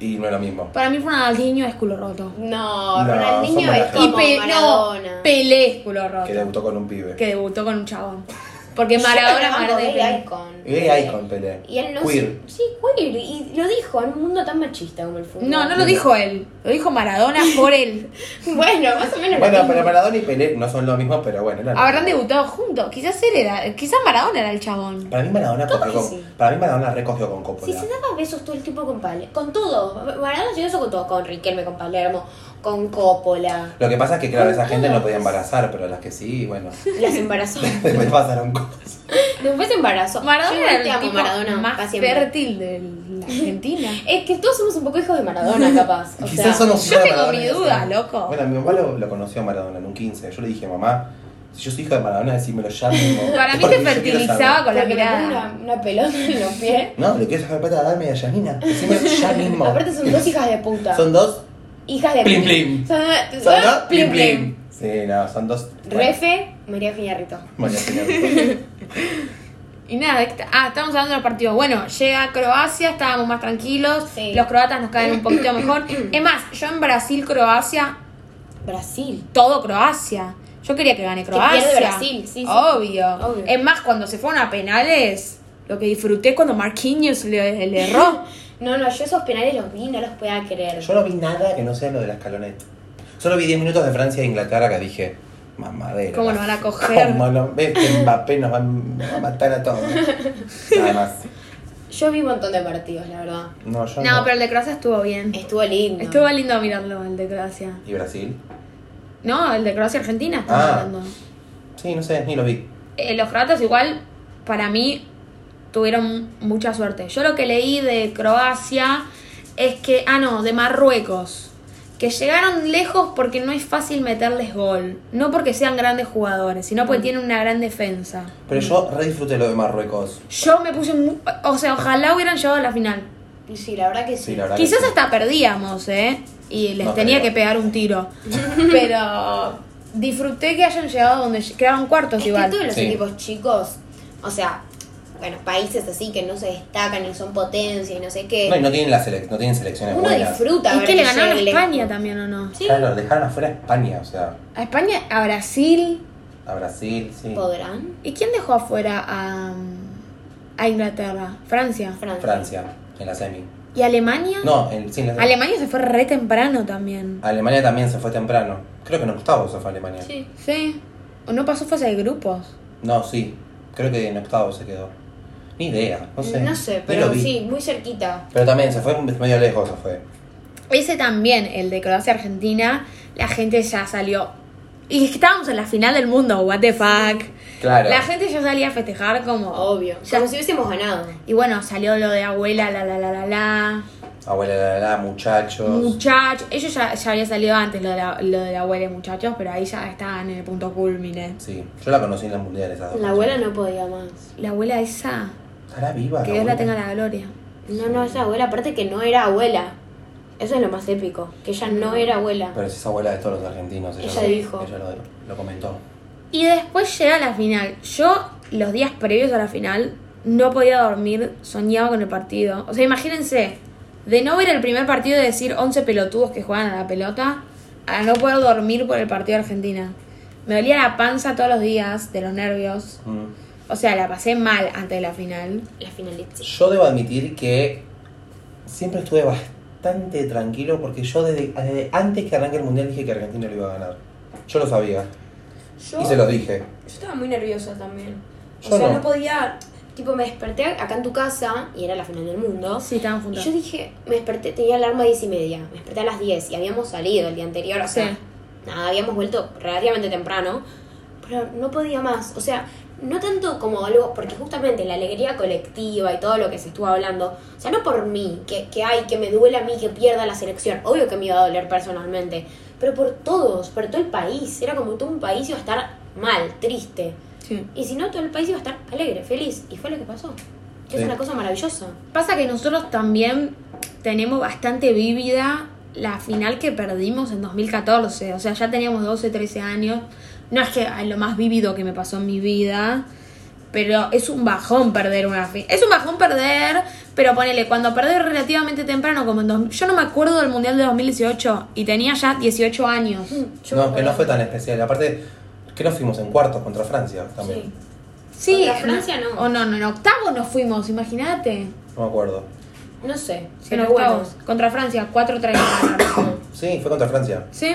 S3: Y no es lo mismo.
S1: Para mí Ronaldinho es culo roto.
S2: No,
S3: No,
S2: Ronaldinho
S3: somos la
S2: es
S3: gente.
S2: como
S1: Pe-
S2: Maradona.
S1: no, Pelé es culo roto.
S3: Que debutó con un pibe.
S1: que debutó con un chabón. Porque
S2: Yo
S1: Maradona
S2: lo banco,
S1: Maradona y
S2: gay
S1: Pelé.
S2: icon.
S3: Gay icon, Pelé.
S2: Y él no
S3: Queer.
S2: Sí, queer. Y lo dijo en un mundo tan machista como el fútbol.
S1: No, no lo dijo él. Lo dijo Maradona por él.
S2: Bueno, más o menos. lo
S3: Bueno,
S2: mismo.
S3: pero Maradona y Pelé no son lo mismo, pero bueno. era lo
S1: Habrán
S3: mismo.
S1: debutado juntos. Quizás él era. Quizás Maradona era el chabón.
S3: Para mí Maradona
S2: Todo
S3: cogió
S2: que
S3: con-
S2: sí.
S3: Para mí Maradona recogió con
S2: Si
S3: Coppola.
S2: se daba besos todo el tiempo con Palermo, con todo. Maradona se dio eso con todo, con Riquelme, con Palermo, con Coppola.
S3: Lo que pasa es que, claro, esa
S2: Con
S3: gente no
S2: todos.
S3: podía embarazar, pero las que sí, bueno.
S2: Las embarazó.
S3: Después pasaron cosas.
S2: Después se embarazó.
S1: Maradona
S2: Yo igual
S1: era
S2: te
S1: el
S2: amo,
S1: tipo
S2: Maradona, para
S1: más
S2: siempre.
S1: fértil de la Argentina.
S2: Es que todos somos un poco hijos de Maradona, capaz. O sea,
S3: Quizás son los
S1: yo
S3: hijos de
S1: tengo
S3: Maradona
S1: mi
S3: y
S1: duda,
S3: son-
S1: loco.
S3: Bueno, mi mamá lo, lo conoció a Maradona en un 15. Yo le dije, mamá, si yo soy hija de Maradona, decímelo ya. mismo,
S1: Para mí te
S3: porque yo quiero
S1: fertilizaba
S3: saber.
S1: con la
S2: porque me pone
S1: mirada.
S2: una, una pelota en los pies.
S3: No, le quiero sacar plata a darme y a Yanina. Decímelo ya mismo.
S2: Aparte son dos hijas de puta.
S3: Son dos.
S2: hijas de
S3: Plim, plim.
S2: Son,
S3: Son dos.
S2: plim plim.
S3: Sí, no, son dos.
S2: Refe, María Fiñarrito.
S3: Bueno, bueno, señor.
S1: Y nada, esta- ah, estamos hablando de los partidos. Bueno, llega Croacia, estábamos más tranquilos.
S2: Sí.
S1: Los croatas nos caen un poquito mejor. Es más, yo en Brasil, Croacia,
S2: Brasil.
S1: todo Croacia. Yo quería que gane Croacia.
S2: pierde Brasil, sí, sí.
S1: Obvio.
S2: Obvio.
S1: Es más, cuando se fueron a penales, lo que disfruté es cuando Marquinhos le, le erró.
S2: No, no, yo esos penales los vi, no los podía creer.
S3: Yo no vi nada que no sea lo de la escaloneta. Solo vi 10 minutos de Francia e Inglaterra que dije, mamadera.
S1: ¿Cómo nos van a coger?
S3: ¿Cómo no? ¿Ves que Mbappé nos va, a- nos va a matar a todos? Nada más.
S2: Yo vi un montón de partidos, la verdad.
S3: No, yo no.
S1: no, pero el de Croacia estuvo bien.
S2: Estuvo lindo.
S1: Estuvo lindo mirarlo, el de Croacia.
S3: ¿Y Brasil?
S1: No, el de Croacia-Argentina estamos
S3: Ah.
S1: hablando.
S3: Sí, no sé, ni lo vi.
S1: Eh, los croatas igual, para mí, tuvieron mucha suerte. Yo lo que leí de Croacia es que, ah, no, de Marruecos, que llegaron lejos porque no es fácil meterles gol. No porque sean grandes jugadores, sino porque tienen una gran defensa.
S3: Pero yo re disfruté lo de Marruecos.
S1: Yo me puse, mu- o sea, ojalá hubieran llegado a la final.
S2: Y Sí, la verdad que sí.
S3: Sí, la verdad. que
S1: Quizás
S3: sí.
S1: hasta perdíamos, ¿eh? Y les
S3: No
S1: tenía
S3: creo.
S1: que pegar un tiro. Pero disfruté que hayan llegado donde ll- quedaron cuartos
S2: Es que
S1: igual.
S2: todos los
S3: Sí.
S2: equipos chicos, o sea, bueno, países así que no se destacan y son potencia y no sé qué.
S3: No, y no tienen, las selec- no tienen selecciones
S2: Eh. uno
S3: buenas.
S2: disfruta.
S1: Y
S2: ver
S1: que le ganaron a
S2: llegue
S1: España también, ¿o no?
S2: Sí,
S3: Claro, dejaron afuera a España, o sea,
S1: A España, a Brasil.
S3: a Brasil, sí.
S2: podrán.
S1: ¿Y quién dejó afuera a, a Inglaterra? Francia.
S2: Francia.
S3: Francia, en la semi.
S1: ¿Y Alemania?
S3: No, en, sí, en la semi.
S1: Alemania se fue re temprano también.
S3: Alemania también se fue temprano. Creo que no Gustavo se fue a Alemania.
S2: Sí.
S1: Sí. ¿O no pasó fase de grupos?
S3: No, sí. Creo que en octavo se quedó. Ni idea, no sé.
S2: No sé,
S3: Ni lo
S2: pero
S3: vi.
S2: sí, muy cerquita.
S3: Pero también se fue medio lejos, se fue.
S1: Ese también, el de Croacia-Argentina, la gente ya salió. Y es que estábamos en la final del mundo, what the fuck.
S3: Claro.
S1: La gente ya salía a festejar como.
S2: Obvio.
S1: Ya-
S2: Como si hubiésemos ganado.
S1: Y bueno, salió lo de abuela, la la la la la.
S3: Abuela, la, la, la, muchachos.
S1: Muchachos. Ellos ya, ya había salido antes lo de, la, lo de la abuela y muchachos, pero ahí ya estaban en el punto culmine.
S3: Sí, yo la conocí en las mundiales. esas dos
S2: La abuela no podía más.
S1: La abuela esa,
S3: ¿Estará viva?
S1: que Dios la
S3: abuela?
S1: tenga la gloria.
S2: No, no, esa abuela, aparte que no era abuela. Eso es lo más épico, que ella no era abuela.
S3: Pero si es abuela de todos los argentinos.
S2: Ella
S3: lo,
S2: dijo.
S3: Ella lo, lo comentó.
S1: Y después llega la final. Yo, los días previos a la final, no podía dormir, soñaba con el partido. O sea, imagínense, de no ver el primer partido y decir 11 pelotudos que juegan a la pelota, a no poder dormir por el partido de Argentina. Me dolía la panza todos los días de los nervios.
S3: Mm.
S1: O sea, la pasé mal antes de la final.
S2: La finalista.
S3: Yo debo admitir que siempre estuve bastante tranquilo porque yo desde, desde antes que arranque el mundial dije que Argentina lo iba a ganar. Yo lo sabía.
S4: Yo,
S3: Y se los dije.
S4: yo estaba muy nerviosa también. O
S3: Yo
S4: sea,
S3: no.
S4: no podía.
S2: Tipo, me desperté acá en tu casa y era la final del mundo.
S1: Sí, estaban
S2: Y
S1: juntos.
S2: yo dije, me desperté, tenía alarma a 10 y media, me desperté a las 10 y habíamos salido el día anterior, o sea,
S1: Sí.
S2: nada, habíamos vuelto relativamente temprano, pero no podía más, o sea, no tanto como algo, porque justamente la alegría colectiva y todo lo que se estuvo hablando, o sea, no por mí, que, que hay, que me duele a mí, que pierda la selección, obvio que me iba a doler personalmente, pero por todos, por todo el país, era como todo un país iba a estar mal, triste,
S1: Sí.
S2: y si no, todo el país iba a estar alegre, feliz, y fue lo que pasó, que
S3: Sí.
S2: es una cosa maravillosa.
S1: Pasa que nosotros también tenemos bastante vívida la final que perdimos en 2014. O sea, ya teníamos 12, 13 años. No es que es lo más vívido que me pasó en mi vida. Pero es un bajón perder una final. Es un bajón perder, pero ponele, cuando perdés relativamente temprano, como en dos- Yo no me acuerdo del Mundial de 2018 y tenía ya 18 años.
S2: Mm, Yo
S3: no, que no
S2: recuerdo-
S3: fue tan especial. Aparte, que nos fuimos en cuartos contra Francia también.
S2: Sí.
S1: Sí.
S2: Contra Francia no.
S1: O no, no, en octavo nos fuimos, imagínate.
S3: No me acuerdo.
S2: No sé,
S1: En
S2: pero bueno.
S1: octavos. Contra Francia, 4-30.
S3: Sí, fue contra Francia.
S1: ¿Sí?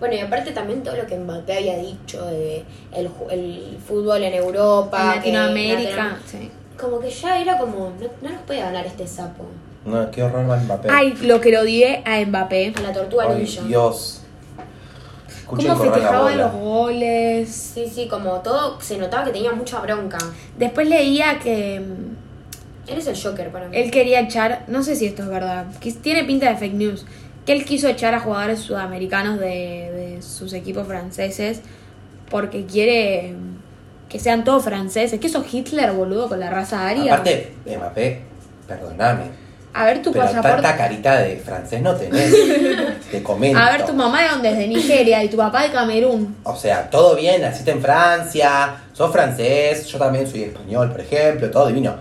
S2: Bueno, y aparte también todo lo que Mbappé había dicho de el, ju- el fútbol en Europa,
S1: en
S2: que
S1: Latinoamérica.
S2: Latino-
S1: sí.
S2: como que ya era como, no, no nos puede ganar este sapo.
S3: No, qué horror más Mbappé.
S1: Ay, lo que lo odié a Mbappé.
S2: A la tortuga
S3: Ay,
S2: ninja.
S3: Dios. Escuchen
S1: Cómo
S3: correr la
S1: festejaba
S3: bola.
S1: los goles.
S2: Sí, sí, como todo se notaba que tenía mucha bronca.
S1: Después leía que mm,
S2: Eres el Joker para mí.
S1: él quería echar, no sé si esto es verdad, que tiene pinta de fake news, que él quiso echar a jugadores sudamericanos de, de sus equipos franceses porque quiere mm, que sean todos franceses. ¿Qué sos Hitler, boludo, con la raza aria?
S3: Aparte, Mbappé, perdoname.
S1: a ver tu
S3: Pero tanta
S1: pasaporte.
S3: carita de francés no tenés. Te comento.
S1: A ver tu mamá de dónde es, de Nigeria y tu papá de Camerún.
S3: O sea, todo bien, naciste en Francia, sos francés, yo también soy español, por ejemplo, todo divino.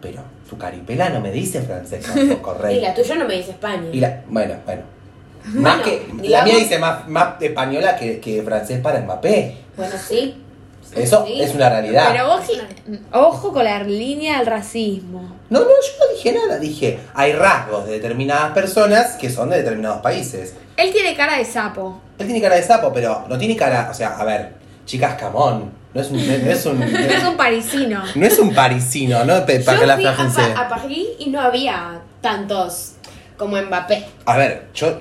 S3: Pero tu caripela no me dice francés tampoco,
S2: Y
S3: rey.
S2: la tuya no me dice España.
S3: Y la- Bueno, bueno. Más
S2: Bueno,
S3: que, la
S2: digamos-
S3: mía dice más, más española que, que francés para Mbappé.
S2: Bueno, sí.
S3: Eso
S2: Sí.
S3: es una realidad.
S1: Pero vos, ojo con la línea del racismo.
S3: No, no, yo no dije nada. Dije, hay rasgos de determinadas personas que son de determinados países.
S1: Él tiene cara de sapo.
S3: Él tiene cara de sapo, pero no tiene cara. O sea, a ver, chicas, camón. No es un. No es un,
S1: No es un parisino.
S3: no es un parisino, ¿no? Pe- Para que la
S2: Yo fui a,
S3: fíjense.
S2: Pa- a París y no había tantos como Mbappé.
S3: A ver, yo.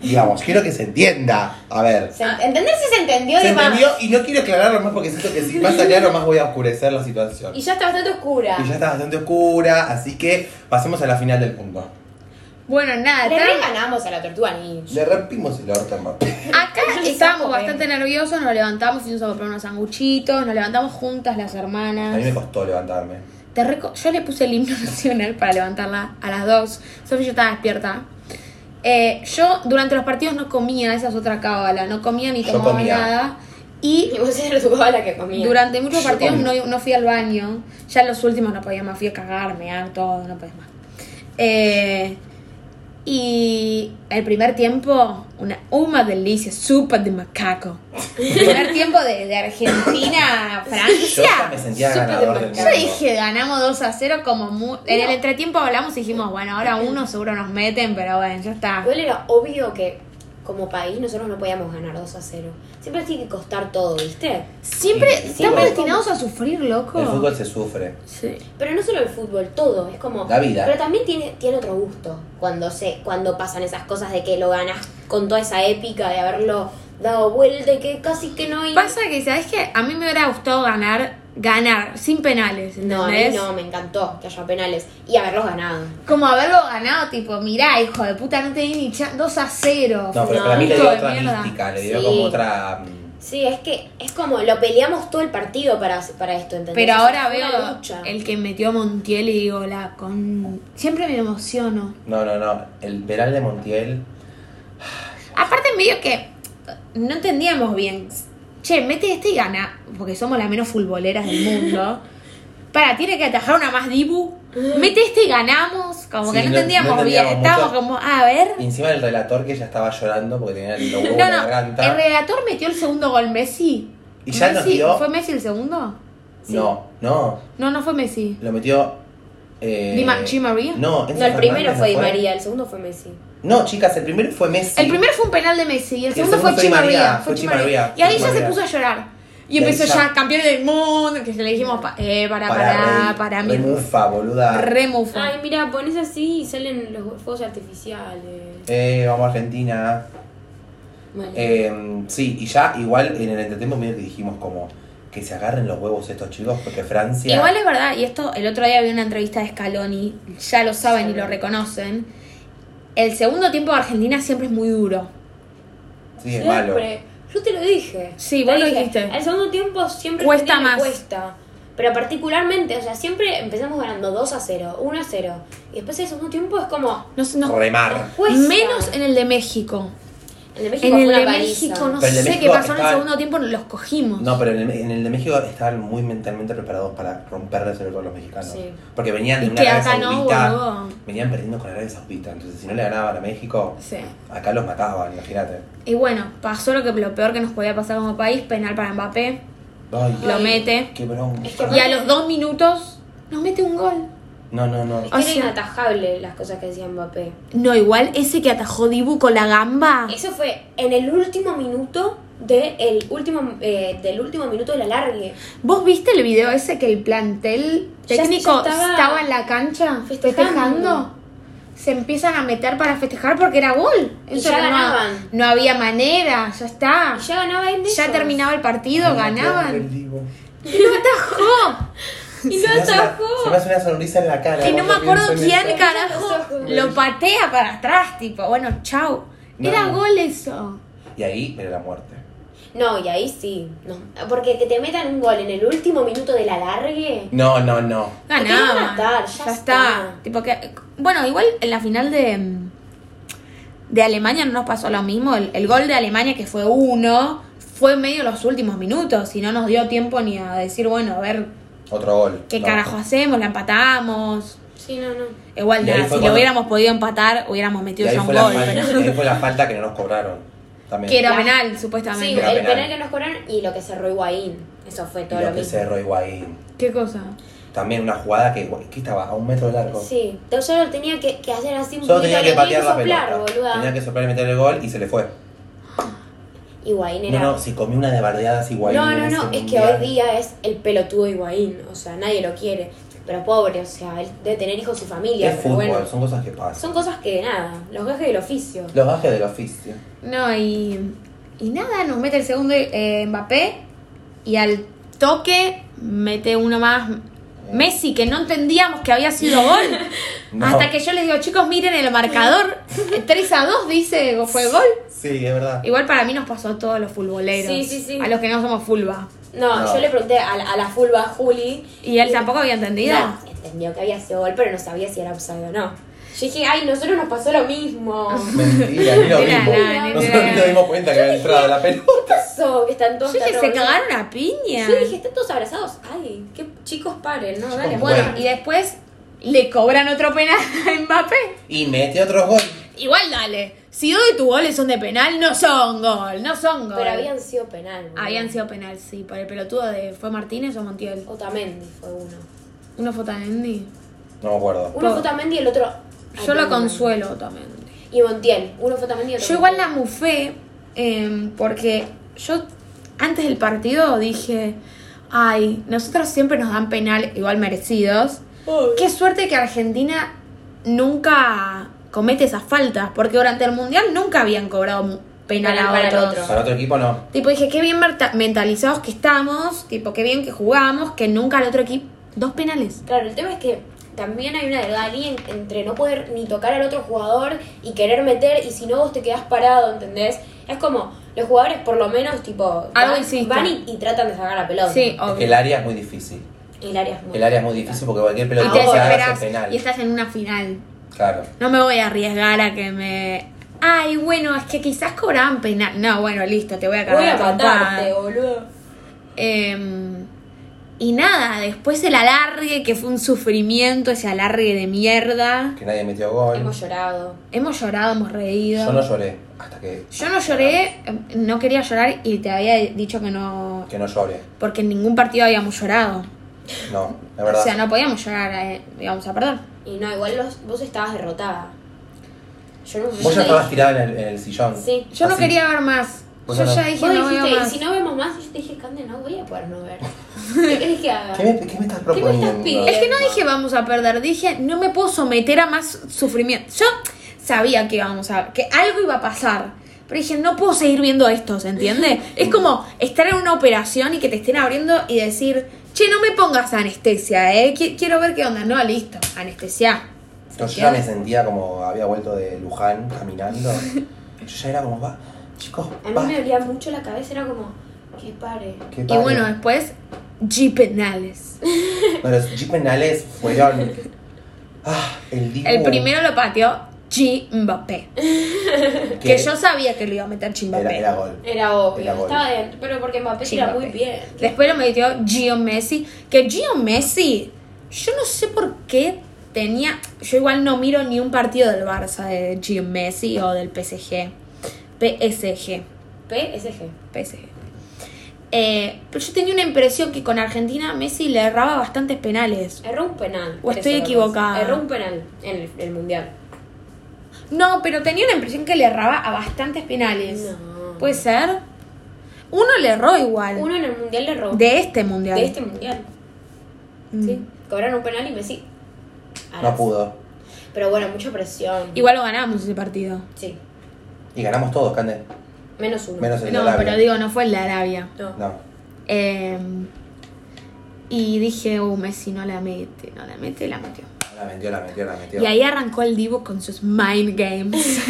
S3: Digamos, quiero que se entienda. A ver.
S2: ¿Se- ¿Entendés si se entendió
S3: Se
S2: de más?
S3: entendió y no quiero aclararlo más porque siento que si más aclaro más voy a oscurecer la situación.
S2: Y ya está bastante oscura.
S3: Y ya está bastante oscura, así que pasemos a la final del punto.
S1: Bueno, nada,
S2: Le
S1: tan-
S2: re ganamos a la tortuga ninja.
S3: Le rompimos el orto a Mbappé.
S1: acá
S2: Yo le
S1: estábamos
S2: saco
S1: bastante nerviosos, nos levantamos y nos a comprar unos sanguchitos, nos levantamos juntas las
S3: A mí
S1: hermanas.
S3: me costó levantarme.
S1: Te reco- Yo le puse el himno nacional para levantarla a las 2. Sofía ya estaba despierta. Eh, yo durante los partidos no comía, esa es otra cábala, no comía ni
S3: Yo
S1: tomaba
S3: comía.
S1: nada. Y
S2: Y vos eras la la que comía.
S1: Durante muchos
S3: Yo
S1: partidos no,
S3: comí.
S1: no fui al baño. Ya en los últimos no podía más. Fui a cagar, mear, todo. No podía más. Eh, y el primer tiempo, una, una delicia. Sopa de macaco. El primer tiempo de, de Argentina a
S3: Yo ya me
S1: Francia.
S3: sentía
S2: Súper
S3: ganador del
S2: demacrado.
S1: Yo
S3: mundo.
S1: dije, ganamos 2 a 0 como mu- En el entretiempo hablamos y dijimos, bueno, ahora uno seguro nos meten, pero bueno, ya está.
S2: Igual era obvio que como país nosotros no podíamos ganar 2 a 0. Siempre tiene que costar todo, ¿viste?
S1: Siempre
S3: Sí,
S1: estamos
S3: sí.
S1: destinados a sufrir, loco.
S3: El fútbol se sufre.
S1: Sí.
S2: Pero no solo el fútbol, todo. Es como.
S3: La vida.
S2: Pero también tiene, tiene otro gusto cuando, se, cuando pasan esas cosas de que lo ganas con toda esa épica de haberlo dado vuelta y que casi que no hay.
S1: Pasa que, ¿sabes qué? A mí me hubiera gustado ganar, ganar, sin penales,
S2: No, a mí
S1: ¿entendés?
S2: no, me encantó que haya penales y haberlos ganado.
S1: Como haberlo ganado, tipo, mirá, hijo de puta, no tenés ni chan 2 a 0.
S3: No, pero
S2: No,
S3: para mí le dio
S1: hijo de
S3: otra
S1: mierda.
S3: mística, le dio
S2: Sí.
S3: como otra. mm,
S2: Sí, es que es como lo peleamos todo el partido para, para esto, ¿entendés?
S1: Pero
S2: O sea,
S1: ahora
S2: fue una
S1: veo
S2: lucha.
S1: el que metió a Montiel y digo, la con... Siempre me emociono.
S3: No, no, no. El veral de Montiel.
S1: Aparte, medio que eh, no entendíamos bien. Che, mete este y gana, porque somos las menos futboleras del mundo. Para, tiene que atajar una más Dibu.
S2: Ah.
S1: Mete este y ganamos. Como
S3: Sí,
S1: que no,
S3: no- no
S1: entendíamos bien.
S3: entendíamos mucho.
S1: Estábamos como, a ver.
S3: Y encima el relator que ya estaba llorando porque tenía el lobo en
S1: No,
S3: la
S1: no, el
S3: garganta.
S1: redactor metió el segundo gol Messi.
S3: Y ya nos
S1: Messi-
S3: dio-
S1: ¿Fue Messi el segundo?
S2: Sí.
S3: No, no.
S1: No, no fue Messi.
S3: Lo metió. Eh,
S1: Di Ma- Di María.
S3: No, Enzo
S2: No, el primero
S3: Fernández, ¿no
S2: fue Di María, el segundo fue Messi.
S3: No, chicas, el primero fue Messi.
S1: El primero fue un penal de Messi y el
S3: El
S1: segundo, fue
S3: segundo fue Di María,
S1: Chimarría.
S3: fue Di María,
S1: Y ahí ya
S3: fue Di
S1: se
S3: María.
S1: puso a llorar. Y
S3: Y ahí
S1: empezó
S3: ya-
S1: ya, campeón del mundo, que se le dijimos, pa- eh, para, para, para,
S3: re-
S1: mi
S3: re mufa, boluda.
S1: remufa.
S4: Ay, mira, pones así y salen los fuegos artificiales.
S3: Eh, vamos a Argentina.
S4: Bueno.
S3: Eh, sí, y ya igual en el entretiempo medio que dijimos como que se agarren los huevos estos chicos porque Francia...
S1: Igual es verdad, y esto el otro día vi una entrevista de Scaloni, ya lo saben y lo reconocen. El segundo tiempo de Argentina siempre es muy duro.
S3: sí, es malo.
S4: Yo te lo dije.
S1: Sí,
S4: Te
S1: vos lo
S4: dije,
S1: dijiste.
S4: Al segundo tiempo siempre
S1: Cuesta
S4: Argentina
S1: más.
S4: Cuesta.
S2: Pero particularmente, o sea, siempre empezamos ganando 2 a 0, 1 a 0. Y después el segundo tiempo es como.
S1: No, sé, no-
S3: Remar.
S2: Cuesta.
S1: menos en el de México.
S2: El de México
S1: En el
S2: fue
S1: de
S2: una
S1: México
S2: paliza.
S1: no
S3: Pero el de
S1: sé qué
S3: México
S1: pasó en el
S3: estaba-
S1: segundo tiempo, los cogimos.
S3: No, pero en el, en el de México estaban muy mentalmente preparados para romperle sobre todo a los mexicanos.
S2: Sí.
S3: Porque venían
S1: Y
S3: de una
S1: que
S3: Arabia
S1: acá no,
S3: Saudita.
S1: boludo.
S3: venían perdiendo con Arabia Saudita. Entonces, si no le ganaban a México,
S1: Sí.
S3: acá los mataban, imagínate.
S1: Y bueno, pasó lo que lo peor que nos podía pasar como país, penal para Mbappé,
S3: Ay,
S1: lo mete.
S3: qué bronca.
S2: Es que-
S1: Y a los dos minutos nos mete un gol.
S3: No, no, no.
S2: Es
S1: O
S4: Ah,
S2: que
S1: sea-
S2: era inatajable las cosas que decía Mbappé.
S1: No, igual ese que atajó Dibu con la
S4: Ah.
S1: gamba.
S2: Eso fue en el último minuto de el último, eh, del último minuto del alargue.
S1: ¿Vos viste el video ese que el plantel
S2: Ya- ya
S1: técnico
S2: estaba
S1: estaba, en la cancha
S2: festejando.
S1: festejando. Se empiezan a meter para festejar porque era gol.
S2: Y
S1: Eso
S2: ya
S1: que no-
S2: ganaban.
S1: No, había manera, ya está.
S4: Ah.
S2: Y ya ganaba él de
S1: Ya
S2: ellos.
S1: terminaba el partido, ganaban. Y lo atajó.
S3: Y lo atajó. Se me hace una sonrisa en la cara.
S1: Que no me
S3: cuando
S1: acuerdo
S3: pienso en
S1: quién
S3: eso.
S1: carajo lo patea para atrás, tipo, bueno, chau.
S3: No.
S1: Era gol eso.
S3: Y ahí, pero la muerte.
S2: No, y ahí sí. No. Porque que te metan un gol en el último minuto del alargue.
S3: No, no, no.
S2: Te iba a
S1: Ganaba.
S2: matar, ya está.
S1: Tipo que bueno, igual en la final de mm, de Alemania no nos pasó lo mismo, el, el gol de Alemania que fue uno fue medio los últimos minutos y no nos dio tiempo ni a decir, bueno, a ver
S3: Otro gol.
S1: qué
S3: No.
S1: carajo hacemos, la empatamos.
S4: Sí, no, no.
S1: Igual
S3: Y ahí
S1: nada, si
S3: fue
S1: lo
S3: cuando-
S1: hubiéramos podido empatar, hubiéramos
S3: Y
S1: metido
S3: ahí
S1: ya un
S3: fue, la
S1: gol.
S3: falta,
S1: pero-
S3: y ahí fue la falta que no nos cobraron. También.
S1: Que era
S2: La-
S1: penal,
S2: Sí,
S1: supuestamente.
S2: el
S3: Era
S2: penal.
S3: penal.
S2: que nos cobraron y lo que cerró Higuaín. Eso fue
S3: Y
S2: todo lo,
S3: lo que
S2: mismo.
S3: cerró Higuaín.
S1: ¿Qué cosa?
S3: También una jugada que, que estaba a un metro de largo.
S2: Sí, yo solo tenía que, que hacer así un
S3: Solo
S2: poquito,
S3: tenía
S2: le
S3: que patear la
S2: soplar,
S3: pelota.
S2: boluda.
S3: Tenía que soplar y meter el gol y se le fue.
S2: Higuaín
S3: No,
S2: era...
S3: no, si comió una de bardeadas Higuaín.
S2: No, no,
S3: en
S2: no,
S3: ese
S2: es que hoy
S3: mundial.
S2: día es el pelotudo Higuaín, o sea, nadie lo quiere, pero pobre, o sea, él debe tener hijos y familia,
S3: Es
S2: pero
S3: fútbol,
S2: bueno,
S3: son cosas que pasan.
S2: son cosas que nada, los gajes del oficio.
S3: Los gajes del oficio.
S1: No, y, y nada, nos mete el segundo eh, Mbappé y al toque mete uno más Messi, que no entendíamos que había sido gol.
S3: No.
S1: Hasta que yo les digo, chicos, miren el marcador. 3 a 2 dice, fue gol.
S3: Sí, es verdad.
S2: Eh,
S1: Igual para mí nos pasó a todos los fulboleros.
S4: Sí, sí, sí.
S1: A los que no somos fulba.
S2: No,
S3: No.
S2: yo le pregunté a, la- a la fulva Juli
S1: Y él tampoco había entendido.
S2: no, entendió que había sido gol, pero no sabía si era upside o no. Yo dije, ay, nosotros nos pasó lo mismo.
S3: Mentira, ni lo
S1: Mentira,
S3: vimos.
S1: no, ni
S3: Nosotros
S1: idea.
S3: ni nos dimos cuenta que había entrado la pelota.
S2: ¿Qué pasó? Que están
S1: Yo
S2: todos
S1: dije,
S2: tan
S1: se
S2: abrazados.
S1: cagaron a piña.
S2: Yo dije, están todos abrazados. Ay, qué chicos paren, no, dale.
S3: Bueno.
S1: Bueno, y después le cobran otro penal a Mbappé.
S3: Y mete otro gol.
S1: Igual dale. Si dos de tus goles son de penal, no son gol, no son gol.
S2: Pero habían sido penal. boludo.
S1: Habían sido penal, sí. Por el pelotudo de... ¿Fue Martínez o Montiel?
S2: Otamendi fue uno.
S1: Uno fue Tamendi.
S3: No me acuerdo.
S2: Uno
S1: Por-
S2: fue Otamendi y el otro.
S1: Yo lo
S2: Ay, no.
S1: consuelo Tamendi.
S2: Y Montiel. Uno fue Otamendi y otro.
S1: Yo igual la
S2: Montiel.
S1: mufé eh, porque yo antes del partido dije, ay, nosotros siempre nos dan penal igual merecidos. Qué suerte que Argentina nunca comete esas faltas, porque durante el Mundial nunca habían cobrado mu- penal
S2: Penal
S1: a
S2: para el
S1: otros.
S2: otro.
S3: Para otro equipo no.
S1: Tipo, dije, qué bien merta- mentalizados que estamos, tipo, qué bien que jugamos, que nunca al otro equipo... Dos penales.
S2: Claro, el tema es que también hay una delgada línea en- entre no poder ni tocar al otro jugador y querer meter, y si no vos te quedás parado, ¿entendés? Es como, los jugadores por lo menos, tipo,
S1: Algo
S2: van,
S1: hiciste.
S2: van y, y tratan de sacar la pelota.
S1: Sí,
S3: Es que
S1: obvio.
S3: el área es muy difícil.
S2: El área es muy
S3: El área es muy difícil porque cualquier
S1: Y
S3: pelota
S1: te
S3: que se haga es
S1: desesperás
S3: penal.
S1: y estás en una final.
S3: Claro.
S1: No me voy a arriesgar a que me. Ay, bueno, es que quizás cobraban penal. No, bueno, listo, te voy a cargar.
S2: Voy a
S1: la trompada.
S2: matarte, boludo.
S1: Em, y nada, después el alargue, que fue un sufrimiento, ese alargue de mierda.
S3: Que nadie metió gol.
S2: Hemos llorado.
S1: Hemos llorado, hemos reído.
S3: Yo no lloré. Hasta que.
S1: Yo no lloré, em, no quería llorar y te había dicho que no.
S3: Que no llore.
S1: Porque en ningún partido habíamos llorado.
S3: No, es
S1: O
S3: verdad.
S1: sea, no podíamos llorar, eh, íbamos a perder.
S2: Y no, igual los, vos estabas derrotada. Yo no
S3: Vos
S2: yo
S3: ya
S2: no
S3: estabas tirada en el, en el sillón.
S2: Sí.
S1: Yo no
S3: Así.
S1: quería ver más.
S3: Vos
S1: Yo
S3: no-
S1: ya
S2: dije-
S1: dije,
S2: Vos
S1: no veo
S2: dijiste, y
S1: más.
S2: si no vemos más, yo te dije, Cande, no voy a poder no ver. ¿Qué querés que haga?
S3: ¿Qué me, qué me estás proponiendo?
S2: pidiendo?
S1: Es que no dije vamos a perder, dije no me puedo someter a más sufrimiento. Yo sabía que íbamos a que algo iba a pasar, pero dije no puedo seguir viendo esto, ¿se entiende? es como estar en una operación y que te estén abriendo y decir, "Che, no me pongas anestesia, eh, qui- quiero ver qué onda." No, listo, anestesia.
S3: No, yo ya me sentía como había vuelto de Luján caminando. Yo ya era como, va, chicos,
S2: A mí
S3: va.
S2: me dolía mucho la cabeza, era como, que pare.
S3: qué
S1: Y
S3: padre.
S1: bueno, después G penales.
S3: Pero los G penales fueron. Ah, el Dibu.
S1: El primero lo pateó G Mbappé,
S3: que,
S1: que yo sabía que lo iba a meter G
S3: Era,
S1: Mbappé.
S3: era gol.
S2: Era obvio,
S3: Era gol.
S2: estaba dentro, pero porque Mbappé
S1: Sí,
S2: tira
S1: Mbappé.
S2: muy bien.
S1: Después lo metió Gio Messi. Que Gio Messi, yo no sé por qué tenía. Yo igual no miro ni un partido del Barça de Gio Messi o del PSG. PSG.
S2: PSG.
S1: PSG. Eh, pero yo tenía una impresión que con Argentina Messi le erraba bastantes penales.
S2: Erró un penal.
S1: O
S2: tres
S1: estoy
S2: errores.
S1: equivocada.
S2: Erró un penal en el, el mundial.
S1: No, pero tenía una impresión que le erraba a bastantes penales.
S2: No.
S1: ¿Puede ser? Uno le erró igual.
S2: Uno en el mundial le erró.
S1: de este mundial.
S2: De este mundial.
S1: Mm.
S2: Sí. Cobraron un penal y Messi.
S3: No pudo.
S2: Pero bueno, mucha presión.
S1: Igual lo ganamos ese partido.
S2: Sí.
S3: Y ganamos todos, Cande.
S2: Menos uno.
S3: Menos el de
S1: No,
S3: Arabia.
S1: pero digo, no fue el de Arabia.
S2: No.
S3: No.
S1: Eh, y dije, uh, Messi no la mete, no la mete, y la metió.
S3: La metió, la metió, la metió.
S1: Y ahí arrancó el Divo con sus mind games.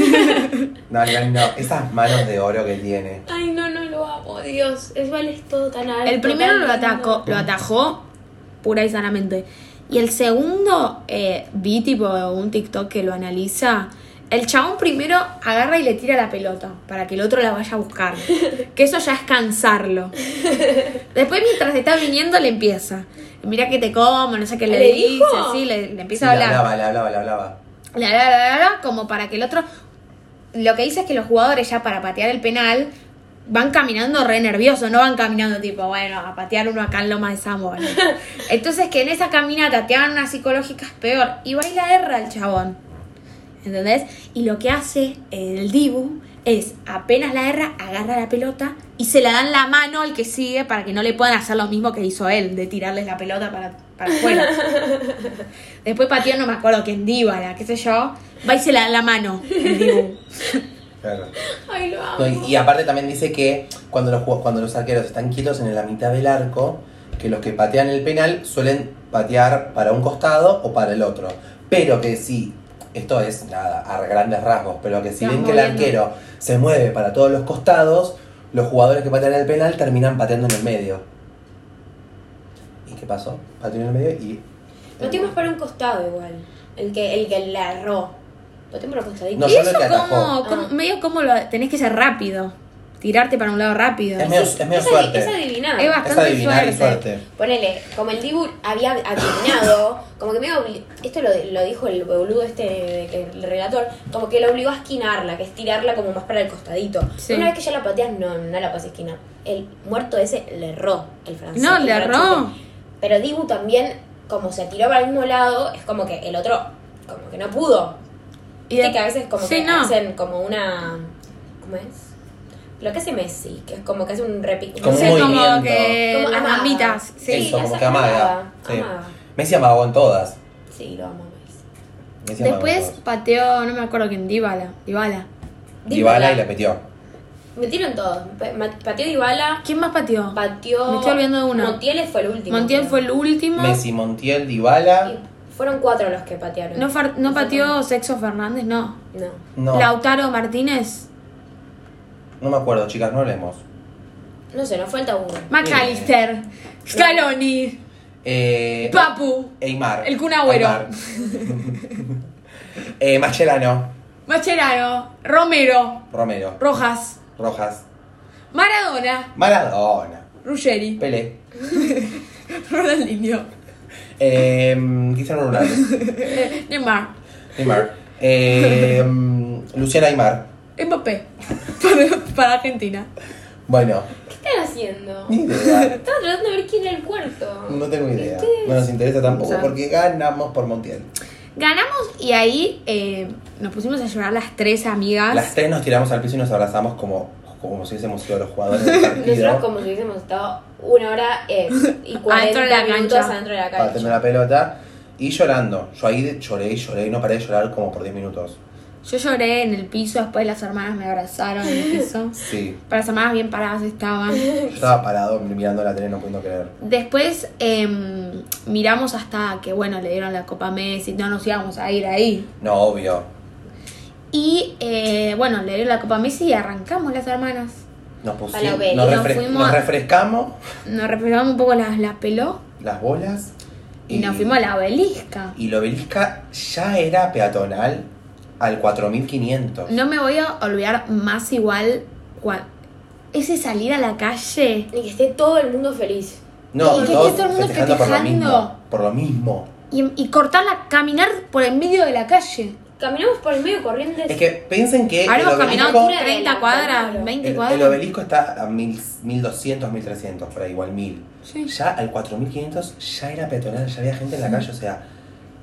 S3: No, no, no. Esas manos de oro que tiene.
S2: Ay, no, no lo amo, Dios. Es vale es todo tan alto.
S1: el primero lo
S2: tan lindo.
S1: atacó, lo atajó pura y sanamente. Y el segundo, eh, vi tipo un TikTok que lo analiza El chabón primero agarra y le tira la pelota para que el otro la vaya a buscar. Que eso ya es cansarlo. Después, mientras está viniendo, le empieza. Mira que te como, no sé qué le,
S4: ¿Le
S1: dice.
S4: dijo?
S1: Sí, le, le empieza
S3: Le
S1: a hablar.
S3: hablaba, le hablaba, le hablaba.
S1: La, la, la, la, la, como para que el otro. Lo que dice es que los jugadores ya para patear el penal van caminando re nerviosos, no van caminando tipo, bueno, a patear uno acá en Loma de Zamora. Entonces que en esa caminata te hagan unas psicológicas peor y baila erra el chabón. ¿Entendés? Y lo que hace el Dibu es apenas la erra, agarra la pelota y se la da en la mano al que sigue para que no le puedan hacer lo mismo que hizo él, de tirarles la pelota para, para afuera. Después pateó, no me acuerdo quién, Díbala, qué sé yo. Va y se la da en la mano. el Dibu.
S3: Claro.
S4: Ay, lo amo.
S3: No, y, y aparte también dice que cuando los, jug- cuando los arqueros están quietos en la mitad del arco, que los que patean el penal suelen patear para un costado o para el otro. Pero que si, esto es nada, a grandes rasgos, pero que si
S1: Van
S3: ven que el
S1: moviendo.
S3: arquero se mueve para todos los costados, los jugadores que patean el penal terminan pateando en el medio. ¿Y qué pasó? Pateó en el medio y...
S4: Metió más para un costado igual. El que, el que la erró. Metió para un costadito.
S3: No,
S1: y
S3: yo creo
S1: eso
S3: que atajó.
S1: como, como-
S4: Ah.
S1: medio como lo tenés que ser rápido. Tirarte para un lado rápido.
S3: Es medio, es medio
S4: Esa
S3: suerte.
S4: Es adivinar.
S1: Eva.
S3: Es
S1: bastante
S3: adivinar y
S1: suerte.
S3: suerte.
S2: Ponele, como el Dibu había adivinado, como que me esto lo, lo dijo el boludo este, de que- el relator, como que lo obligó a esquinarla, que es tirarla como más para el costadito.
S1: Sí.
S2: Una vez que ya la pateas, no, no la puedes esquinar. El muerto ese le erró, el francés.
S1: No,
S2: el
S1: le
S2: Nacho,
S1: erró.
S2: que- Pero Dibu también, como se tiró para el mismo lado, es como que el otro, como que no pudo.
S1: Y
S2: Viste
S1: de-
S2: que a veces como
S1: Sí,
S2: que
S1: no.
S2: hacen como una... ¿Cómo es? Lo que hace Messi, que es como que hace un repique.
S3: Como
S1: Sí,
S3: un
S1: como
S3: movimiento.
S1: que
S2: Como ah.
S1: las
S2: amaga.
S1: Eh, mamitas. Sí.
S3: Eso,
S2: la
S3: como
S2: sa-
S3: que amaga.
S2: amaga,
S3: Sí.
S2: amaga.
S3: Messi amagó en todas.
S2: Sí, lo amo Messi.
S3: Messi amagó en
S1: Después
S3: todas.
S1: pateó, no me acuerdo quién, Díbala. Díbala.
S3: Dybala y la metió.
S2: Metieron todos. Pa- ma- Pateó Dybala,
S1: ¿Quién más pateó?
S2: pateó...
S1: Me estoy olvidando de uno.
S2: Montiel fue el último.
S1: Montiel
S2: creo.
S1: fue el último.
S3: Messi, Montiel, Dybala.
S2: Y fueron cuatro los que patearon.
S1: No, far- no
S2: fue
S1: pateó Sexo Fernández, no.
S2: tan- No.
S3: No,
S1: Lautaro Martínez.
S3: no me acuerdo, chicas, no hablemos.
S2: No sé, nos falta uno.
S1: McAllister. Scaloni.
S3: Eh,
S1: Papu.
S3: Neymar.
S1: El Kun Agüero.
S3: Neymar. eh, Mascherano,
S1: Macherano. Romero.
S3: Romero,
S1: Rojas.
S3: Rojas,
S1: Maradona.
S3: Maradona,
S1: Ruggeri.
S3: Pelé,
S1: Ronaldinho.
S3: eh, Cristiano Ronaldo,
S1: eh, Neymar.
S3: Neymar, eh, Luciana Aymar.
S1: Mbappé. Para, para Argentina.
S3: Bueno,
S2: ¿Qué están haciendo?
S3: ni idea.
S2: Estaban tratando de ver quién era el cuarto.
S3: No tengo idea. No nos interesa tampoco porque ganamos por Montiel.
S1: Ganamos y ahí eh, nos pusimos a llorar las tres amigas.
S3: Las tres nos tiramos al piso y nos abrazamos como, como si hubiésemos sido los jugadores del
S2: Nosotros
S3: partido
S2: como si hubiésemos estado una hora eh, y
S1: Adentro
S2: cuarenta
S1: de la
S2: minutos
S1: cancha.
S2: adentro de la cancha.
S3: partiendo la pelota y llorando. Yo ahí de- lloré y lloré y no paré de llorar como por 10 minutos.
S1: Yo lloré en el piso, después las hermanas me abrazaron en el piso.
S3: Sí.
S1: Pero las hermanas bien paradas estaban.
S3: Yo estaba parado mirando la tele, no pudiendo creer.
S1: Después em, miramos hasta que, bueno, le dieron la copa a Messi, no nos íbamos a ir ahí.
S3: No, obvio.
S1: Y, eh, bueno, le dieron la copa a Messi y arrancamos las hermanas.
S3: Nos
S2: A la
S3: pusimos,
S2: Obeli.
S3: nos,
S1: Nos
S3: refre-
S1: fuimos-
S3: nos refrescamos
S1: Nos respiramos un poco las, las peló
S3: las bolas
S1: y, nos fuimos a la obelisca.
S3: Y la obelisca ya era peatonal al 4500.
S1: No me voy a olvidar más igual cua- ese salir a la calle
S2: Y que esté todo el mundo feliz.
S1: y que esté todo el mundo
S3: por lo
S1: festejando.
S3: mismo. Por lo mismo.
S1: y, y cortar la, caminar por el medio de la calle.
S2: Caminamos por el medio corrientes.
S3: Es que piensen que Eh, el
S1: Habremos caminado
S3: obelisco,
S2: altura de
S1: 30
S2: la
S1: cuadras,
S2: Altamira.
S1: 20
S3: el, el
S1: cuadras.
S3: obelisco está a 1000, 1200, 1300, por ahí, igual 1000.
S1: Sí.
S3: Ya al 4500 ya era peatonal, ya había gente en la calle, o sea,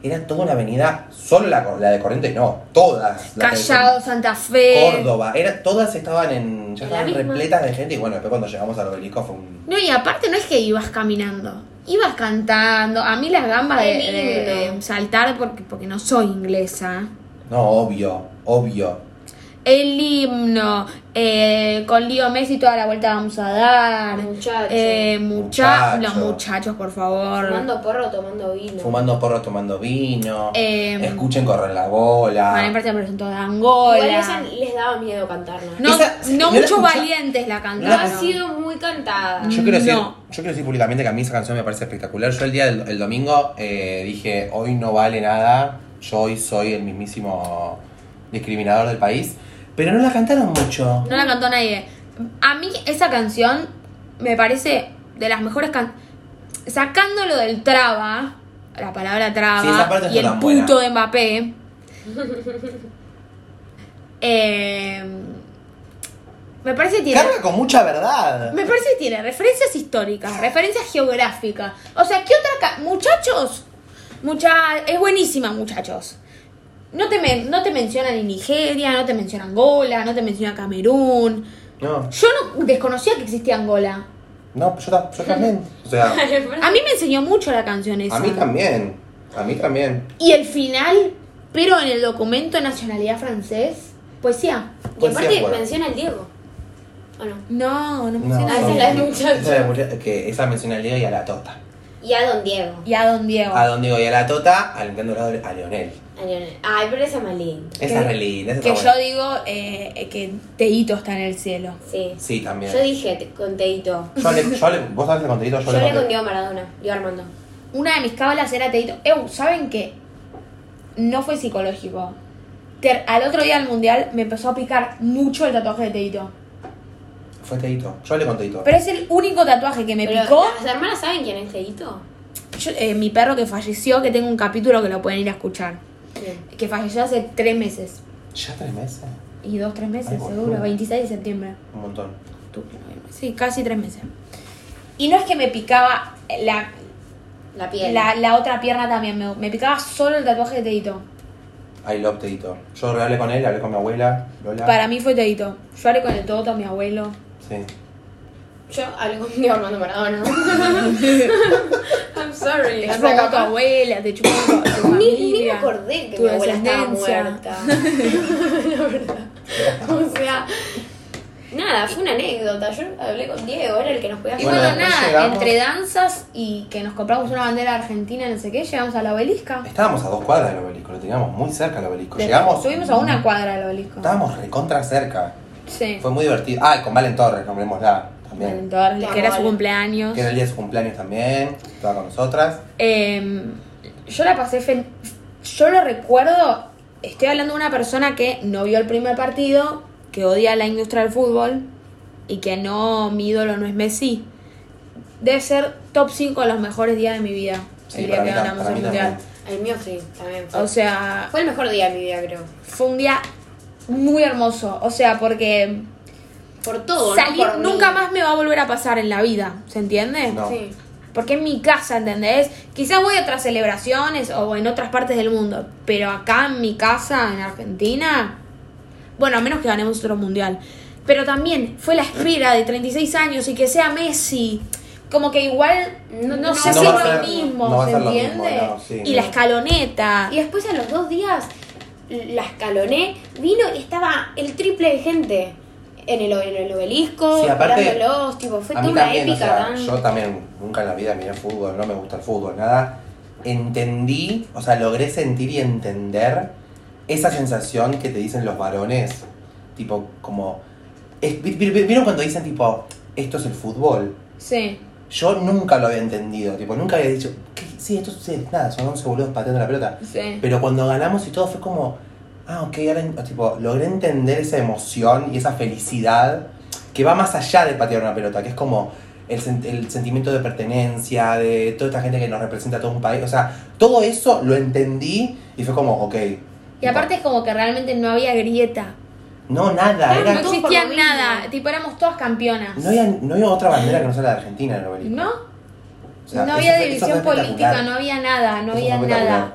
S3: era toda una avenida, solo la, la de Corrientes no, todas. las que-
S1: Callao, eh. Santa Fe.
S3: Córdoba, era, todas estaban en, ya
S2: En la
S3: estaban
S2: misma.
S3: repletas de gente y bueno, después cuando llegamos al obelisco fue un...
S1: No, y aparte no es que ibas caminando, ibas cantando. A mí las gambas de,
S2: Qué
S1: de-
S2: lindo.
S1: de saltar porque, porque no soy inglesa.
S3: No, obvio, obvio.
S1: El himno, eh, con Lío Messi toda la vuelta vamos a dar.
S2: Muchachos.
S1: Eh, mucha-
S3: Muchacho.
S1: Los muchachos, por favor.
S2: Fumando porro, tomando vino.
S3: Fumando porro, tomando vino.
S1: Eh,
S3: escuchen correr la bola.
S1: Van a parte presentó de
S2: Igual
S1: Angola.
S2: esa les daba miedo cantarla.
S1: No,
S3: Esa-
S1: no
S3: ¿no la
S1: muchos
S3: escucha-
S1: valientes la
S2: No ha
S1: cantaron.
S2: sido muy cantada.
S3: Yo quiero, decir,
S1: No.
S3: yo quiero decir públicamente que a mí esa canción me parece espectacular. Yo el día del el domingo eh, dije, hoy no vale nada, yo hoy soy el mismísimo discriminador del país, pero no la cantaron mucho.
S1: No la cantó nadie. A mí esa canción me parece de las mejores canciones. Sacándolo del traba, la palabra traba
S3: Sí, esa parte no
S1: y el
S3: tan buena.
S1: puto de Mbappé. eh, me parece que tiene.
S3: Carga con mucha verdad.
S1: Me parece que tiene referencias históricas, referencias geográficas. O sea, ¿qué otra ca- muchachos? Mucha es buenísima, muchachos. No te men- no te mencionan ni Nigeria, no te mencionan Angola, no te menciona Camerún.
S3: No,
S1: Yo no desconocía que existía Angola.
S3: no, yo, ta- yo también. O sea,
S1: A mí me enseñó mucho la canción esa.
S3: a mí también. A mí también.
S1: Y el final, pero en el documento de nacionalidad francés, poesía.
S4: Y aparte
S3: Poesía,
S4: menciona al Diego. ¿O no?
S1: No, no
S3: No,
S1: menciona.
S4: esa es la de muchacho.
S3: esa es la mucha- que esa menciona al Diego y a la Tota.
S4: Y a Don Diego.
S1: Y a Don Diego.
S3: A Don Diego y a la Tota, alentando al lado a Leonel.
S4: A Lionel. Ay, pero esa es más linda.
S3: Esa
S1: Que-
S3: es re linda, esa
S1: que
S3: está
S1: yo
S3: buena.
S1: digo eh, que Teito está en el cielo.
S4: Sí.
S3: Sí, también.
S4: Yo dije te- con Teito.
S3: Yo hablé- yo hablé- vos sabés el contenido, yo
S4: Yo
S3: le
S4: hablé con
S3: conté.
S4: Diego Maradona, Diego Armando.
S1: Una de mis cábalas era Teito. Eu, ¿saben qué? No fue psicológico. Ter- al otro día del mundial me empezó a picar mucho el tatuaje de Teito.
S3: Fue Teito. Yo hablé con este Teito.
S1: Pero es el único tatuaje que me
S4: Pero,
S1: picó.
S4: ¿Las hermanas saben quién es Teito?
S1: Yo- eh, mi perro que falleció, que tengo un capítulo que lo pueden ir a escuchar.
S4: Bien.
S1: Que falleció hace tres meses.
S3: Ya tres meses.
S1: Y dos, tres meses,
S3: Ay, boludo.
S1: seguro. 26 de septiembre.
S3: Un montón.
S1: Octubre, noviembre. Sí, casi tres meses. Y no es que me picaba la,
S4: La piel.
S1: la, la otra pierna también. Me, me picaba solo el tatuaje de Teito.
S3: I love Teito. Yo re hablé con él, hablé con mi abuela, Lola.
S1: Para mí fue Teito. Yo hablé con el Toto, mi abuelo.
S3: Sí.
S4: Yo hablé con Diego Armando Maradona. I'm sorry.
S1: Te chupó a tu abuela, te chupó a tu familia.
S4: Ni, ni me acordé que
S1: tu
S4: mi abuela estaba
S1: descendencia.
S4: muerta. la verdad. O sea, nada, fue una anécdota. Yo hablé con Diego, era el que nos podía
S1: Y
S3: Bueno,
S1: bueno,
S3: después
S1: nada,
S3: llegamos.
S1: entre danzas y que nos compramos una bandera argentina, no sé qué, llegamos a la obelisca.
S3: Estábamos a dos cuadras del obelisco, lo teníamos muy cerca del obelisco.
S1: De-
S3: Llegamos.
S1: Subimos a una cuadra del obelisco.
S3: Estábamos recontra cerca.
S1: Sí.
S3: Fue muy divertido. Ah, y con Valen Torres, nombrémosla también.
S1: Mentor,
S4: Te
S1: que era
S4: amo,
S1: su
S4: Ale.
S1: cumpleaños.
S3: Que era el día de su cumpleaños también. Estaba con nosotras.
S1: Eh, yo la pasé. fen- Yo lo recuerdo. Estoy hablando de una persona que no vio el primer partido, que odia la industria del fútbol y que no, mi ídolo no es Messi. Debe ser top 5 de los mejores días de mi vida.
S3: Sí,
S1: el día
S3: para
S1: que
S3: mí, tam-
S1: ganamos
S3: para
S1: el
S3: mí
S1: mundial.
S3: también.
S4: El mío sí, también fue.
S1: O sea,
S4: fue el mejor día de mi vida, creo.
S1: fue un día muy hermoso. O sea, porque
S4: Por todo.
S1: salir
S4: no por mí.
S1: nunca más me va a volver a pasar en la vida. ¿Se entiende?
S3: No.
S4: Sí.
S1: Porque es mi casa, ¿entendés? Quizás voy a otras celebraciones o en otras partes del mundo, pero acá en mi casa, en Argentina, bueno, a menos que ganemos otro mundial. Pero también fue la espera de 36 años y que sea Messi. Como que igual no,
S4: No
S1: sé
S4: va
S1: si es
S4: a
S1: lo
S4: ser-
S1: mismo,
S3: no va a
S1: ¿se
S3: ser lo mismo,
S1: entiende?
S3: no, sí,
S1: y
S3: no.
S1: la
S3: Ah.
S1: escaloneta.
S4: Y después a los dos días la escaloné, vino y estaba el triple de gente en el, en el obelisco,
S3: Sí, aparte-
S4: mirándolos, tipo, fue
S3: a
S4: toda
S3: mí
S4: una
S3: también, o
S4: épica.
S3: sea,
S4: tan-
S3: yo también nunca en la vida miré fútbol, no me gusta el fútbol, nada. Entendí, o sea, logré sentir y entender esa sensación que te dicen los varones. Tipo, como. es- vi- vi- vi- ¿Vieron cuando dicen, tipo, esto es el fútbol?
S1: Sí.
S3: Yo nunca lo había entendido, tipo, nunca había dicho, "¿Qué? sí, esto es nada, son 11 boludos pateando la pelota.
S1: Sí.
S3: Pero cuando ganamos y todo fue como, ah, ok, ahora en- tipo, logré entender esa emoción y esa felicidad que va más allá de patear una pelota, que es como el, sen- el sentimiento de pertenencia, de toda esta gente que nos representa a todo un país. O sea, todo eso lo entendí y fue como, ok.
S1: Y aparte es como que realmente no había grieta.
S3: No, nada,
S4: Claro,
S3: era-
S1: Ah, No
S4: todos por
S1: existía
S4: lo mismo.
S1: nada. Tipo, éramos todas campeonas.
S3: no, había, no había otra bandera que no sea la de Argentina en el obelisco.
S1: ¿No?
S3: O sea,
S1: no
S3: eso
S1: había
S3: fue- eso
S1: división
S3: fue
S1: política,
S3: espectacular.
S1: no había nada, no
S3: Eso fue
S1: había nada.
S3: espectacular.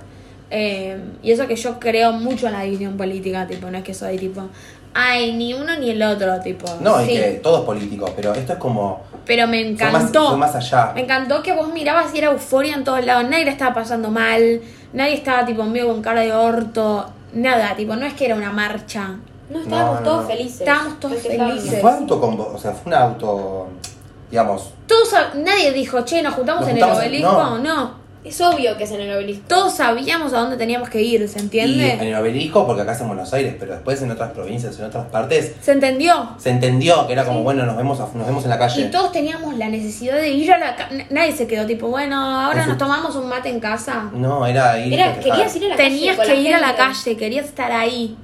S1: Eh, y eso que yo creo mucho en la división política, tipo, no es que soy tipo, ay, ni uno ni el otro, tipo.
S3: No, y
S1: sí.
S3: que todo es político, pero esto es como.
S1: Pero me
S3: Fue más,
S1: encantó.
S3: fue más allá.
S1: Me encantó que vos mirabas y era euforia en todos lados. Nadie la estaba pasando mal, nadie estaba tipo medio con cara de orto, nada, tipo, no es que era una marcha.
S4: No, estábamos
S3: No, no,
S4: todos
S3: no.
S4: felices.
S1: Estábamos todos
S4: Porque estábamos-
S3: Y
S1: felices.
S3: fue auto o sea, fue un auto, digamos,
S1: Todos, sab- nadie dijo, che, nos juntamos
S3: Nos
S1: en
S3: juntamos
S1: el
S3: en-
S1: obelisco, no.
S3: no.
S4: Es obvio que es en el obelisco.
S1: Todos sabíamos a dónde teníamos que ir, ¿se
S3: y eh,
S1: entiende?
S3: en el obelisco, porque acá es en Buenos Aires, pero después en otras provincias, en otras partes,
S1: ¿Se entendió?
S3: se entendió que era como, bueno, nos vemos, af- nos vemos en la calle.
S1: Y todos teníamos la necesidad de ir a la ca- na- Nadie se quedó tipo, bueno, ahora
S3: Eso-
S1: nos tomamos un mate en casa.
S3: No, era ir y
S4: Era,
S3: festejar.
S4: querías ir a la
S1: Tenías
S4: calle. con
S1: que ir a la
S4: gente.
S1: calle, querías estar ahí.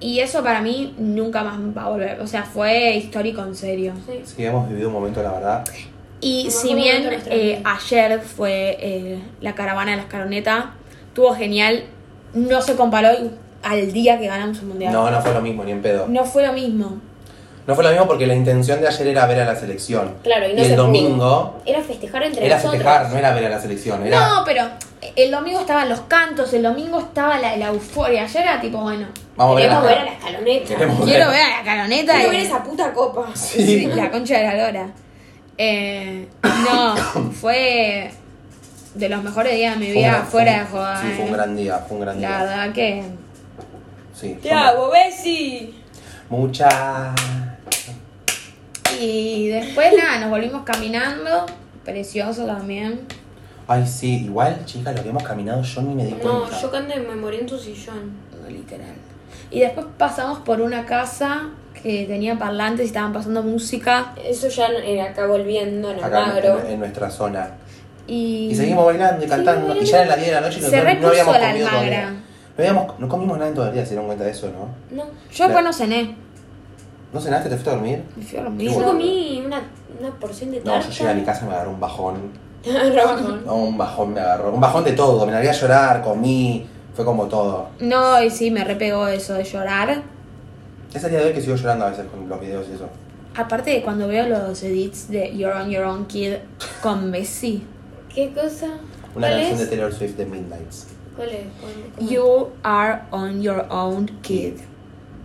S1: Y eso para mí nunca más va a volver. O sea, fue histórico en serio.
S2: Sí.
S3: Sí, hemos vivido un momento, la verdad.
S1: Y
S2: Mejor
S1: si
S2: momento
S1: bien
S2: de nuestra
S1: eh,
S2: vida.
S1: ayer fue eh, la caravana de las caronetas, estuvo genial, no se comparó al día que ganamos el mundial.
S3: No, no fue lo mismo, ni en pedo.
S1: No fue lo mismo.
S3: No fue lo mismo porque la intención de ayer era ver a la selección.
S5: Claro, y no
S3: el
S5: se pudo.
S3: domingo
S5: Era festejar entre
S3: era
S5: nosotros.
S3: festejar, no era ver a la selección. Era...
S1: No, pero eh, el domingo estaban los cantos, el domingo estaba la, la euforia. Ayer era tipo, bueno,
S3: Vamos a ver.
S5: Queremos
S3: la-
S5: ver a la escaloneta.
S3: Queremos
S1: quiero ver a la caroneta.
S2: Quiero
S1: y-
S2: ver esa puta copa.
S1: Sí, la concha de la lora. Eh, no, fue de los mejores días de mi
S3: Fue un
S1: vida
S3: gran-
S1: fuera de
S3: fue un-
S1: joda.
S3: Sí, fue
S1: eh.
S3: un gran día, fue un gran
S1: La
S3: día.
S1: verdad que.
S3: Sí, fue
S2: Te hago, Bessi.
S3: Mucha.
S1: Y después nada, nos volvimos caminando. Precioso también.
S3: Ay, sí, igual, chica, lo que hemos caminado yo ni me di
S2: No,
S3: cuenta.
S2: yo cuando me morí en tu sillón.
S1: Literal. Y después pasamos por una casa que tenía parlantes y estaban pasando música.
S2: Eso ya
S4: eh,
S2: era acá volviendo en
S3: Acá en-
S2: Almagro.
S3: en, en nuestra zona.
S1: Y,
S3: Y seguimos bailando y cantando. y ya era las 10 de la noche y
S1: Se
S3: no, no
S1: repuso
S3: habíamos
S1: la
S3: comido todavía.
S1: almagra.
S3: No, habíamos, no comimos nada en todo el día, se dieron cuenta de eso, ¿no?
S2: No,
S1: Yo después no cené.
S3: ¿No cenaste? ¿Te fuiste a dormir?
S1: Me fui a dormir.
S3: Qué
S2: yo
S3: bueno.
S2: comí una, una porción de
S3: No,
S2: tarta.
S3: yo llegué a mi casa y me agarró un bajón.
S2: Ramón.
S3: No, un bajón me agarró. Un bajón de todo. Me largué a llorar, comí. Fue como todo.
S1: No, y sí, me repegó eso de llorar.
S3: Es el día de hoy que sigo llorando a veces con los videos y eso.
S1: Aparte de cuando veo los edits de You're on Your Own Kid con Messi.
S2: ¿Qué cosa?
S3: Una
S2: ¿Cuál
S3: canción
S2: es?
S3: de Taylor Swift de Midnights.
S2: ¿Cuál es? ¿Cuál- cuál?
S1: You are on your own kid.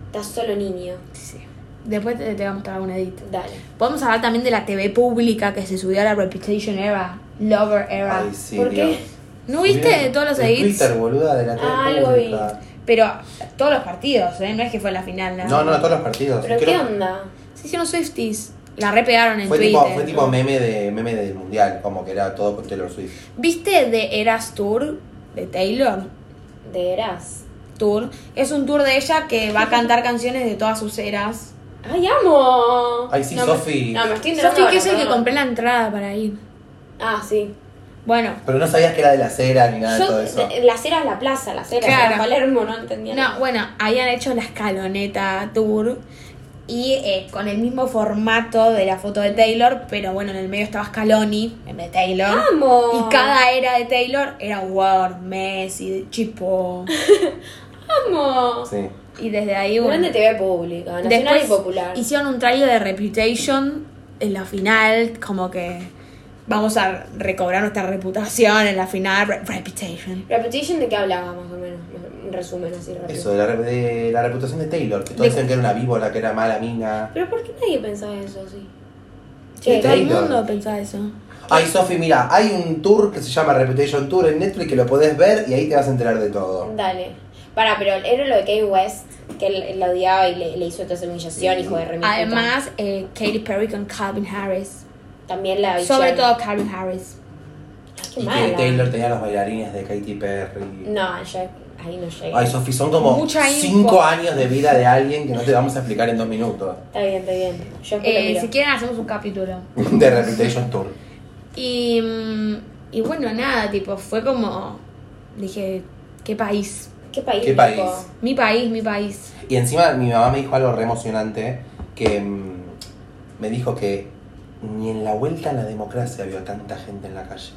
S2: Estás solo niño.
S1: Sí. Después te, te voy a mostrar un edit.
S2: Dale.
S1: Podemos hablar también de la TV pública que se subió a la Reputation Era, Lover Era.
S3: Ay, sí,
S2: ¿Por qué?
S3: Dios.
S1: ¿No viste de todos los
S3: En
S1: edits?
S3: Twitter, boluda, de la tele
S2: Ah, algo vi.
S3: pública.
S1: Pero todos los partidos, ¿eh? No es que fue la final, nada.
S3: No, no, todos los partidos.
S2: ¿Pero
S3: Creo-
S2: qué onda?
S1: Se hicieron Swifties. La repegaron en
S3: Fue
S1: Twitter.
S3: tipo, fue tipo meme, de, meme del mundial, como que era todo con Taylor Swift.
S1: ¿Viste de Eras Tour? De Taylor.
S2: ¿De eras?
S1: Tour. Es un tour de ella que va a cantar canciones de todas sus eras.
S2: ¡Ay, amo!
S3: Ay, sí,
S2: No,
S3: Sofi.
S2: No, me estoy enterando
S1: Sofi, que es
S2: ahora,
S1: el que
S2: perdón.
S1: compré la entrada para ir.
S2: Ah, sí.
S1: Bueno,
S3: Pero no sabías que era de la cera ni nada de todo eso.
S2: Yo, de- las eras la plaza, las eras
S1: Claro.
S2: en Palermo, no entendía. nada.
S1: no, bueno, habían hecho la escaloneta tour y eh, con el mismo formato de la foto de Taylor, pero bueno, en el medio estaba Scaloni en vez de Taylor.
S2: ¡Amo!
S1: Y cada era de Taylor era un jugador, Messi, Chipo.
S2: ¡Amo!
S3: Sí.
S1: Y desde ahí, bueno,
S2: Grande TV pública, nacional
S1: después
S2: y popular.
S1: hicieron un trailer de Reputation en la final, como que vamos a recobrar nuestra reputación en la final, Re- Reputation.
S2: Repetition, ¿de qué hablaba más o menos? Un resumen así rápido.
S3: Eso, de la, re- de la reputación de Taylor, que todos
S1: De-
S3: decían que era una víbora, que era mala mina.
S2: Pero ¿por qué nadie pensaba eso así?
S1: Sí,
S2: Che, eh,
S1: todo el
S3: Taylor.
S1: mundo pensaba eso.
S2: Ah.
S3: Ay, Sofi, mira, hay un tour que se llama Reputation Tour en Netflix que lo podés ver y ahí te vas a enterar de todo.
S2: Dale. Para, pero era lo de Kanye West, que él, él la odiaba y le, le hizo toda esa humillación, hijo de remil puta.
S1: Además, eh, Katy Perry con Calvin Harris.
S2: también la
S1: Sobre
S2: bichearon.
S1: todo Calvin Harris.
S2: Ay, qué
S3: Y que
S2: mala.
S3: Taylor tenía los bailarines de Katy Perry.
S2: No, yo ahí no llegué.
S3: Ay, Sofi, son como
S1: Mucha info.
S3: cinco años de vida de alguien que no te vamos a explicar en dos minutos.
S2: Está bien, está bien. Yo después lo
S1: Eh,
S2: miro.
S1: si quieren, hacemos un capítulo.
S3: De Reputation Tour.
S1: Y, mm, y bueno, nada, tipo, fue como. Dije, ¿qué país?
S2: ¿Qué país?
S3: ¿Qué
S2: loco?
S3: país?
S1: Mi país, mi país.
S3: Y encima mi mamá me dijo algo re emocionante que mm, me dijo que ni en la vuelta a la democracia había tanta gente en la calle.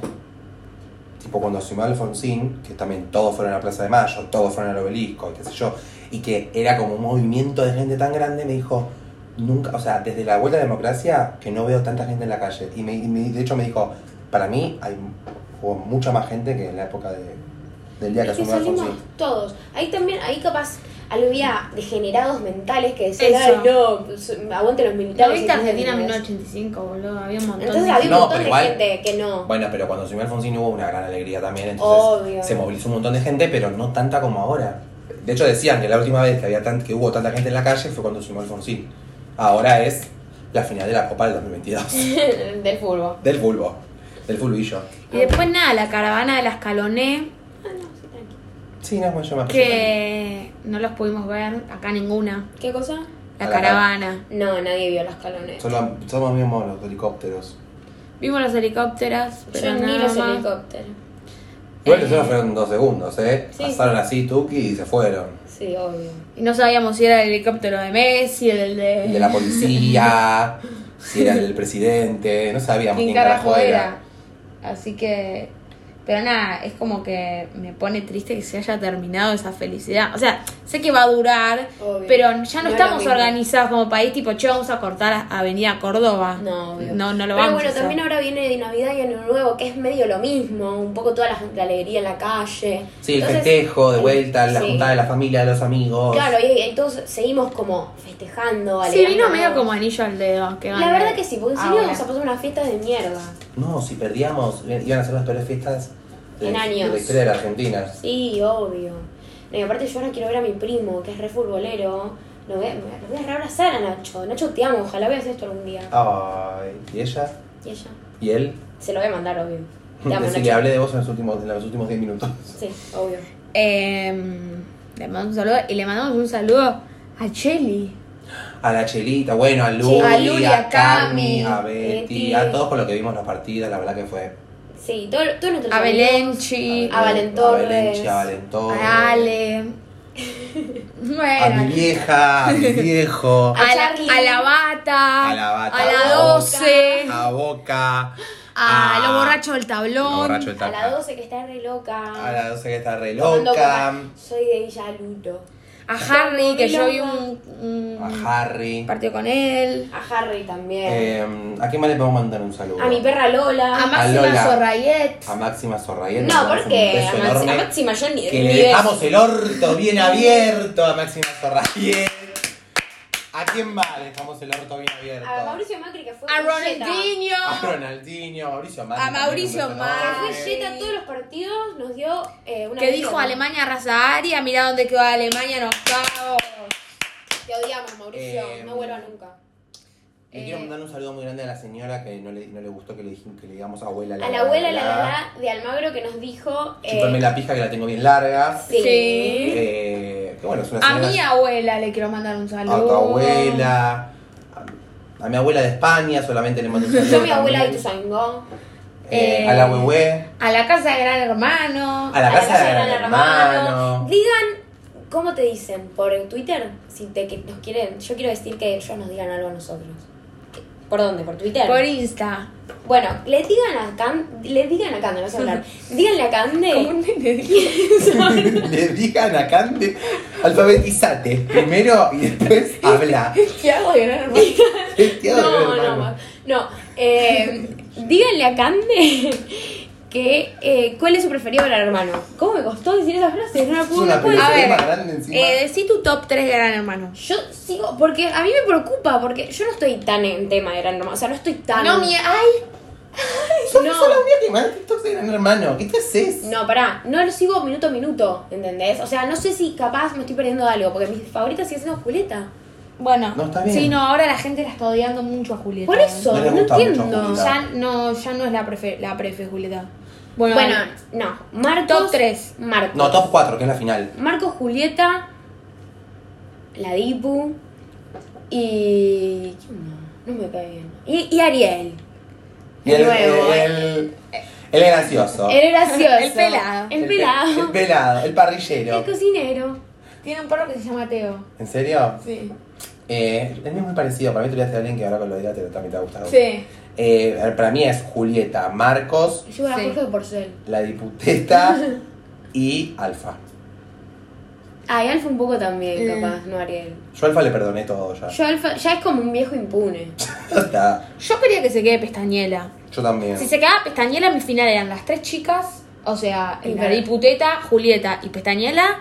S3: Tipo cuando asumió Alfonsín, que también todos fueron a la Plaza de Mayo, todos fueron al obelisco, y qué sé yo, y que era como un movimiento de gente tan grande, me dijo, nunca, o sea, desde la vuelta a la democracia que no veo tanta gente en la calle. Y, me- y me- de hecho me dijo, para mí hay hubo mucha más gente que en la época de- del día que
S2: Es que
S3: asumió
S2: salimos
S3: Alfonsín.
S2: todos. Ahí también, ahí capaz había degenerados mentales que decían,
S1: Eso.
S2: ay, no, su- aguante los
S1: ¿La
S2: militares. y
S1: viste
S2: no sé
S1: Argentina en
S2: qué".
S1: 1985, boludo? Había un montón
S2: Entonces
S1: de
S2: había un
S3: No,
S2: montón
S3: pero
S2: de
S3: igual-
S2: gente que no.
S3: Bueno, pero cuando asumió Alfonsín hubo una gran alegría también, entonces
S2: Obvio.
S3: se movilizó un montón de gente, pero no tanta como ahora. De hecho decían que la última vez que había tan- que hubo tanta gente en la calle fue cuando asumió Alfonsín. Ahora es la final de la Copa del 2022.
S2: Del fútbol.
S3: del fulbo. Del fulbillo.
S1: Y después, nada, la caravana de las Caloné,
S2: Ah, no, sí, tranqui.
S3: Sí, no, bueno, yo me acuerdo también.
S1: que no los pudimos ver acá ninguna.
S2: ¿Qué cosa?
S1: La
S3: A la
S1: caravana.
S2: No, nadie vio las calones.
S3: Solo somos mismos los helicópteros.
S1: Vimos los helicópteros, pero
S2: Yo ni
S1: nada
S2: los
S1: más.
S2: helicópteros.
S1: Eh.
S3: Bueno, eso no fueron dos segundos, ¿eh? Pasaron así, Tuki, y se fueron.
S4: Sí, obvio.
S1: Y no sabíamos si era el helicóptero de Messi, el de.
S3: El de la policía, si era el del presidente, no sabíamos
S1: quién
S3: quién
S1: carajo era.
S3: era.
S1: Así que. Pero nada, es como que me pone triste que se haya terminado esa felicidad. O sea, sé que va a durar,
S4: Obvio.
S1: pero ya no,
S4: No es lo
S1: estamos
S4: mismo.
S1: organizados como país, tipo, che, vamos a cortar a- Avenida
S3: Ah.
S1: Córdoba.
S4: No, obvio.
S1: No, no lo
S2: Pero
S1: vamos a
S2: bueno,
S1: hacer.
S2: también ahora viene de Navidad y Año Nuevo, que es medio lo mismo, un poco toda la, la alegría en la calle.
S3: Sí, el
S2: Entonces,
S3: festejo, de vuelta, la
S2: sí.
S3: juntada de la familia, de los amigos.
S2: Claro, y entonces seguimos como festejando,
S1: Sí,
S2: alegrándonos.
S1: vino medio como Ah, anillo al dedo. Que van
S2: La
S1: a-
S2: verdad que sí, porque si no
S1: ahora.
S2: vamos a pasar unas fiestas de mierda.
S3: No, si perdíamos, eh, iban a ser las peores fiestas de,
S2: En años.
S3: de la historia de la Argentina.
S2: Sí, obvio. No, y aparte yo ahora quiero ver a mi primo, que es re futbolero. Lo voy, a- me- lo voy a reabrazar a Nacho. Nacho, te amo, ojalá veas esto algún día.
S3: Ah. Ay, ¿y ella?
S2: Y ella.
S3: ¿Y él?
S2: Se lo voy a mandar, obvio. Te amo,
S3: Decirle, hablé
S2: Nacho.
S3: de vos en los últimos en los últimos 10 minutos.
S2: Sí, obvio.
S1: Em, le mandamos un saludo y le mandamos un saludo a Cheli.
S3: A la Chelita, bueno, a Luli,
S1: a Luli,
S3: a,
S1: a Cami,
S3: Cami, a
S2: Betty.
S3: Betty, a todos con los que vimos las partidas, la verdad que fue.
S2: Sí, todo, todos nuestros
S1: A
S2: amigos.
S1: Belenchi,
S2: A
S3: A
S2: Valen
S3: Belén,
S2: Torres.
S3: a Valen Torres.
S1: a Ale. Bueno,
S3: A mi vieja, a mi viejo,
S1: a, la,
S2: Charlie.
S1: a la bata,
S3: A la bata,
S1: a la
S3: a Boca.
S1: 12,
S3: a Boca,
S1: a lo borracho del tablón.
S3: Lo borracho del
S2: A la
S3: tablón.
S2: 12 que está re loca.
S3: A la 12 que está re
S2: Tomando
S3: loca.
S2: coca. Soy de Villa Luto.
S1: A Harry, que yo vi
S2: Loca.
S1: un, un
S3: A Harry.
S1: partido con él.
S2: A Harry también.
S3: Eh, ¿A quién más le podemos mandar un saludo?
S2: a mi perra Lola.
S1: A
S3: Lola.
S1: Máxima Sorrayet.
S3: A Máxima Sorrayet.
S2: no, porque
S3: Un
S2: a,
S3: beso
S2: Maxi-
S3: enorme.
S2: a Máxima yo ni
S3: Que
S2: ni
S3: le
S2: beso.
S3: dejamos el orto bien abierto a Máxima Sorrayet. ¿A quién más le dejamos el orto bien abierto?
S2: A Mauricio Macri que fue
S1: A
S2: Jetta.
S1: Ronaldinho.
S3: A Ronaldinho, a Mauricio Macri.
S1: A
S3: también, un
S1: Mauricio
S3: beso
S1: Macri.
S2: Que fue
S3: enorme.
S2: Jetta todos los partidos, nos dio eh, una.
S1: Que
S2: medalla,
S1: dijo
S2: ¿no?
S1: Alemania raza aria, mira dónde quedó Alemania en octavos.
S2: Te odiamos, Mauricio.
S3: Eh,
S2: no vuelvas nunca.
S3: Le
S2: Eh.
S3: quiero mandar un saludo muy grande a la señora que no le, no le gustó que le, dijim- que le digamos abuela.
S2: A la abuela, la verdad, de Almagro que nos dijo. eh,
S3: Chúpame la pija que la tengo bien larga.
S2: Sí.
S1: Sí.
S3: Eh, que bueno, es una
S1: A
S3: señora.
S1: mi abuela le quiero mandar un
S3: a
S1: saludo.
S3: tu abuela. A, a mi abuela de España, solamente le mando un saludo.
S2: Yo a mi abuela de
S3: también.
S2: Tuzangó.
S3: Eh,
S1: Eh,
S3: a la huehue.
S1: A la casa de Gran Hermano.
S3: A la casa de gran hermano.
S2: Digan, ¿cómo te dicen? ¿Por Twitter? Si te, que nos quieren. Yo quiero decir que ellos nos digan algo a nosotros. ¿Por dónde? ¿Por Twitter?
S1: Por Insta.
S2: Bueno, le digan a Cande, le digan a Cande, no sé hablar. Díganle a Cande.
S3: Le digan a Cande, alfabetizate. Primero y después habla.
S1: ¿Qué hago de Gran Hermano?
S2: No, no, no. No. eh, díganle a Cande que eh, cuál es su preferido gran hermano. ¿Cómo me costó decir esa frase? No la
S3: Es
S2: pude.
S3: una
S2: no pude.
S1: A
S3: película
S1: ver,
S3: más grande encima.
S1: Eh, decí tu top 3 de Gran Hermano.
S2: Yo sigo, porque a mí me preocupa, porque yo no estoy tan en tema de gran hermano. O sea, no estoy tan.
S1: No, mi. ¡Ay!
S3: Son
S2: no.
S3: son las mías que mandan TikToks de gran hermano. ¿Qué te haces?
S2: No, pará, no lo sigo minuto a minuto, ¿entendés? O sea, no sé si capaz me estoy perdiendo de algo, porque mis favoritas siguen siendo Julieta.
S1: Bueno.
S3: No, está bien.
S1: Sí, no, ahora la gente la está odiando mucho a Julieta.
S2: Por eso,
S3: No le
S2: no,
S3: gusta mucho
S2: entiendo.
S3: a Julieta.
S1: Ya no, ya no es la prefe, la prefe Julieta. Bueno,
S2: Bueno,
S1: dale.
S2: no. Marcos.
S1: Top tres.
S2: Marcos.
S3: No, top 4, que es la final.
S2: Marcos, Julieta. La Dipu. Y. ¿Quién más? No me cae bien. Y, y Ariel.
S3: Y el,
S2: Nuevo, Eh.
S3: el, el, el gracioso.
S2: El gracioso.
S1: El pelado.
S2: El
S3: pe-
S2: pelado.
S3: Ah. El pelado, el parrillero.
S2: El cocinero.
S1: tiene un perro que se llama Teo.
S3: ¿En serio?
S1: Sí.
S3: Eh, el mismo es muy parecido. Para mí, tú le das a alguien que ahora con lo diga te, también te va a gustar.
S1: Sí.
S3: Eh, para mí es Julieta, Marcos,
S2: Yo voy a
S1: Sí.
S2: Jorge Porcel.
S3: la diputeta y Alfa.
S2: Ah, y Alfa un poco también,
S1: Mm.
S2: capaz, no Ariel.
S3: Yo a Alfa le perdoné todo ya.
S2: Yo Alfa ya es como un viejo impune.
S3: Ya está.
S1: Yo quería que se quede Pestañela.
S3: Yo también.
S1: Si se quedaba Pestañela, mi final eran las tres chicas. O sea,
S2: Y
S1: la
S2: Mar-
S1: diputeta, Julieta y Pestañela.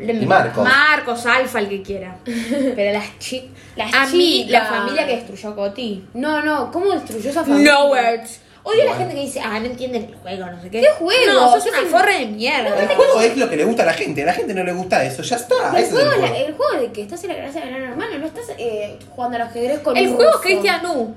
S3: Y Marcos.
S1: Marcos, Alfa, el que quiera. Pero las chicas.
S2: Las
S1: a mí, la
S2: chicas.
S1: familia que destruyó Coti.
S2: No, no, ¿cómo destruyó esa familia?
S1: No words. Odio a
S3: Bueno.
S1: la gente que dice, ah, no entienden el juego, no sé qué.
S2: ¿Qué juego?
S1: No, sos
S2: Sos
S1: una
S2: un-
S1: forra de mierda.
S3: El juego es lo que le gusta a la gente. A la gente no le gusta eso. Ya está.
S2: El
S3: Ah, Ese es
S2: juego,
S3: el
S2: es la-
S3: juego.
S2: el juego de que estás en la gracia de gran hermano, no estás eh, jugando al ajedrez con
S1: El
S2: un
S1: juego es
S2: ruso.
S1: Cristian U.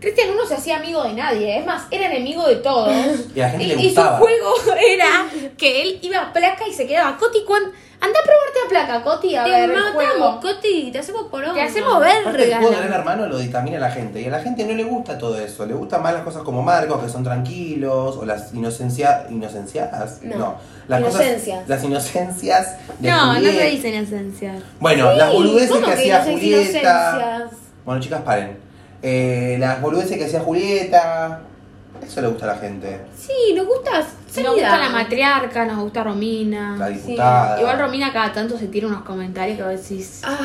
S2: Cristian uno se hacía amigo de nadie, es más, era enemigo de todos.
S3: Y a la gente
S2: y,
S3: le
S2: y su
S3: gustaba.
S2: juego era que él iba a placa y se quedaba. Coti, ¿cuán... anda a probarte a placa, Coti, a
S4: Te
S2: ver. el
S4: matamos,
S2: juego.
S4: Coti, te hacemos por
S2: Te hacemos verga.
S3: Aparte el juego de gran
S2: la-
S3: hermano lo dictamina la gente. Y a la gente no le gusta todo eso. Le gustan más las cosas como Marcos, que son tranquilos, o las inocencia, inocenciadas. No.
S2: No.
S3: Las
S2: Inocencias.
S3: Cosas, las inocencias de
S1: No, no
S3: Julieta.
S1: se dicen esencial.
S3: Bueno, las boludeces que
S2: ¿cómo que
S3: hacía
S2: inocencia,
S3: Julieta.
S2: inocencias?
S3: Bueno, chicas, paren. Eh, las boludeces que hacía Julieta. Eso le gusta a la gente.
S2: Sí, nos gusta
S1: Nos gusta la matriarca, nos gusta
S2: Ah,
S1: Romina.
S3: La diputada.
S1: Igual Romina cada tanto se tira unos comentarios que vos decís.
S2: Ay,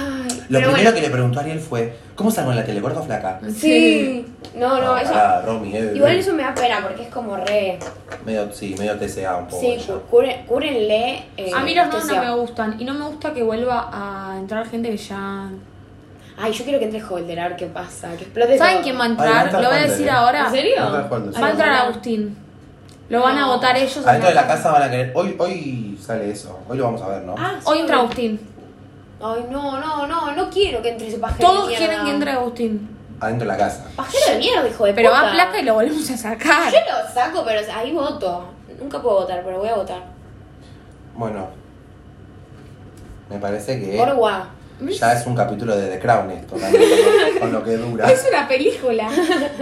S3: Lo
S2: pero
S3: primero
S2: bueno.
S3: que le preguntó a Ariel fue: ¿Cómo salgo en la tele, gordo o flaca?
S2: Sí. No, no, eso.
S3: Ah, Romy, eh,
S2: Igual eso me da pena porque es como re.
S3: Medio, sí, medio TCA un poco.
S2: Sí,
S3: ella.
S2: cu- cure- cúrenle. eh,
S1: A mí los nodos
S2: que
S1: no
S2: sea-
S1: me gustan y no me gusta que vuelva a entrar gente que ya...
S2: Ay, yo quiero que entre Holder, a ver qué pasa. Que explote
S1: ¿Saben
S2: todo.
S1: quién va a
S3: Ay, va a
S1: entrar?
S3: entrar
S1: Lo voy a
S3: Juan
S1: decir
S3: Dele.
S1: ahora.
S2: ¿En serio?
S3: Va a entrar Juan Dele.
S1: Va a entrar
S2: No.
S1: Agustín. Lo van a
S2: No.
S1: votar ellos.
S3: Adentro de la casa van a querer. Hoy, hoy sale eso. Hoy lo vamos a ver, ¿no?
S2: Ah, sí.
S1: Hoy entra Agustín.
S2: Ay, no, no, no, no quiero que entre ese pajero.
S1: Todos
S2: de
S1: quieren
S2: mierda.
S1: que entre Agustín.
S3: Adentro de la casa.
S2: Pajero de mierda, hijo de
S1: Pero
S2: puta.
S1: va a placa y lo volvemos a sacar.
S2: Yo lo saco, pero ahí voto. Nunca puedo votar, pero voy a votar.
S3: Bueno. Me parece que
S2: Por guau.
S3: ya es un capítulo de The Crown esto, también, con lo que dura.
S1: Es una película.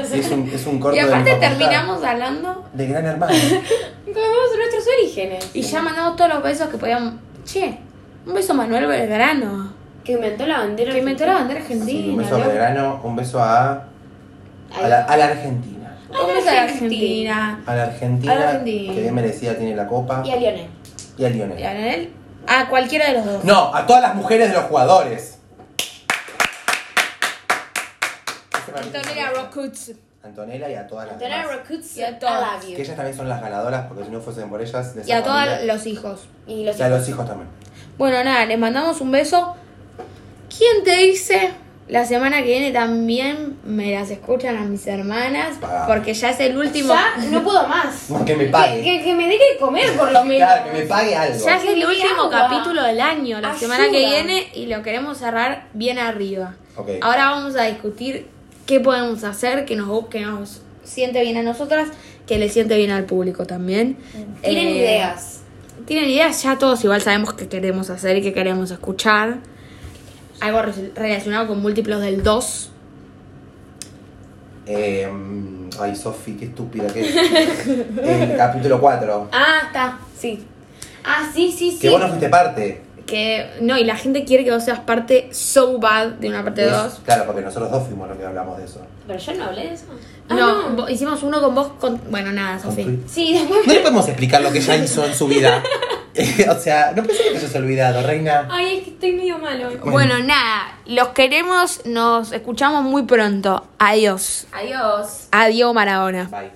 S3: Sí, es, un, es un corto
S1: Y
S3: de
S1: aparte
S3: mi facultad.
S1: terminamos hablando
S3: De Gran Hermano.
S2: Conocemos nuestros orígenes.
S1: y ya mandamos todos los besos que podíamos. Che, un beso a Manuel Belgrano.
S2: Que inventó la bandera.
S1: Que inventó la bandera argentina.
S3: Sí, un beso a
S1: loco.
S3: Belgrano, un beso a, a, la, a la Argentina.
S1: Un beso a la
S2: Argentina.
S1: Argentina.
S3: A la Argentina,
S1: A la Argentina.
S3: que bien merecida tiene la copa.
S2: Y a Lionel.
S3: Y a
S1: Y
S3: Lionel.
S1: a Leonel, a cualquiera de los dos.
S3: No, a todas las mujeres de los jugadores.
S1: Antonella Rocuts.
S3: Antonella y a todas las
S2: Antonella
S3: demás.
S2: Rocuzzi,
S1: Y a
S2: I
S1: todos.
S2: love you.
S3: Que ellas también son las ganadoras, porque si no fuesen por ellas... de
S1: Y
S3: esa
S1: a todos
S3: familia-
S1: los hijos.
S2: Y los
S3: Y a los hijos también.
S1: Bueno, nada, les mandamos un beso. ¿Quién te dice? La semana que viene también me las escuchan a mis hermanas,
S3: Pa.
S1: porque ya es el último.
S2: Ya no puedo más.
S3: Que me
S2: Que,
S3: pague.
S2: que, que me dé que comer por lo menos.
S3: Claro, que me pague algo.
S1: Ya es el
S2: Qué
S1: último
S2: agua.
S1: capítulo del año, la semana que
S2: Ayuda.
S1: viene, y lo queremos cerrar bien arriba.
S3: Ok.
S1: Ahora vamos a discutir qué podemos hacer que nos, que nos siente bien a nosotras, que le siente bien al público también.
S2: Tienen
S1: Eh,
S2: ideas.
S1: Tienen ideas, ya todos igual sabemos qué queremos hacer y qué queremos escuchar. Algo re- relacionado con múltiplos del 2.
S3: Eh, mm, ay, Sofi, qué estúpida que es. el capítulo 4.
S2: Ah, está. Sí. Ah, sí, sí, sí.
S3: Que vos no fuiste parte.
S1: Que no, y la gente quiere que vos seas parte so bad de una parte
S3: Es-
S1: 2.
S3: Claro, porque nosotros dos fuimos los que hablamos de eso.
S2: Pero yo no hablé de eso. Ah,
S1: No, vo- hicimos uno con vos con. Bueno, nada,
S3: Con
S1: Sofi.
S3: tu-
S2: Sí, después.
S3: No le podemos explicar lo que ella hizo en su vida. Eh, o sea, no pensé que eso se ha olvidado, reina.
S2: Ay, es que estoy medio malo. hoy.
S1: Bueno, nada, los queremos, nos escuchamos muy pronto. Adiós.
S2: Adiós.
S1: Adiós, Maradona.
S3: Bye.